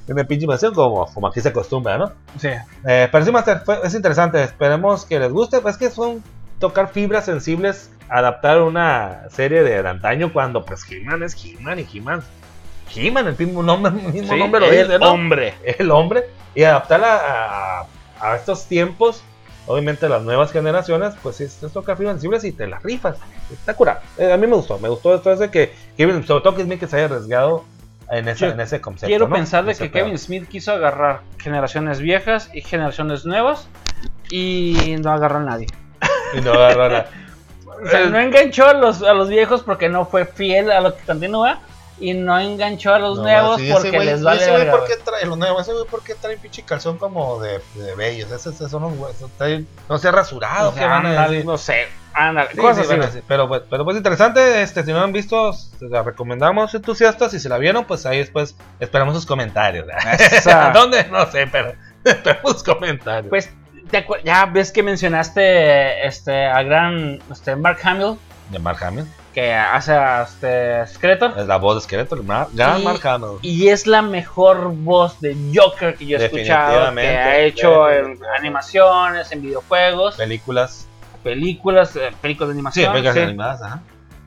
Speaker 1: en la pinche invasión, como, como aquí se acostumbra, ¿no?
Speaker 2: Sí.
Speaker 1: Eh, pero sí, Master, fue- es interesante. Esperemos que les guste. Pues Es que son tocar fibras sensibles, adaptar una serie de, de antaño cuando, pues, He-Man es He-Man y He-Man. He-Man, el mismo nombre, el mismo nombre lo dice, ¿no?
Speaker 2: hombre.
Speaker 1: El hombre. Y adaptarla a, a- a estos tiempos. Obviamente, las nuevas generaciones, pues, es, es tocar fibras sensibles y te las rifas. Está curado. Eh, a mí me gustó, me gustó esto de que Kevin, sobre todo que que se haya arriesgado en, esa-
Speaker 2: Yo
Speaker 1: en ese concepto.
Speaker 2: Quiero
Speaker 1: ¿no?
Speaker 2: pensar de
Speaker 1: Ese
Speaker 2: que
Speaker 1: pedo.
Speaker 2: Kevin Smith quiso agarrar generaciones viejas y generaciones nuevas y no agarró a nadie.
Speaker 1: Y no, no, no.
Speaker 2: O sea, no enganchó a los, a los viejos porque no fue fiel a lo que continúa y no enganchó a los
Speaker 1: No,
Speaker 2: nuevos
Speaker 1: sí, ese
Speaker 2: porque
Speaker 1: güey-
Speaker 2: les vale
Speaker 1: ese güey
Speaker 2: verga,
Speaker 1: por
Speaker 2: güey.
Speaker 1: qué trae los nuevos, ese güey por qué trae pinche calzón como de, de bellos, ese, ese son los huesos, trae- no se ha rasurado,
Speaker 2: O sea,
Speaker 1: ¿qué van a
Speaker 2: ándale,
Speaker 1: decir?
Speaker 2: No sé, ándale,
Speaker 1: Sí,
Speaker 2: cosas
Speaker 1: sí,
Speaker 2: así,
Speaker 1: bueno,
Speaker 2: güey.
Speaker 1: sí, pero, pues- pero pues interesante, este, si no la han visto, se la recomendamos entusiastas, si se la vieron, pues ahí después esperamos sus comentarios.
Speaker 2: Esa.
Speaker 1: ¿Dónde? No sé, pero esperamos sus comentarios.
Speaker 2: Pues te acuer- ya ves que mencionaste este al gran este, Mark Hamill
Speaker 1: de Mark Hamill,
Speaker 2: que hace a este Skeletor
Speaker 1: es la voz de Esqueleto, el Mar- gran
Speaker 2: Y-
Speaker 1: Mark Hamill.
Speaker 2: y es la mejor voz de Joker que yo he escuchado que
Speaker 1: Definitivamente,
Speaker 2: ha hecho en
Speaker 1: definitivamente.
Speaker 2: animaciones, en videojuegos,
Speaker 1: Películas,
Speaker 2: películas, eh, películas de
Speaker 1: sí,
Speaker 2: animación.
Speaker 1: películas
Speaker 2: sí.
Speaker 1: animadas, ajá.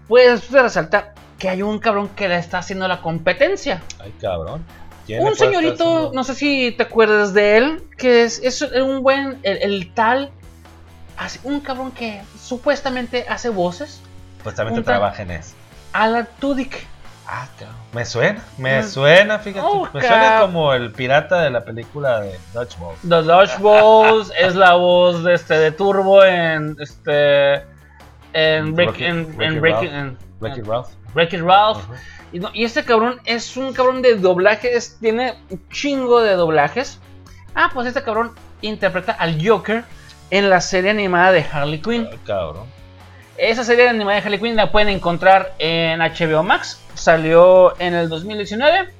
Speaker 2: Pues de resaltar que hay un cabrón que le está haciendo la competencia.
Speaker 1: Ay, cabrón. ¿Quién le puede
Speaker 2: Un
Speaker 1: estar
Speaker 2: señorito,
Speaker 1: haciendo-
Speaker 2: no sé si te acuerdas de él, que es, es un buen, el, el tal, hace- un cabrón que supuestamente hace voces,
Speaker 1: Supuestamente
Speaker 2: un tal-
Speaker 1: pues trabaja en eso.
Speaker 2: Alan Tudyk.
Speaker 1: Ah, cabrón. Me suena, me
Speaker 2: Mm.
Speaker 1: suena, fíjate.
Speaker 2: Oh,
Speaker 1: me suena
Speaker 2: cab-
Speaker 1: como el pirata de la película de Dodgeball.
Speaker 2: The Dodge Balls es la voz de este de Turbo en este en Break,
Speaker 1: Wreck-It-
Speaker 2: en, en
Speaker 1: Wreck-It
Speaker 2: Wreck-
Speaker 1: Ralph.
Speaker 2: en-
Speaker 1: Wreck-It
Speaker 2: en
Speaker 1: Ralph.
Speaker 2: Wreck-It Ralph.
Speaker 1: Ajá.
Speaker 2: Y, no- y este cabrón es un cabrón de doblaje, es- tiene un chingo de doblajes. Ah, pues este cabrón interpreta al Joker en la serie animada de Harley Quinn.
Speaker 1: Ah, cabrón.
Speaker 2: Esa serie animada de Harley Quinn la pueden encontrar en HBO Max. Salió en el 2019.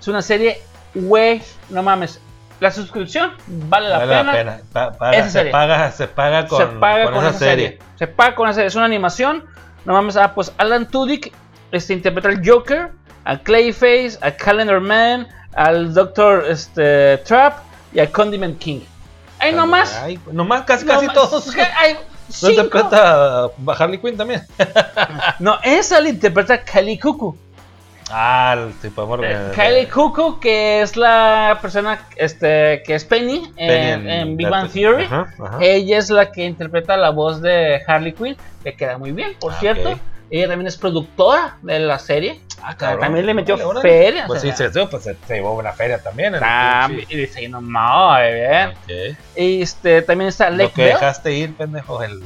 Speaker 2: Es una serie, güey, no mames. La suscripción vale la
Speaker 1: Vale
Speaker 2: pena.
Speaker 1: la pena. Pa- paga-
Speaker 2: Esa
Speaker 1: se,
Speaker 2: serie.
Speaker 1: paga, se paga con,
Speaker 2: se paga con, esa serie.
Speaker 1: serie.
Speaker 2: Se paga con esa serie. Es una animación. No mames, ah, pues Alan Tudyk este, interpreta al Joker, a Clayface, a Calendar Man, al Doctor este, Trap y a Condiment King. Ahí nomás.
Speaker 1: Ay, nomás casi,
Speaker 2: no
Speaker 1: casi
Speaker 2: más,
Speaker 1: todos.
Speaker 2: ca- hay
Speaker 1: ¿No
Speaker 2: cinco.
Speaker 1: interpreta a Harley Quinn también?
Speaker 2: No, esa la interpreta Kylie Cuckoo.
Speaker 1: Ah, el tipo amor.
Speaker 2: Eh, Kylie Cuckoo, que es la persona este, que es Penny, en, en Big Bang Theory.
Speaker 1: Ajá, ajá.
Speaker 2: Ella es la que interpreta la voz de Harley Quinn. Le queda muy bien, por
Speaker 1: Ah,
Speaker 2: cierto.
Speaker 1: ok.
Speaker 2: Ella también es productora de la serie.
Speaker 1: Ah,
Speaker 2: También le metió
Speaker 1: Órale, órale.
Speaker 2: feria.
Speaker 1: Pues
Speaker 2: o
Speaker 1: sí,
Speaker 2: sea,
Speaker 1: se, pues, se, se llevó una feria también. en el
Speaker 2: está-
Speaker 1: pinche-
Speaker 2: Ah, y dice, no, muy bien.
Speaker 1: Ok.
Speaker 2: Y este, también está
Speaker 1: Lo
Speaker 2: Lake
Speaker 1: que
Speaker 2: Bell,
Speaker 1: dejaste ir, pendejo, el.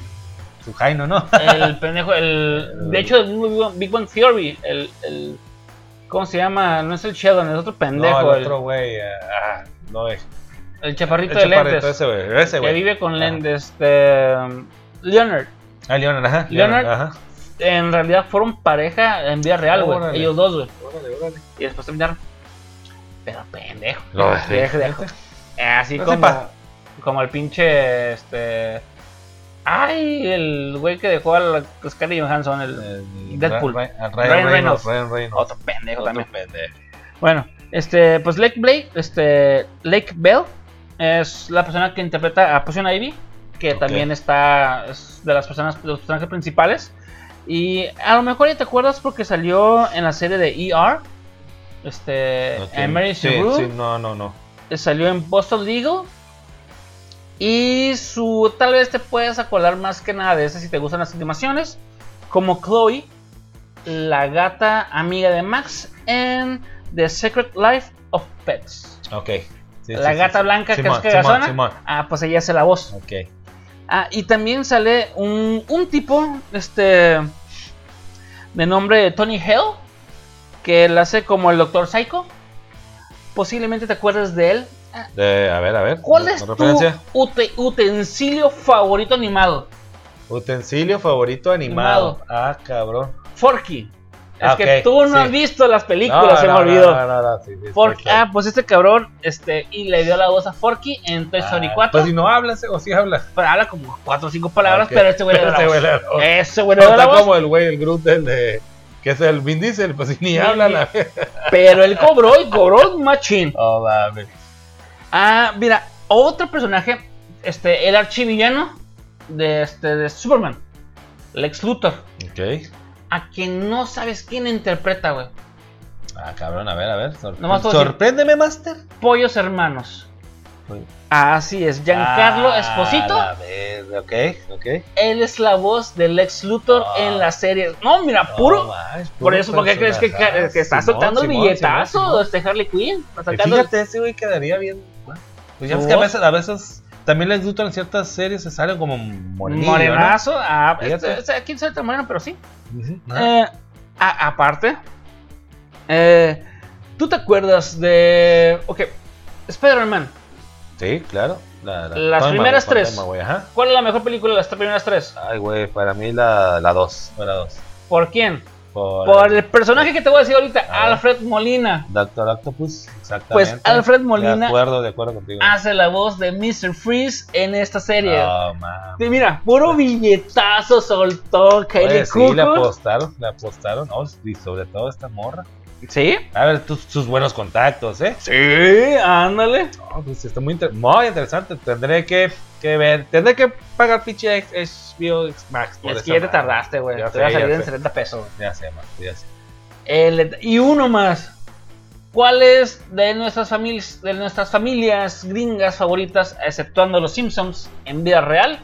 Speaker 1: Su Jaino, ¿no?
Speaker 2: el pendejo. El, de hecho, el mismo Big Bang- Big Bang Theory, el, el- ¿Cómo se llama? No es el Sheldon, es otro pendejo.
Speaker 1: No, el
Speaker 2: el,
Speaker 1: otro güey. eh, ah, no es.
Speaker 2: el chaparrito
Speaker 1: Ese
Speaker 2: de lentes.
Speaker 1: parrito, Ese güey. Ese
Speaker 2: que
Speaker 1: güey.
Speaker 2: vive con
Speaker 1: Ajá.
Speaker 2: lentes. Este, um, Leonard.
Speaker 1: Ah, Leonard, ajá.
Speaker 2: Leonard.
Speaker 1: Ajá.
Speaker 2: En realidad fueron pareja en vida real, güey.
Speaker 1: Órale.
Speaker 2: Ellos dos, güey.
Speaker 1: Órale, órale.
Speaker 2: Y después terminaron. Pero pendejo.
Speaker 1: Lo
Speaker 2: Pendejo. Así
Speaker 1: No se
Speaker 2: como,
Speaker 1: pasa.
Speaker 2: como el pinche. Este. Ay, el güey que dejó al Scarlett Johansson, el Deadpool.
Speaker 1: eh, Ryan,
Speaker 2: Ryan
Speaker 1: Reynolds.
Speaker 2: Reynolds.
Speaker 1: Ryan Reynolds.
Speaker 2: otro pendejo
Speaker 1: Otro
Speaker 2: también.
Speaker 1: pendejo.
Speaker 2: Bueno, este, pues Lake Blake, este, Lake Bell es la persona que interpreta a Poison Ivy, que
Speaker 1: Ok.
Speaker 2: también está es de las personas, de los personajes principales. Y a lo mejor ya te acuerdas porque salió en la serie de ER, este,
Speaker 1: Ok.
Speaker 2: en Mary
Speaker 1: sí,
Speaker 2: Sue Rue,
Speaker 1: sí, no, no, no.
Speaker 2: eh, salió en Boston Legal. Y su. Tal vez te puedes acordar más que nada de ese si te gustan las animaciones. Como Chloe, la gata amiga de Max en The Secret Life of Pets.
Speaker 1: Ok. Sí,
Speaker 2: la
Speaker 1: sí,
Speaker 2: gata
Speaker 1: sí, sí.
Speaker 2: blanca
Speaker 1: Simón,
Speaker 2: que es cagazona.
Speaker 1: Simón,
Speaker 2: Ah, pues ella hace la voz.
Speaker 1: Simón. Ok.
Speaker 2: Ah, y también sale un, un tipo, este, de nombre Tony Hale, que la hace como el Doctor Psycho. Posiblemente te acuerdes de él. Ah,
Speaker 1: De- a ver, a ver.
Speaker 2: ¿Cuál
Speaker 1: ¿una
Speaker 2: es tu
Speaker 1: referencia?
Speaker 2: ute- utensilio favorito animado?
Speaker 1: Utensilio favorito animado. Ah, cabrón.
Speaker 2: Forky. Es
Speaker 1: Ah,
Speaker 2: que
Speaker 1: ok,
Speaker 2: tú no
Speaker 1: sí.
Speaker 2: has visto las películas, se me olvidó.
Speaker 1: No, no, no, sí, sí,
Speaker 2: Fork-
Speaker 1: sí, sí.
Speaker 2: ah, pues este cabrón, este, y le dio la voz a Forky en Toy Story
Speaker 1: Ah,
Speaker 2: 4.
Speaker 1: Pues si no hablas o si hablas.
Speaker 2: pero habla como cuatro o cinco palabras,
Speaker 1: Ok.
Speaker 2: pero este güey le dio la
Speaker 1: Este
Speaker 2: voz.
Speaker 1: güey le dio la voz.
Speaker 2: Ese güey le
Speaker 1: No,
Speaker 2: dio la
Speaker 1: está
Speaker 2: voz.
Speaker 1: como el güey, el Groot del de. Que es el Vin Diesel, pues si ni
Speaker 2: Ni-
Speaker 1: habla
Speaker 2: ni-
Speaker 1: la vez.
Speaker 2: Pero él cobró y cobró un machín.
Speaker 1: Oh, mames.
Speaker 2: Ah, mira, otro personaje, este, el archivillano de, este, de Superman, Lex Luthor,
Speaker 1: Ok.
Speaker 2: a quien no sabes quién interpreta, güey.
Speaker 1: Ah, cabrón, a ver, a ver. sorpre-
Speaker 2: Nomás todo así.
Speaker 1: Sorpréndeme, Master.
Speaker 2: Pollos Hermanos. Ah,
Speaker 1: Pollo.
Speaker 2: Así es, Giancarlo
Speaker 1: Ah,
Speaker 2: Esposito.
Speaker 1: la verga, ok, ok.
Speaker 2: Él es la voz de Lex Luthor
Speaker 1: Ah.
Speaker 2: en la serie. No, mira,
Speaker 1: No
Speaker 2: puro.
Speaker 1: manches,
Speaker 2: Por
Speaker 1: puro
Speaker 2: eso, ¿por qué crees que,
Speaker 1: personaje.
Speaker 2: que está
Speaker 1: Simón,
Speaker 2: soltando el
Speaker 1: Simón,
Speaker 2: billetazo
Speaker 1: Simón, Simón.
Speaker 2: este Harley Quinn? Está
Speaker 1: Y
Speaker 2: sacando-
Speaker 1: Fíjate, ese güey quedaría bien. ¿no? Pues ya
Speaker 2: Su
Speaker 1: ves que a
Speaker 2: voz.
Speaker 1: veces, a veces también les gustan en ciertas series, se salen como morenillo, ¿no?
Speaker 2: Morenazo. Ah,
Speaker 1: Fíjate. Ah.
Speaker 2: este- este- quién sabe tan moreno, pero sí.
Speaker 1: Ujú, ajá.
Speaker 2: Eh, a- aparte, eh, ¿tú te acuerdas de. Ok, Spider-Man.
Speaker 1: Sí, claro. la- la-
Speaker 2: las
Speaker 1: Tobey
Speaker 2: primeras
Speaker 1: Maguire,
Speaker 2: tres.
Speaker 1: Tobey Maguire, ajá.
Speaker 2: ¿Cuál es la mejor película de las tres primeras tres?
Speaker 1: Ay, güey, para mí la 2. La dos, fue la dos.
Speaker 2: ¿Por quién?
Speaker 1: Por,
Speaker 2: Por el personaje que te voy a decir ahorita,
Speaker 1: Ah.
Speaker 2: Alfred Molina.
Speaker 1: Doctor Octopus, exactamente.
Speaker 2: Pues Alfred
Speaker 1: De
Speaker 2: Molina Ah,
Speaker 1: acuerdo, de acuerdo contigo.
Speaker 2: hace la voz de Mr. Freeze en esta serie.
Speaker 1: No, mames.
Speaker 2: Sí, mira, puro billetazo soltó Kylie
Speaker 1: Oye, sí, le
Speaker 2: Cuoco.
Speaker 1: apostaron, le apostaron, ¿no? y sobre todo esta morra.
Speaker 2: Sí,
Speaker 1: A ver, tus, sus buenos contactos, ¿eh?
Speaker 2: sí, ándale.
Speaker 1: No, pues está muy, inter- muy interesante. Tendré que, que ver, tendré que pagar pinche ex- HBO Max. por
Speaker 2: Es
Speaker 1: esa
Speaker 2: que ya te
Speaker 1: madre.
Speaker 2: tardaste, güey.
Speaker 1: Ya
Speaker 2: Te
Speaker 1: sé,
Speaker 2: va a
Speaker 1: ya
Speaker 2: salir en
Speaker 1: sé.
Speaker 2: 70 pesos, güey.
Speaker 1: Ya sé, Max, ya sé.
Speaker 2: El- y uno más. ¿Cuál es de nuestras familias, de nuestras familias gringas favoritas, exceptuando los Simpsons en vida real?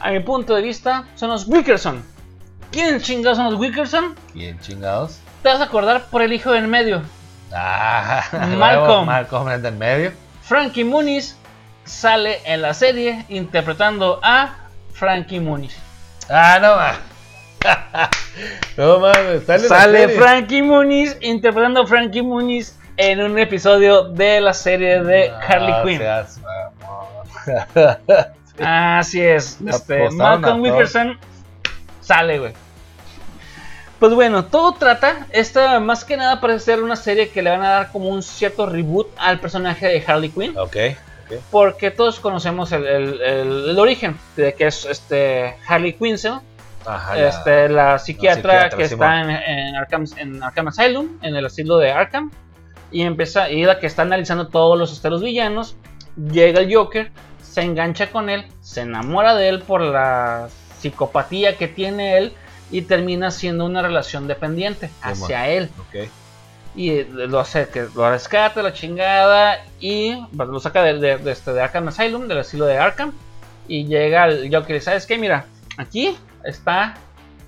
Speaker 2: A mi punto de vista, son los Wickerson. ¿Quién chingados son los Wickerson?
Speaker 1: ¿Quién chingados?
Speaker 2: Te vas a acordar por el hijo del medio.
Speaker 1: Ah,
Speaker 2: Malcolm.
Speaker 1: luego Malcolm en el medio.
Speaker 2: Frankie Muniz sale en la serie interpretando a Frankie Muniz.
Speaker 1: Ah, no mames. no mames, sale, la
Speaker 2: Sale
Speaker 1: serie.
Speaker 2: Frankie Muniz interpretando a Frankie Muniz en un episodio de la serie de
Speaker 1: Ah,
Speaker 2: Harley Quinn.
Speaker 1: seas mamón.
Speaker 2: Así es. Este,
Speaker 1: Apostaron a todo.
Speaker 2: Malcolm Wilkerson sale, güey. Pues bueno, todo trata. Esta más que nada parece ser una serie que le van a dar como un cierto reboot al personaje de Harley Quinn.
Speaker 1: ok,
Speaker 2: Porque todos conocemos el, el- el- el origen de que es este Harley Quinn, ¿no?
Speaker 1: ajá. ya.
Speaker 2: este, la psiquiatra,
Speaker 1: psiquiatra,
Speaker 2: que
Speaker 1: Simón.
Speaker 2: está en, en Arkham, en Arkham Asylum, en el asilo de Arkham, y empieza, y la que está analizando todos los esteros villanos, llega el Joker, se engancha con él, se enamora de él por la psicopatía que tiene él y termina siendo una relación dependiente hacia él
Speaker 1: Ok.
Speaker 2: y eh, lo hace que lo rescata la chingada y pues, lo saca de, de- de este, de Arkham Asylum del asilo de Arkham y llega el Joker y sabes qué mira aquí está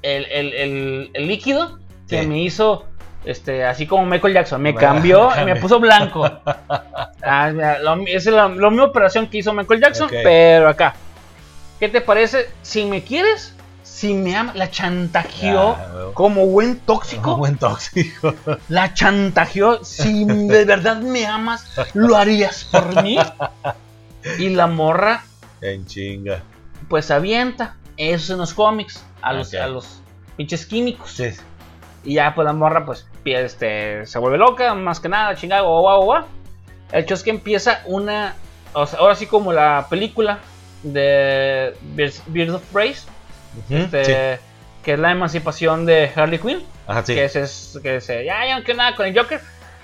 Speaker 2: el, el- el- el líquido que
Speaker 1: Sí.
Speaker 2: me hizo este así como Michael Jackson me
Speaker 1: Me
Speaker 2: cambió y me
Speaker 1: cambió.
Speaker 2: puso blanco Ah, mira, lo mi- es la, la misma operación que hizo Michael Jackson
Speaker 1: Ok.
Speaker 2: pero acá qué te parece si me quieres si me ama la chantajeó
Speaker 1: Ah, huevo.
Speaker 2: como buen tóxico
Speaker 1: Buen tóxico.
Speaker 2: la chantajeó. Si de verdad me amas, lo harías por mí. Y la morra,
Speaker 1: En chinga.
Speaker 2: pues se avienta. Eso en los cómics. A los,
Speaker 1: Ok.
Speaker 2: a los pinches químicos.
Speaker 1: Sí.
Speaker 2: Y ya, pues la morra, pues, pi- este, se vuelve loca, más que nada, chingada, guau, guau, guau. El hecho es que empieza una. o sea, ahora sí, como la película de Birds- Birds of Prey, este,
Speaker 1: Sí.
Speaker 2: que es la emancipación de Harley Quinn
Speaker 1: Ajá, sí.
Speaker 2: que se, que se ya, ya no quiero nada con el Joker.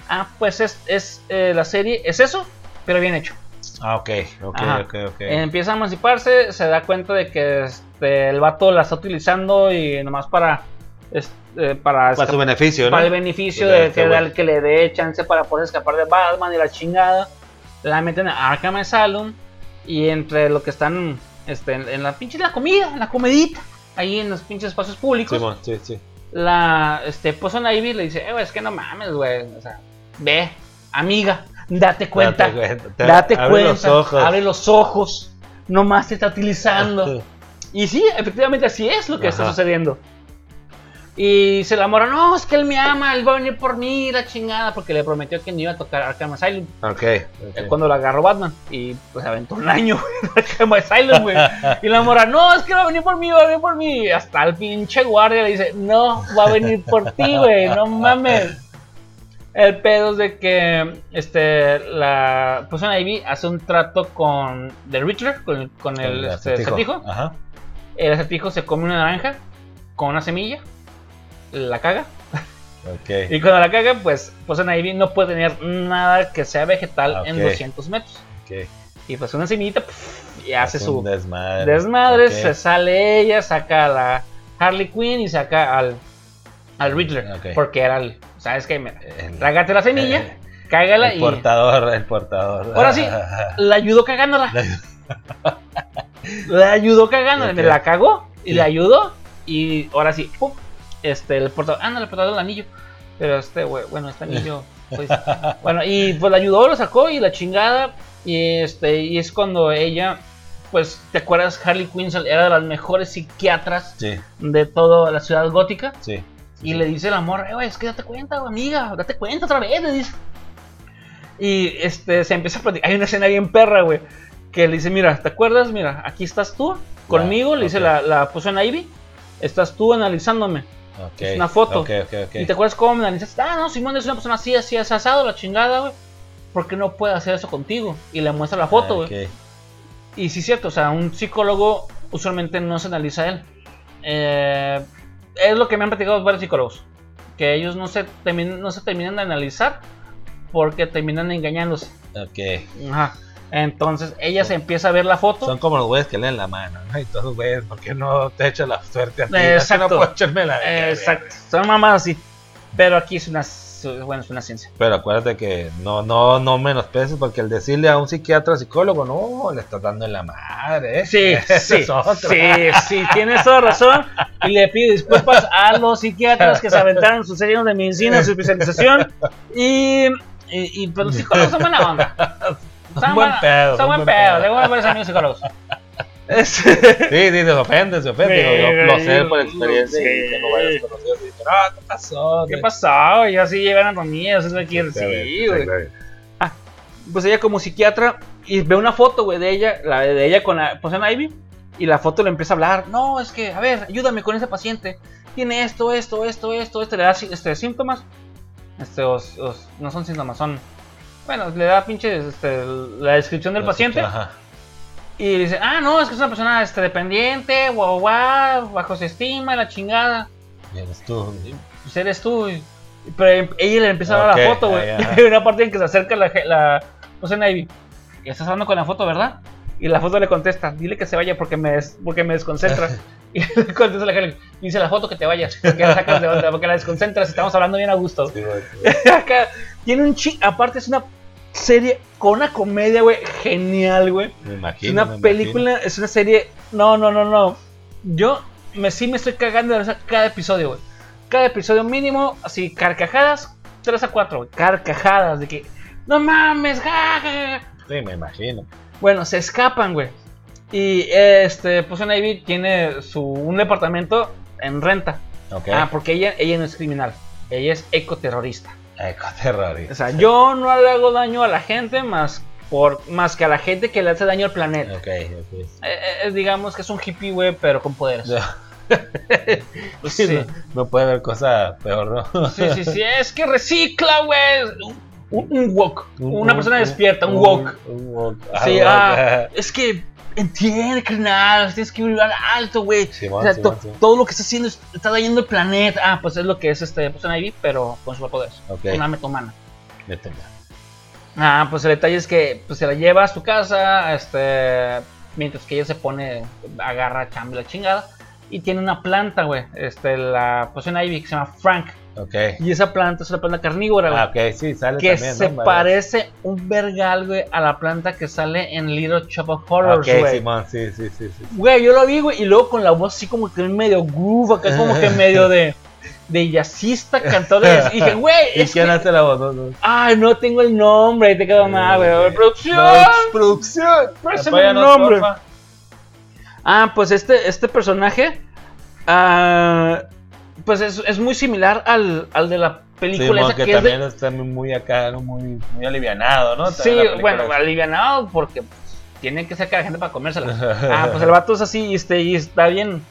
Speaker 2: Ah, pues es, es eh, la serie, es eso, pero bien hecho.
Speaker 1: Ah, ok, ok,
Speaker 2: Ajá.
Speaker 1: ok, ok.
Speaker 2: Empieza a emanciparse, se da cuenta de que este, el vato la está utilizando y nomás para es- eh,
Speaker 1: Para
Speaker 2: para,
Speaker 1: su
Speaker 2: escapar-
Speaker 1: beneficio, ¿no?
Speaker 2: para el beneficio
Speaker 1: Ya,
Speaker 2: de
Speaker 1: está
Speaker 2: que,
Speaker 1: bueno.
Speaker 2: al que le dé chance para poder escapar de Batman y la chingada. La meten a Arkham Asylum y entre lo que están este, en, en la pinche la comida, en la comedita, ahí en los pinches espacios públicos
Speaker 1: Simón, sí, sí.
Speaker 2: pues la este Poison Ivy le dice, eh, güey, es que no mames, güey. O sea, ve, amiga. Date cuenta. Date
Speaker 1: Date cuenta.
Speaker 2: cuenta.
Speaker 1: Abre los ojos.
Speaker 2: Abre los ojos. Nomás te está utilizando. Y sí, efectivamente así es lo que está
Speaker 1: Ajá.
Speaker 2: sucediendo. Y se la mora, no, es que él me ama, él va a venir por mí, la chingada, porque le prometió que no iba a tocar Arkham Asylum.
Speaker 1: Ok.
Speaker 2: Es
Speaker 1: ok.
Speaker 2: Eh, cuando lo agarró Batman y pues aventó un año en Arkham Asylum, güey. Y la mora, no, es que va a venir por mí, va a venir por mí. Y hasta el pinche guardia le dice, no, va a venir por ti, güey, no mames. El pedo es de que este, la persona Ivy hace un trato con The Riddler, con, el- con el, este, acertijo.
Speaker 1: Ajá.
Speaker 2: El acertijo se come una naranja con una semilla, la caga.
Speaker 1: Ok.
Speaker 2: Y cuando la caga, pues Poison Ivy no puede tener nada que sea vegetal
Speaker 1: Ah,
Speaker 2: en
Speaker 1: ok.
Speaker 2: 200 metros.
Speaker 1: ok.
Speaker 2: Y pues una semillita pf, y hace
Speaker 1: Es un
Speaker 2: su
Speaker 1: desmadre.
Speaker 2: desmadre.
Speaker 1: Ok.
Speaker 2: Se sale ella, saca a la Harley Quinn y saca al, al Riddler.
Speaker 1: Ok.
Speaker 2: Porque era el. ¿Sabes qué? Mira,
Speaker 1: El-
Speaker 2: trágate la semilla,
Speaker 1: el-
Speaker 2: cágala
Speaker 1: El
Speaker 2: y.
Speaker 1: portador, el portador.
Speaker 2: Ahora sí. La ayudó cagándola. La ayudó cagándola.
Speaker 1: Ok.
Speaker 2: Me la cagó y
Speaker 1: Sí.
Speaker 2: le ayudó. Y ahora sí, pum. Este, el portador. Ah, no, el portador del anillo. Pero este, güey, bueno, este anillo. pues, bueno, y pues la ayudó, lo sacó y la chingada. Y este, y es cuando ella. Pues, ¿te acuerdas? Harley Quinn era de las mejores psiquiatras
Speaker 1: Sí,
Speaker 2: de toda la ciudad gótica.
Speaker 1: sí. sí,
Speaker 2: Y le dice el amor, eh, güey, es que date cuenta, güey, amiga, date cuenta otra vez, le dice. Y este, se empieza a platicar. Hay una escena bien perra, güey, que le dice, mira, ¿te acuerdas? Mira, aquí estás tú, conmigo, le dice
Speaker 1: ok.
Speaker 2: la, la puso en Ivy, estás tú analizándome.
Speaker 1: Ok,
Speaker 2: es una foto.
Speaker 1: Ok, ok, ok.
Speaker 2: ¿Y te acuerdas cómo me analizaste? Ah, no, Simón es una persona así, así, así, asado, la chingada, güey. ¿Por qué no puede hacer eso contigo? Y le muestra la foto, güey.
Speaker 1: Ah, Ok.
Speaker 2: Y sí es cierto, o sea, un psicólogo usualmente no se analiza él. Eh, es lo que me han platicado varios psicólogos. Que ellos no se, termin- no se terminan de analizar porque terminan engañándose.
Speaker 1: ok.
Speaker 2: Ajá. Entonces ella se empieza a ver la foto.
Speaker 1: Son como los güeyes que leen la mano, ¿no? Y todos, güeyes, ¿por qué no te echa la suerte a ti?
Speaker 2: Eh,
Speaker 1: Así No
Speaker 2: exacto.
Speaker 1: puedo echarme la
Speaker 2: Eh, Exacto. Son mamás así. Pero aquí es una, su- bueno, es una ciencia.
Speaker 1: Pero acuérdate que no, no, no menosprecies, porque el decirle a un psiquiatra psicólogo, no, le estás dando en la madre, ¿eh?
Speaker 2: Sí,
Speaker 1: Esa
Speaker 2: sí,
Speaker 1: es otra.
Speaker 2: sí, sí, tienes toda razón. Y le pido disculpas a los psiquiatras que se aventaron sus series de medicina, su especialización. Y, y, y, pero los psicólogos son buena onda.
Speaker 1: Un buen
Speaker 2: buena-
Speaker 1: pedo,
Speaker 2: Son
Speaker 1: un
Speaker 2: buen
Speaker 1: buen
Speaker 2: pedo. ¿eh?
Speaker 1: pedo.
Speaker 2: Tengo varios amigos psicólogos.
Speaker 1: Sí, sí, se ofende, se ofende. Digo, yo lo sé por experiencia y tengo varios conocidos y dicen, ah, ¿qué pasó?
Speaker 2: ¿Qué pasó? Yo así llevé anatomía, eso es lo que quiero
Speaker 1: Sí,
Speaker 2: decir, güey. pues ella como psiquiatra y ve una foto, güey, de ella, la de ella con la pues, en Ivy y la foto le empieza a hablar, "No, es que, a ver, ayúdame con ese paciente. Tiene esto, esto, esto, esto, este le da sí- este síntomas. Este os- os- no son síntomas, son bueno, le da pinche este, la descripción del paciente
Speaker 1: Ajá.
Speaker 2: y dice, "Ah, no, es que es una persona este dependiente, guau guau, bajo estima, la chingada."
Speaker 1: Y eres tú.
Speaker 2: pues eres tú. y- Pero em, ella le empieza a dar
Speaker 1: Ok,
Speaker 2: la foto, güey.
Speaker 1: ah, ya.
Speaker 2: Y hay una parte en que se acerca la. je- la pues en Ivy. Y estás hablando con la foto, ¿verdad? Y la foto le contesta, dile que se vaya porque me, des- porque me desconcentra. y le contesta la Helen, dice la foto que te vayas, porque la sacas de onda, porque la desconcentras, estamos hablando bien a gusto.
Speaker 1: Sí, güey, sí.
Speaker 2: Acá tiene un chi, aparte es una serie con una comedia, güey, genial, güey.
Speaker 1: Me
Speaker 2: Es
Speaker 1: imagino. me
Speaker 2: una
Speaker 1: imagino.
Speaker 2: película, es una serie. No, no, no, no. Yo me, sí me estoy cagando de risa cada episodio, güey. Cada episodio mínimo, así, carcajadas, 3 a 4, güey. Carcajadas, de que. No mames, ja, ja, ja, ja".
Speaker 1: Sí, me imagino.
Speaker 2: Bueno, se escapan, güey. Y este, pues en Ivy tiene su, un departamento en renta.
Speaker 1: Ok.
Speaker 2: Ah, porque ella, ella no es criminal. Ella es ecoterrorista.
Speaker 1: Ecoterrorista.
Speaker 2: O sea, yo no le hago daño a la gente más, por, más que a la gente que le hace daño al planeta.
Speaker 1: Ok, ok.
Speaker 2: Eh, eh, eh, digamos que es un hippie, güey, pero con poderes. Pues
Speaker 1: Sí,
Speaker 2: sí.
Speaker 1: No, no puede haber cosa peor, ¿no?
Speaker 2: Sí, sí, sí. Es que recicla, güey. Un, un woke. Una persona despierta, un woke.
Speaker 1: Un woke.
Speaker 2: Sí, ah,
Speaker 1: Ah,
Speaker 2: es que entiende, carnal. Tienes que vibrar alto, güey.
Speaker 1: Simón,
Speaker 2: o sea,
Speaker 1: Simón,
Speaker 2: to-
Speaker 1: Simón.
Speaker 2: todo lo que está haciendo es- está dañando el planeta. Ah, pues es lo que es este pues, Ivy, pero con superpoderes.
Speaker 1: Ok.
Speaker 2: Una meta humana.
Speaker 1: Vete ya.
Speaker 2: Ah, pues el detalle es que pues, se la lleva a su casa, este, mientras que ella se pone, agarra chamba y la chingada. Y tiene una planta, güey, este, la poción Ivy que se llama Frank.
Speaker 1: Ok.
Speaker 2: Y esa planta es una planta carnívora, güey.
Speaker 1: Ah, ok, sí, sale
Speaker 2: que
Speaker 1: también,
Speaker 2: se
Speaker 1: ¿no? Vale.
Speaker 2: parece un vergal, güey, a la planta que sale en Little Shop of
Speaker 1: Ah,
Speaker 2: Horrors,
Speaker 1: Ok,
Speaker 2: güey.
Speaker 1: Simón, sí, sí, sí, sí.
Speaker 2: Güey, yo lo vi, güey, y luego con la voz así como que medio groove, acá como que medio de. de jazzista, cantor de jazz. Y dije, güey,
Speaker 1: ¿Y
Speaker 2: es
Speaker 1: quién
Speaker 2: que...
Speaker 1: hace la voz? No, no.
Speaker 2: Ay, no tengo el nombre, ahí te quedo mal, güey. Producción.
Speaker 1: Prox- Producción.
Speaker 2: Préseme
Speaker 1: Apóyanos,
Speaker 2: el nombre.
Speaker 1: porfa.
Speaker 2: Ah, pues este, este personaje. ah, pues es, es muy similar al, al de la
Speaker 1: Sí,
Speaker 2: película
Speaker 1: bueno,
Speaker 2: esa
Speaker 1: que
Speaker 2: que es de.
Speaker 1: también está muy acá, ¿no? muy, muy alivianado, ¿no? También
Speaker 2: sí,
Speaker 1: la película
Speaker 2: bueno,
Speaker 1: es-
Speaker 2: alivianado porque pues, tienen que sacar gente para comérsela. Ah, pues el vato es así y, este, y está bien.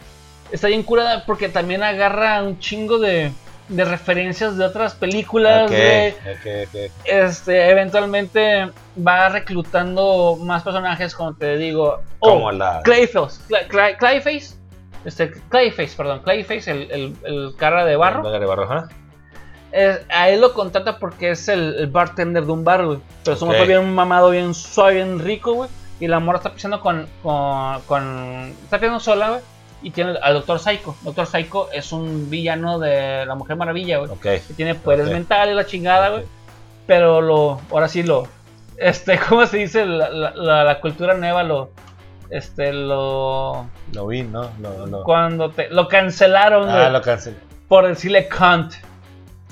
Speaker 2: Está bien curada porque también agarra un chingo de, de referencias de otras películas.
Speaker 1: Ok,
Speaker 2: de-
Speaker 1: ok, ok.
Speaker 2: este, eventualmente va reclutando más personajes, como te digo. Oh,
Speaker 1: Como la.
Speaker 2: Clayface, Cla- Cla- Clayface, este, Clayface, perdón, Clayface, el, el- el cara de barro,
Speaker 1: la de barro, ajá.
Speaker 2: es- a él lo contrata porque es el, el bartender de un bar, güey. Pero su
Speaker 1: Ok.
Speaker 2: moto bien mamado, bien suave, bien rico, güey. Y la morra está pisando con, con, con- está pisando sola, güey. Y tiene al Doctor Psycho. Doctor Psycho es un villano de la Mujer Maravilla, güey.
Speaker 1: Ok.
Speaker 2: Que tiene poderes
Speaker 1: Ok.
Speaker 2: mentales, la chingada, güey.
Speaker 1: Ok.
Speaker 2: Pero lo, ahora sí lo, este, ¿cómo se dice? La, la- la- la cultura nueva lo, este, lo...
Speaker 1: Lo vi, ¿no? Lo, lo-
Speaker 2: Cuando te, lo cancelaron
Speaker 1: Ah,
Speaker 2: güey,
Speaker 1: lo cancelé.
Speaker 2: por decirle cunt.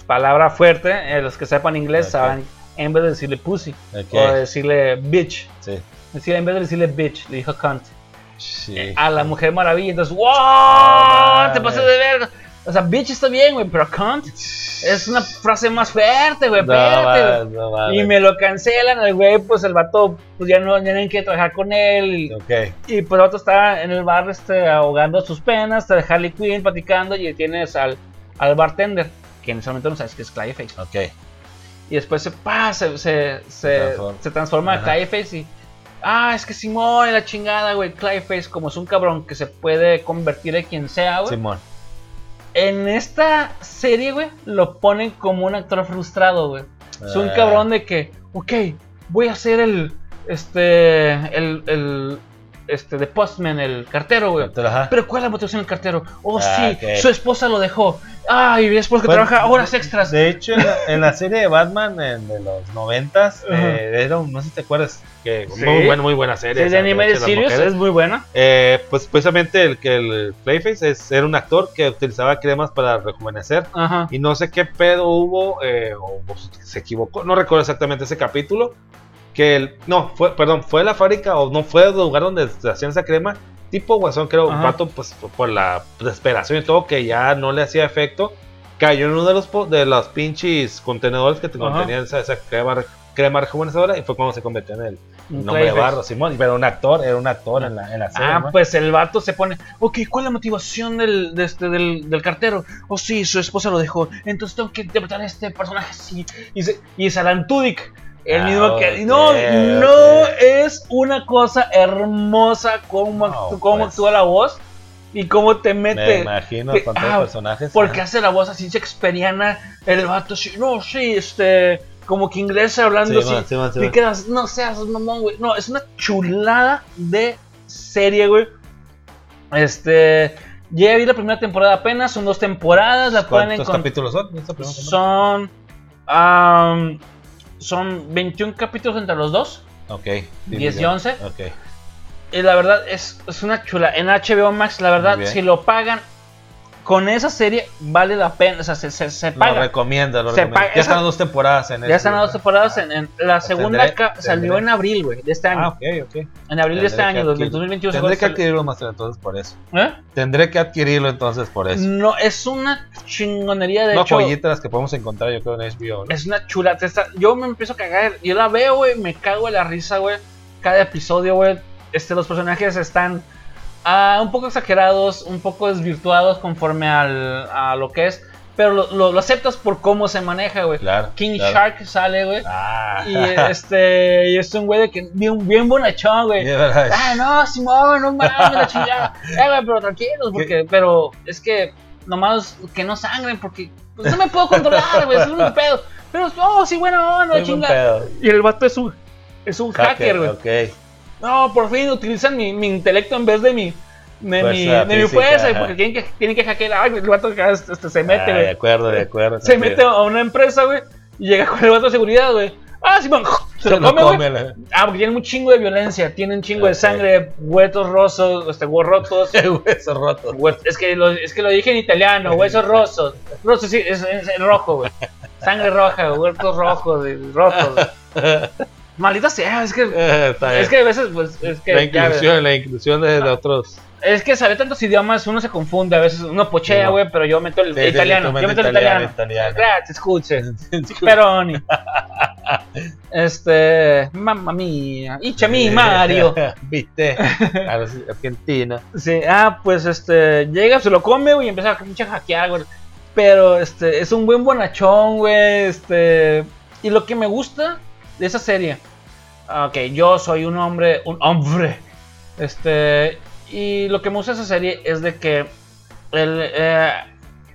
Speaker 2: Palabra fuerte, eh, los que sepan inglés
Speaker 1: Ok.
Speaker 2: saben. En vez de decirle pussy
Speaker 1: Ok.
Speaker 2: o decirle bitch,
Speaker 1: Sí.
Speaker 2: decía, en vez de decirle bitch, le dijo cunt
Speaker 1: Sí.
Speaker 2: a la mujer maravilla. Entonces, ¡wow!
Speaker 1: mames.
Speaker 2: te pasas de verga. O sea, bitch está bien, güey, pero cunt es una frase más fuerte, güey.
Speaker 1: No,
Speaker 2: espérate, güey.
Speaker 1: mames, no, mames.
Speaker 2: Y me lo cancelan, el güey, pues el vato, pues ya no tienen que trabajar con él. y-
Speaker 1: Ok.
Speaker 2: y pues el otro está en el bar este, ahogando sus penas, está Harley Quinn platicando y tienes al, al bartender, que en ese momento no sabes que es Clayface.
Speaker 1: Ok.
Speaker 2: Y después se pasa, se, se, se-
Speaker 1: transforma.
Speaker 2: se transforma
Speaker 1: Ajá.
Speaker 2: a Clayface y... Ah, es que Simón, la chingada, güey. Clayface, como es un cabrón que se puede convertir en quien sea, güey.
Speaker 1: Simón.
Speaker 2: En esta serie, güey, lo ponen como un actor frustrado, güey. Es un
Speaker 1: Ah,
Speaker 2: cabrón de que, ok, voy a ser el, este, el, el, este, de postman, el cartero, güey.
Speaker 1: doctor, ajá.
Speaker 2: Pero ¿cuál es la motivación del cartero? Oh,
Speaker 1: Ah,
Speaker 2: sí,
Speaker 1: ok.
Speaker 2: su esposa lo dejó. Ay, mi esposa que
Speaker 1: Bueno,
Speaker 2: trabaja horas extras.
Speaker 1: De hecho, en la, en la serie de Batman en- de los noventas, eh, era un, no sé si te acuerdas, que
Speaker 2: Sí.
Speaker 1: muy buena, muy buena serie.
Speaker 2: Sí, de
Speaker 1: esa,
Speaker 2: anime de
Speaker 1: hecho, las
Speaker 2: Sirius
Speaker 1: mujeres.
Speaker 2: es muy buena.
Speaker 1: Eh, pues precisamente el que el Playface es, era un actor que utilizaba cremas para rejuvenecer
Speaker 2: Ajá.
Speaker 1: y no sé qué pedo hubo eh, o pues, se equivocó, no recuerdo exactamente ese capítulo que el, no fue perdón fue la fábrica o no fue el lugar donde se hacían esa crema tipo guasón creo un
Speaker 2: Ajá.
Speaker 1: pato pues por la desesperación y todo que ya no le hacía efecto cayó en uno de los po- de los pinches contenedores que te
Speaker 2: Ajá.
Speaker 1: contenían esa, esa crema re- crema rejuvenecedora y fue cuando se convirtió en el
Speaker 2: Un
Speaker 1: nombre de
Speaker 2: Clayface.
Speaker 1: barro Simón pero un actor era un actor en la, en la serie
Speaker 2: Ah,
Speaker 1: ¿no?
Speaker 2: pues el vato se pone, ok, ¿cuál es la motivación del, de este, del, del cartero? Oh, sí, su esposa lo dejó, entonces tengo que interpretar a este personaje así. Y, se- y Salan Tudyk, el
Speaker 1: Ah,
Speaker 2: mismo que...
Speaker 1: ok,
Speaker 2: y no,
Speaker 1: ok.
Speaker 2: no es una cosa hermosa cómo,
Speaker 1: No,
Speaker 2: actú- cómo
Speaker 1: pues.
Speaker 2: actúa la voz y cómo te
Speaker 1: Me
Speaker 2: mete.
Speaker 1: imagino
Speaker 2: te-
Speaker 1: con todos
Speaker 2: ah,
Speaker 1: los personajes.
Speaker 2: Porque hace la voz así shakespeariana, el vato así, no, sí, este, como que inglés hablando así.
Speaker 1: Ah, Simón, Simón,
Speaker 2: Te
Speaker 1: Simón.
Speaker 2: quedas, no seas mamón, güey. No, es una chulada de serie, güey. Este. Ya vi la primera temporada apenas, son dos temporadas, la pueden
Speaker 1: ¿Cuántos
Speaker 2: encontrar.
Speaker 1: capítulos son? Esta pregunta, ¿no?
Speaker 2: Son. am, son 21 capítulos entre los dos,
Speaker 1: Ok.
Speaker 2: 10 y
Speaker 1: dividido.
Speaker 2: 11.
Speaker 1: Ok.
Speaker 2: Y la verdad es, es una chula. En HBO Max, la verdad,
Speaker 1: bien.
Speaker 2: si lo pagan con esa serie, vale la pena. O sea, se, se, se
Speaker 1: Lo
Speaker 2: paga.
Speaker 1: recomiendo, lo
Speaker 2: Se
Speaker 1: recomiendo.
Speaker 2: paga-
Speaker 1: Ya
Speaker 2: esa-
Speaker 1: están las dos temporadas en
Speaker 2: Ya están las dos temporadas. En, en- la segunda
Speaker 1: Pues Tendré-
Speaker 2: ca- salió
Speaker 1: tendré.
Speaker 2: en abril, güey, de este año.
Speaker 1: Ah, ok, ok.
Speaker 2: En abril de este
Speaker 1: Tendré que
Speaker 2: año,
Speaker 1: adquirir-
Speaker 2: 2021, se
Speaker 1: Tendré que
Speaker 2: acuerda-
Speaker 1: adquirirlo más entonces por eso.
Speaker 2: ¿Eh?
Speaker 1: Tendré que adquirirlo entonces por eso.
Speaker 2: No, es una chingonería
Speaker 1: Pues.
Speaker 2: de
Speaker 1: Una
Speaker 2: hecho.
Speaker 1: joyita las que podemos encontrar, yo creo, en HBO. ¿no?
Speaker 2: Es una chula. te está- Yo me empiezo a cagar. Yo la veo, güey. Me cago en la risa, güey. Cada episodio, güey. Este, los personajes están ah, un poco exagerados, un poco desvirtuados conforme al, a lo que es. Pero lo, lo- lo aceptas por cómo se maneja, güey.
Speaker 1: Claro.
Speaker 2: King
Speaker 1: claro.
Speaker 2: Shark sale, güey.
Speaker 1: Ah.
Speaker 2: Y este, y es un güey de que bien, bien bonachón, güey.
Speaker 1: de verdad.
Speaker 2: Ah, no, Simón, no mames, la chingada. Eh, güey, pero tranquilos, porque, pero es que nomás que no sangren, porque pues, no me puedo controlar, güey, es un pedo. Pero, oh, sí, bueno, no,
Speaker 1: Soy
Speaker 2: la
Speaker 1: un
Speaker 2: chingada.
Speaker 1: pedo.
Speaker 2: Y el vato es un, es un hacker, güey.
Speaker 1: Ok.
Speaker 2: No, por fin utilizan mi, mi intelecto en vez de mi. De
Speaker 1: Fuerza
Speaker 2: mi, de mi
Speaker 1: física,
Speaker 2: fuerza,
Speaker 1: ajá.
Speaker 2: porque tienen que, tienen que hackear. Ay, el vato acá, este, se
Speaker 1: Ah,
Speaker 2: mete,
Speaker 1: de
Speaker 2: güey.
Speaker 1: acuerdo, de acuerdo.
Speaker 2: Se
Speaker 1: contigo.
Speaker 2: mete a una empresa, güey, y llega con el vato de seguridad, güey. Ah, Simón, se, lo come, güey.
Speaker 1: la-
Speaker 2: Ah, porque tienen un chingo de violencia, tienen un chingo de
Speaker 1: Ok.
Speaker 2: sangre, huesos rosos, este, huesos rotos.
Speaker 1: Hueso roto.
Speaker 2: Hues- Es que, lo, es que lo dije en italiano, huesos rosos. Rosos, sí, es, es- es rojo, güey. Sangre roja, huesos rojos, güey, rotos. güey. Maldita sea, es que,
Speaker 1: Eh, Está bien.
Speaker 2: es que a veces, pues, es que.
Speaker 1: la
Speaker 2: ya- Ah.
Speaker 1: inclusión, la inclusión de, de otros.
Speaker 2: es que saber tantos idiomas, uno se confunde, a veces uno pochea,
Speaker 1: Sí.
Speaker 2: güey, pero yo meto el
Speaker 1: Sí, sí,
Speaker 2: italiano.
Speaker 1: tú
Speaker 2: Yo
Speaker 1: metes
Speaker 2: meto el italiano.
Speaker 1: italiano,
Speaker 2: Gracias, escuche. Peroni. Este. Mamma mía. Icha mi Mario.
Speaker 1: Eh, Viste. A los Argentina.
Speaker 2: Sí, ah, pues este. Llega, se lo come, güey, y empieza a pinche hackear, güey. Pero este, es un buen bonachón, güey. Este. Y lo que me gusta de esa serie. ah, Ok, yo soy un hombre. Un hombre. Este. Y lo que me gusta de esa serie es de que. El, eh,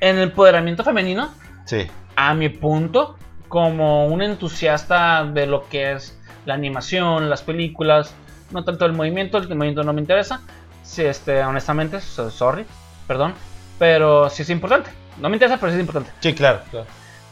Speaker 2: en el empoderamiento femenino.
Speaker 1: Sí.
Speaker 2: a mi punto, como un entusiasta de lo que es la animación, las películas, no tanto el movimiento, el movimiento no me interesa, si este, honestamente, so- sorry, perdón, pero sí es importante, no me interesa, pero sí es importante.
Speaker 1: Sí, claro. claro.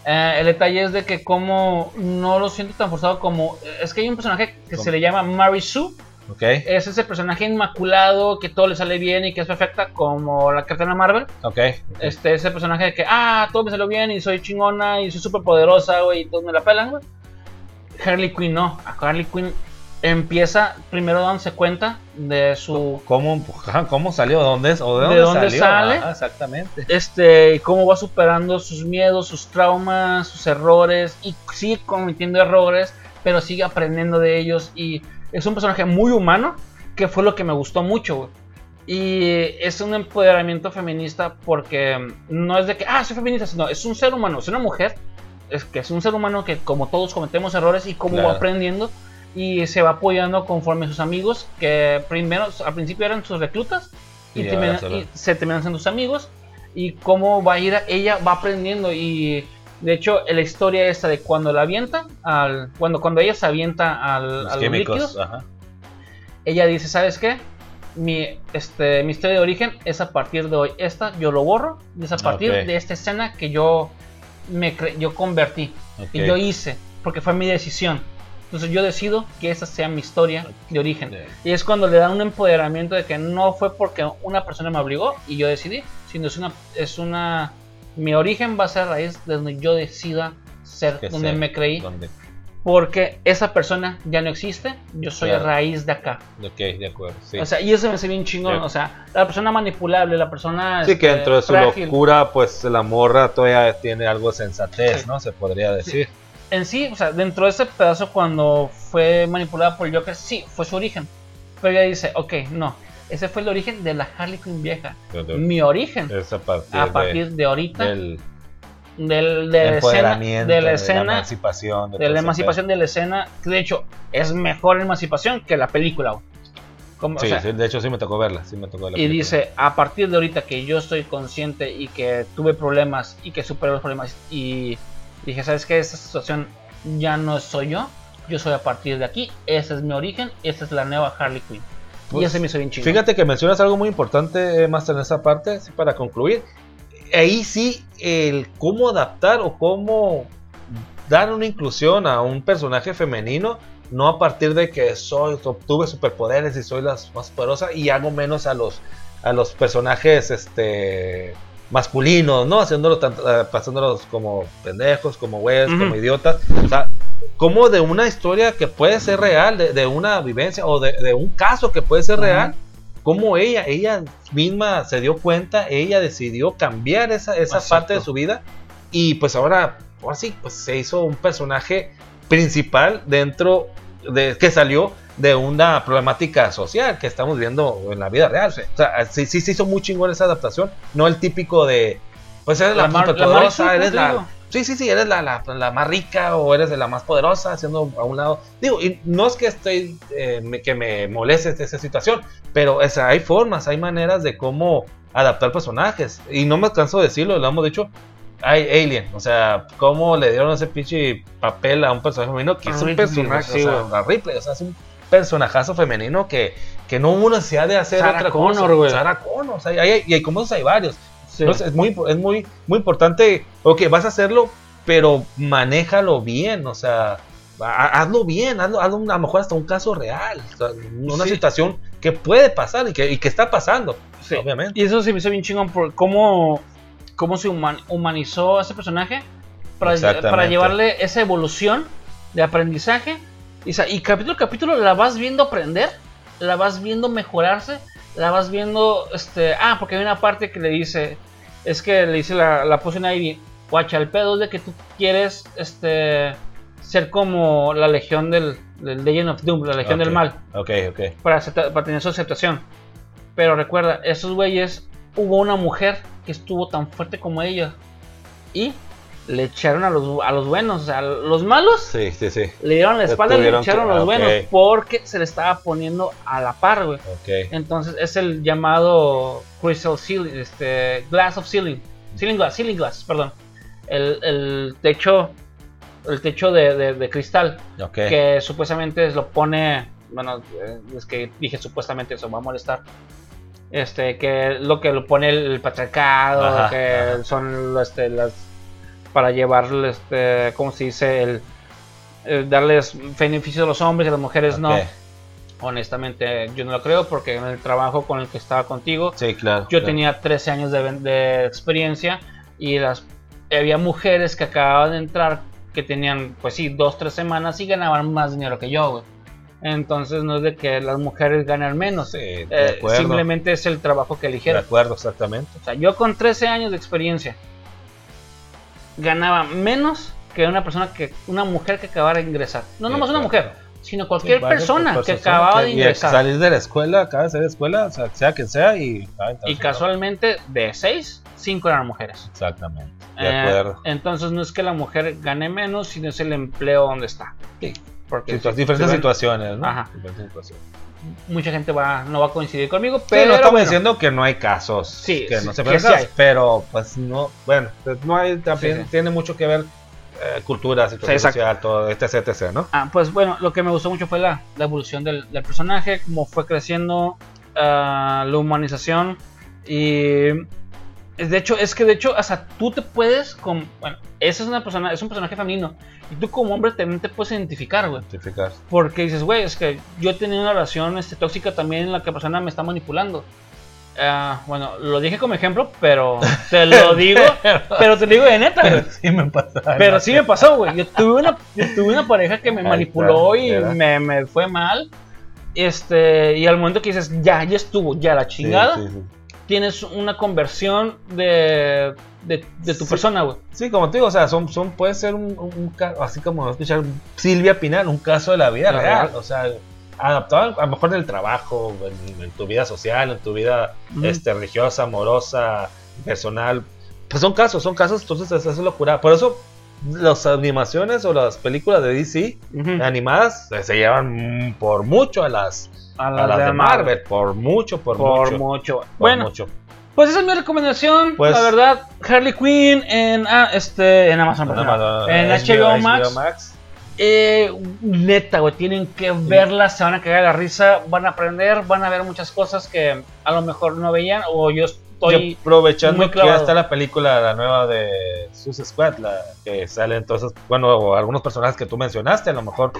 Speaker 2: Eh, el detalle es de que como no lo siento tan forzado como, es que hay un personaje que se
Speaker 1: ¿Cómo?
Speaker 2: le llama Mary Sue,
Speaker 1: Ok.
Speaker 2: es ese personaje inmaculado que todo le sale bien y que es perfecta como la Capitana Marvel,
Speaker 1: Ok.
Speaker 2: este, ese personaje de que, ah, todo me salió bien y soy chingona y soy súper poderosa, güey, y todos me la pelan, güey. Harley Quinn no. A Harley Quinn empieza primero dándose cuenta de su.
Speaker 1: ¿Cómo, ajá, ¿Cómo salió? ¿Dónde es? ¿O de dónde,
Speaker 2: ¿De dónde
Speaker 1: salió?
Speaker 2: sale?
Speaker 1: Ajá, exactamente.
Speaker 2: Este, cómo va superando sus miedos, sus traumas, sus errores y sigue cometiendo errores, pero sigue aprendiendo de ellos. Y es un personaje muy humano, que fue lo que me gustó mucho, güey. Y es un empoderamiento feminista porque mm, no es de que, ah, soy feminista, sino es un ser humano, es una mujer, es que es un ser humano que como todos cometemos errores y como va
Speaker 1: Claro.
Speaker 2: aprendiendo y se va apoyando conforme sus amigos, que primero, al principio eran sus reclutas y,
Speaker 1: Y
Speaker 2: terminan-
Speaker 1: ahora son-
Speaker 2: y se terminan siendo sus amigos y cómo va a ir, ella va aprendiendo y de hecho la historia esta de cuando la avienta, al, cuando, cuando ella se avienta al,
Speaker 1: Los
Speaker 2: a los líquidos,
Speaker 1: químicos. ah. Ajá.
Speaker 2: ella dice, ¿sabes qué? Mi, este, mi historia de origen es a partir de hoy. Esta yo lo borro. y Es a partir
Speaker 1: Ok.
Speaker 2: de esta escena que yo, me cre- yo convertí.
Speaker 1: Ok.
Speaker 2: Que yo hice. Porque fue mi decisión. Entonces yo decido que esa sea mi historia de origen. Y es cuando le da un empoderamiento de que no fue porque una persona me obligó y yo decidí. Sino es una... Es una mi origen va a ser a raíz de donde yo decida ser,
Speaker 1: Que
Speaker 2: donde
Speaker 1: sea,
Speaker 2: me creí.
Speaker 1: donde-
Speaker 2: Porque esa persona ya no existe. Yo soy
Speaker 1: Claro.
Speaker 2: a raíz de acá.
Speaker 1: Ok, de acuerdo. Sí.
Speaker 2: O sea, y eso me hace bien chingón.
Speaker 1: Sí.
Speaker 2: O sea, la persona manipulable, la persona.
Speaker 1: Sí, que
Speaker 2: este,
Speaker 1: dentro de su
Speaker 2: frágil.
Speaker 1: locura, pues la morra todavía tiene algo de sensatez, ¿no? Se podría decir.
Speaker 2: En sí, o sea, dentro de ese pedazo, cuando fue manipulada por el Joker, sí, fue su origen. Pero ella dice, ok, no. Ese fue el origen de la Harley Quinn vieja. Mi origen.
Speaker 1: Es a partir,
Speaker 2: Mm. A
Speaker 1: de-
Speaker 2: partir de ahorita,
Speaker 1: del
Speaker 2: del, de, la escena,
Speaker 1: empoderamiento,
Speaker 2: de la
Speaker 1: la
Speaker 2: escena,
Speaker 1: emancipación.
Speaker 2: de la
Speaker 1: todo ese
Speaker 2: emancipación de la escena, que de hecho es mejor emancipación que la película. güey. Como,
Speaker 1: pedo.
Speaker 2: o
Speaker 1: Sí,
Speaker 2: sea,
Speaker 1: sí, de hecho sí me tocó verla, sí me tocó la
Speaker 2: Y
Speaker 1: película.
Speaker 2: dice, a partir de ahorita que yo estoy consciente y que tuve problemas y que superé los problemas y dije, ¿sabes qué? Esta situación ya no soy yo, yo soy a partir de aquí, ese es mi origen, esta es la nueva Harley Quinn. y
Speaker 1: Pues,
Speaker 2: ese me hizo bien chido.
Speaker 1: Fíjate que mencionas algo muy importante, eh, Master, en esa parte, así para concluir. Ahí sí, el cómo adaptar o cómo dar una inclusión a un personaje femenino, no a partir de que soy, obtuve superpoderes y soy la más poderosa y hago menos a los, a los personajes este, masculinos, ¿no? Haciéndolos, tan- eh, pasándolos como pendejos, como güeyes,
Speaker 2: Ujú.
Speaker 1: como idiotas. O sea, como de una historia que puede ser real, de, de una vivencia o de, de un caso que puede ser
Speaker 2: Ujú.
Speaker 1: real, como ella, ella misma se dio cuenta, ella decidió cambiar esa, esa
Speaker 2: Exacto.
Speaker 1: parte de su vida y pues ahora, ahora sí, pues se hizo un personaje principal dentro de que salió de una problemática social que estamos viendo en la vida real. O sea, sí, sí se hizo muy chingón esa adaptación, no el típico de, pues eres la,
Speaker 2: La Mar-
Speaker 1: más
Speaker 2: la Marisol, ¿cómo
Speaker 1: eres
Speaker 2: te
Speaker 1: la,
Speaker 2: digo?
Speaker 1: Sí, sí, sí, eres la, la- la más rica o eres de la más poderosa, haciendo a un lado. Digo, y no es que estoy eh, me- que me moleste esta- esa situación, pero o sea, hay formas, hay maneras de cómo adaptar personajes. Y no me canso de decirlo, lo hemos dicho. Hay Alien, o sea, cómo le dieron ese pinche papel a un personaje femenino que
Speaker 2: A
Speaker 1: es un
Speaker 2: Ripley,
Speaker 1: personaje,
Speaker 2: sí,
Speaker 1: o sea,
Speaker 2: güey.
Speaker 1: a Ripley, o sea, es un personajazo femenino que, que no hubo necesidad de hacer
Speaker 2: Sarah
Speaker 1: otra cosa.
Speaker 2: Connor, güey.
Speaker 1: Sarah Connor, o sea, y hay- y hay- como esos hay varios.
Speaker 2: Sí.
Speaker 1: Entonces, es muy, impo- es muy, muy importante, ok, vas a hacerlo, pero manéjalo bien, o sea, ha- hazlo bien, hazlo, hazlo un- a lo mejor hasta un caso real, o sea, una
Speaker 2: Sí.
Speaker 1: situación que puede pasar y que, y que está pasando,
Speaker 2: Sí.
Speaker 1: obviamente.
Speaker 2: Y eso se me hizo bien chingón por cómo, cómo se human- humanizó a ese personaje para,
Speaker 1: Exactamente.
Speaker 2: para llevarle esa evolución de aprendizaje. Y, sa- y capítulo a capítulo la vas viendo aprender, la vas viendo mejorarse, la vas viendo... este Ah, porque hay una parte que le dice, es que le dice la, la Poison Ivy, guacha, el pedo es de que tú quieres este ser como la legión del, del Legend of Doom, la legión del
Speaker 1: Ok.
Speaker 2: mal
Speaker 1: Ok, ok.
Speaker 2: para, acepta- para tener su aceptación. Pero recuerda, esos güeyes, hubo una mujer que estuvo tan fuerte como ellos. Y le echaron a los, a los buenos, o sea, a los malos
Speaker 1: Sí, sí, sí.
Speaker 2: le dieron la
Speaker 1: Le
Speaker 2: espalda y le
Speaker 1: tuvieron
Speaker 2: echaron a
Speaker 1: que-
Speaker 2: los
Speaker 1: ah, ok.
Speaker 2: buenos porque se le estaba poniendo a la par, güey.
Speaker 1: Ok.
Speaker 2: Entonces es el llamado Crystal Ceiling, este, Glass of Ceiling, Ceiling Glass, Ceiling Glass, perdón. El, el techo, el techo de- de- de cristal
Speaker 1: Ok.
Speaker 2: que supuestamente lo pone, bueno, eh, es que dije supuestamente eso, me va a molestar. Este, que lo que lo pone el patriarcado,
Speaker 1: Ajá,
Speaker 2: que
Speaker 1: ajá.
Speaker 2: son lo- este, las para llevarle este, ¿cómo se dice? El, el darles beneficios a los hombres y a las mujeres pues, no.
Speaker 1: Ok.
Speaker 2: Honestamente, yo no lo creo porque en el trabajo con el que estaba contigo,
Speaker 1: Sí, claro.
Speaker 2: yo
Speaker 1: claro.
Speaker 2: tenía 13 años de, ven- de experiencia y las había mujeres que acababan de entrar que tenían, pues sí, dos, tres semanas y ganaban más dinero que yo, güey. Entonces no es de que las mujeres ganan menos.
Speaker 1: Sí, de
Speaker 2: Eh,
Speaker 1: acuerdo.
Speaker 2: simplemente es el trabajo que
Speaker 1: De
Speaker 2: eligieron.
Speaker 1: acuerdo, exactamente.
Speaker 2: O sea, yo con 13 años de experiencia ganaba menos que una persona que una mujer que acabara de ingresar. No
Speaker 1: Sí,
Speaker 2: nomás una
Speaker 1: claro.
Speaker 2: mujer, sino
Speaker 1: Sí,
Speaker 2: cualquier
Speaker 1: varias
Speaker 2: persona que
Speaker 1: personas
Speaker 2: acababa de
Speaker 1: y
Speaker 2: ingresar.
Speaker 1: Salir de la escuela, acaba de salir de la escuela, o sea, sea quien sea, y. ah, entonces,
Speaker 2: Y casualmente de 6, 5 eran mujeres.
Speaker 1: Exactamente. De
Speaker 2: Eh,
Speaker 1: acuerdo.
Speaker 2: entonces no es que la mujer gane menos, sino es el empleo donde está.
Speaker 1: Sí.
Speaker 2: Porque
Speaker 1: Situa-
Speaker 2: si-
Speaker 1: diferentes
Speaker 2: si ven,
Speaker 1: situaciones, ¿no?
Speaker 2: Este, Ajá.
Speaker 1: Diferentes situaciones. Sí,
Speaker 2: mucha gente va, no va a coincidir conmigo, pero,
Speaker 1: no estamos
Speaker 2: bueno,
Speaker 1: diciendo que no hay casos.
Speaker 2: Sí,
Speaker 1: Que
Speaker 2: sí,
Speaker 1: no se
Speaker 2: que
Speaker 1: ven
Speaker 2: sí
Speaker 1: casos,
Speaker 2: hay.
Speaker 1: pero pues no. Bueno, pues, no hay. También
Speaker 2: Sí, sí.
Speaker 1: tiene mucho que ver eh, cultura, situación
Speaker 2: exacto.
Speaker 1: social, todo, etc, etc, ¿no?
Speaker 2: ah, pues bueno, lo que me gustó mucho fue la, la evolución del, del personaje, cómo fue creciendo, ah, la humanización y es de hecho es que de hecho hasta tú te puedes con bueno, esa es una persona, es un personaje femenino y tú como hombre también te puedes identificar, güey.
Speaker 1: Identificar.
Speaker 2: Porque dices, güey, es que yo he tenido una relación este, tóxica también en la que la persona me está manipulando. Ah, bueno, lo dije como ejemplo, pero te lo digo, pero te lo digo de neta, güey.
Speaker 1: sí me pasa.
Speaker 2: Pero sí me pasó, güey. Yo tuve una, yo tuve una pareja que me
Speaker 1: Ahí
Speaker 2: manipuló
Speaker 1: está,
Speaker 2: y
Speaker 1: ¿verdad?
Speaker 2: me, me fue mal. Este, y al momento que dices, ya, ya estuvo, ya la
Speaker 1: Sí,
Speaker 2: chingada,
Speaker 1: sí, sí.
Speaker 2: tienes una conversión de, de, de tu
Speaker 1: Sí.
Speaker 2: persona, güey.
Speaker 1: Sí, como te digo, o sea, son, son, puede ser un, un- un ca- así como escuchar Silvia Pinal, un caso de la vida
Speaker 2: La
Speaker 1: real,
Speaker 2: real.
Speaker 1: o sea, adaptado a lo mejor en el trabajo, en, en tu vida social, en tu vida
Speaker 2: Ujú.
Speaker 1: este, religiosa, amorosa, personal. Pues son casos, son casos, entonces eso es locura. Por eso las animaciones o las películas de DC
Speaker 2: Ujú.
Speaker 1: animadas se- se llevan mm, por mucho a las,
Speaker 2: A
Speaker 1: a
Speaker 2: las
Speaker 1: las
Speaker 2: de
Speaker 1: de
Speaker 2: Marvel.
Speaker 1: Marvel, por mucho, por,
Speaker 2: Por
Speaker 1: mucho.
Speaker 2: mucho.
Speaker 1: por
Speaker 2: Bueno,
Speaker 1: mucho.
Speaker 2: Pues esa es mi recomendación,
Speaker 1: Pues-
Speaker 2: la verdad, Harley Quinn en, ah, este, en Amazon,
Speaker 1: Nada
Speaker 2: perdón.
Speaker 1: más,
Speaker 2: en
Speaker 1: eh,
Speaker 2: HBO, Max.
Speaker 1: Max.
Speaker 2: Eh, neta, güey, tienen que verla, se van a cagar la risa, van a aprender, van a ver muchas cosas que a lo mejor no veían o yo
Speaker 1: Y
Speaker 2: estoy... muy
Speaker 1: aprovechando que ya
Speaker 2: clavado.
Speaker 1: está la película, la nueva de Sus Squad, la que sale entonces, bueno, o algunos personajes que tú mencionaste, a lo mejor,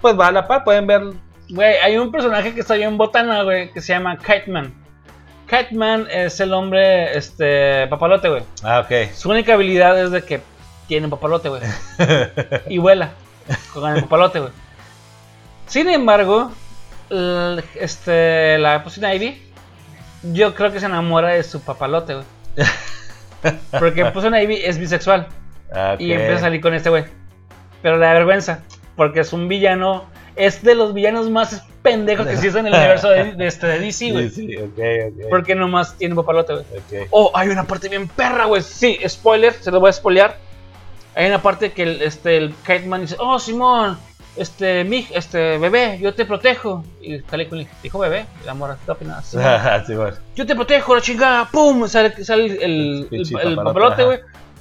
Speaker 1: pues va a la par, pueden ver.
Speaker 2: Güey, hay un personaje que está bien botana, güey, que se llama Catman. Catman es el hombre, este, papalote, güey.
Speaker 1: Ah, ok.
Speaker 2: Su única habilidad es de que tiene un papalote, güey. y vuela con el papalote, güey. Sin embargo, l- este, la Poison Ivy, yo creo que se enamora de su papalote, güey. Porque Poison Ivy es bisexual
Speaker 1: ah, Ok.
Speaker 2: y empieza a salir con este güey. Pero le da vergüenza, porque es un villano, es de los villanos más pendejos que existen en el universo de, de este, de DC, güey.
Speaker 1: Sí, sí, ok, ok.
Speaker 2: Porque nomás tiene un papalote, güey.
Speaker 1: ok.
Speaker 2: Oh, hay una parte bien perra, güey. Sí, spoiler, se lo voy a spoilear. Hay una parte que el, este, el Kiteman dice, oh, Simón, este, mi, este, bebé, yo te protejo. Y Harley Quinn le dijo, bebé, y la morra, está opinando, "Sí,
Speaker 1: sí, bueno.
Speaker 2: yo te protejo, la chingada, pum, sale, sale el, el, el,
Speaker 1: Pinche
Speaker 2: el
Speaker 1: papalote,
Speaker 2: papalote,
Speaker 1: ajá.
Speaker 2: güey.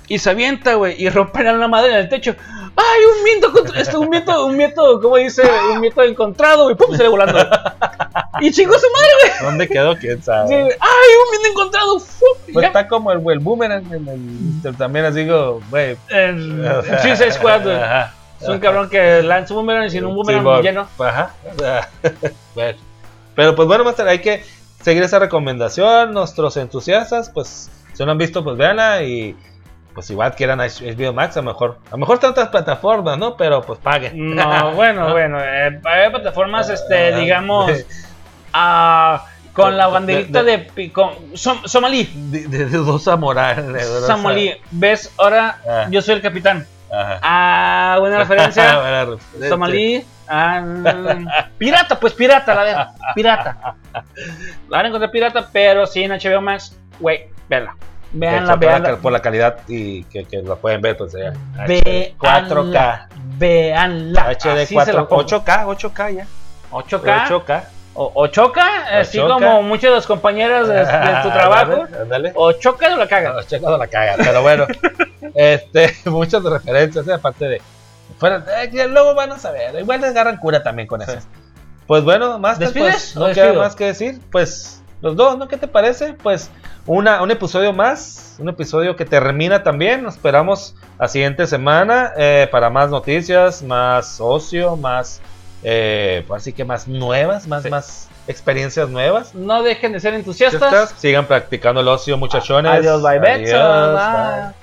Speaker 2: Y se avienta, güey, y rompen a una madre en el techo. ¡Ay, un miento! contra- Este, un miento, un miento, ¿cómo dice? Un miento encontrado, güey, pum, sale volando. güey. Y chingó su madre, güey.
Speaker 1: ¿Dónde quedó? ¿Quién
Speaker 2: Sí,
Speaker 1: sabe?
Speaker 2: güey. ¡Ay, un miento encontrado! ¡Fum!
Speaker 1: Pues
Speaker 2: Ya.
Speaker 1: está como el, el boomerang, en el- también les digo, güey.
Speaker 2: El Suicide Squad, güey.
Speaker 1: Ajá.
Speaker 2: Es un cabrón que lanza un boomerang y Ah, sin un boomerang
Speaker 1: Simón.
Speaker 2: lleno.
Speaker 1: Ajá. Bueno. Pero pues bueno, Master, hay que seguir esa recomendación. Nuestros entusiastas, pues si no lo han visto, pues véanla y pues igual quieran HBO Max, a lo mejor. A lo mejor están otras plataformas, ¿no? Pero pues paguen.
Speaker 2: No, bueno, bueno. eh, hay plataformas, este,
Speaker 1: Ah,
Speaker 2: digamos,
Speaker 1: de-
Speaker 2: ah, con la
Speaker 1: De-
Speaker 2: banderita
Speaker 1: de-
Speaker 2: de, pi- con- som- somalí.
Speaker 1: De, de- de dos samuráis.
Speaker 2: Somalí, ves, ahora
Speaker 1: Ah.
Speaker 2: yo soy el capitán.
Speaker 1: Ajá.
Speaker 2: Ah, buena referencia.
Speaker 1: Buena referencia.
Speaker 2: Somalí. ah, mm, pirata, pues pirata, la verdad. Pirata. La van a encontrar pirata, pero sí en HBO Max. Güey, véanla.
Speaker 1: Que
Speaker 2: Véanla,
Speaker 1: fue por, la,
Speaker 2: véanla.
Speaker 1: ca- por la calidad y que, que la pueden ver, pues ya.
Speaker 2: Véanla.
Speaker 1: 4K.
Speaker 2: Véanla.
Speaker 1: HD
Speaker 2: Así se la
Speaker 1: 4,
Speaker 2: pongo.
Speaker 1: 8K, 8K ya.
Speaker 2: 8K.
Speaker 1: 8K.
Speaker 2: O, o choca, así
Speaker 1: choca.
Speaker 2: como muchas de las compañeras de, de tu trabajo.
Speaker 1: Ándale, ándale.
Speaker 2: O choca o la
Speaker 1: A
Speaker 2: caga.
Speaker 1: los checos la cagan, pero bueno, este, muchas referencias, ¿eh? aparte de. Fuera, eh, que luego van a saber, igual les agarran cura también con eso. Pues bueno, más
Speaker 2: ¿Despides
Speaker 1: pues, no
Speaker 2: o
Speaker 1: queda
Speaker 2: despido?
Speaker 1: más que decir, pues los dos, ¿no? ¿Qué te parece? Pues una, un episodio más, un episodio que termina también, nos esperamos la siguiente semana eh, para más noticias, más ocio, más, eh, pues, así que más nuevas, más,
Speaker 2: Sí.
Speaker 1: más experiencias nuevas.
Speaker 2: No dejen de ser entusiastas.
Speaker 1: Sigan practicando el ocio, muchachones.
Speaker 2: Adiós, bye,
Speaker 1: Adiós,
Speaker 2: Betson.
Speaker 1: bye.
Speaker 2: Bye.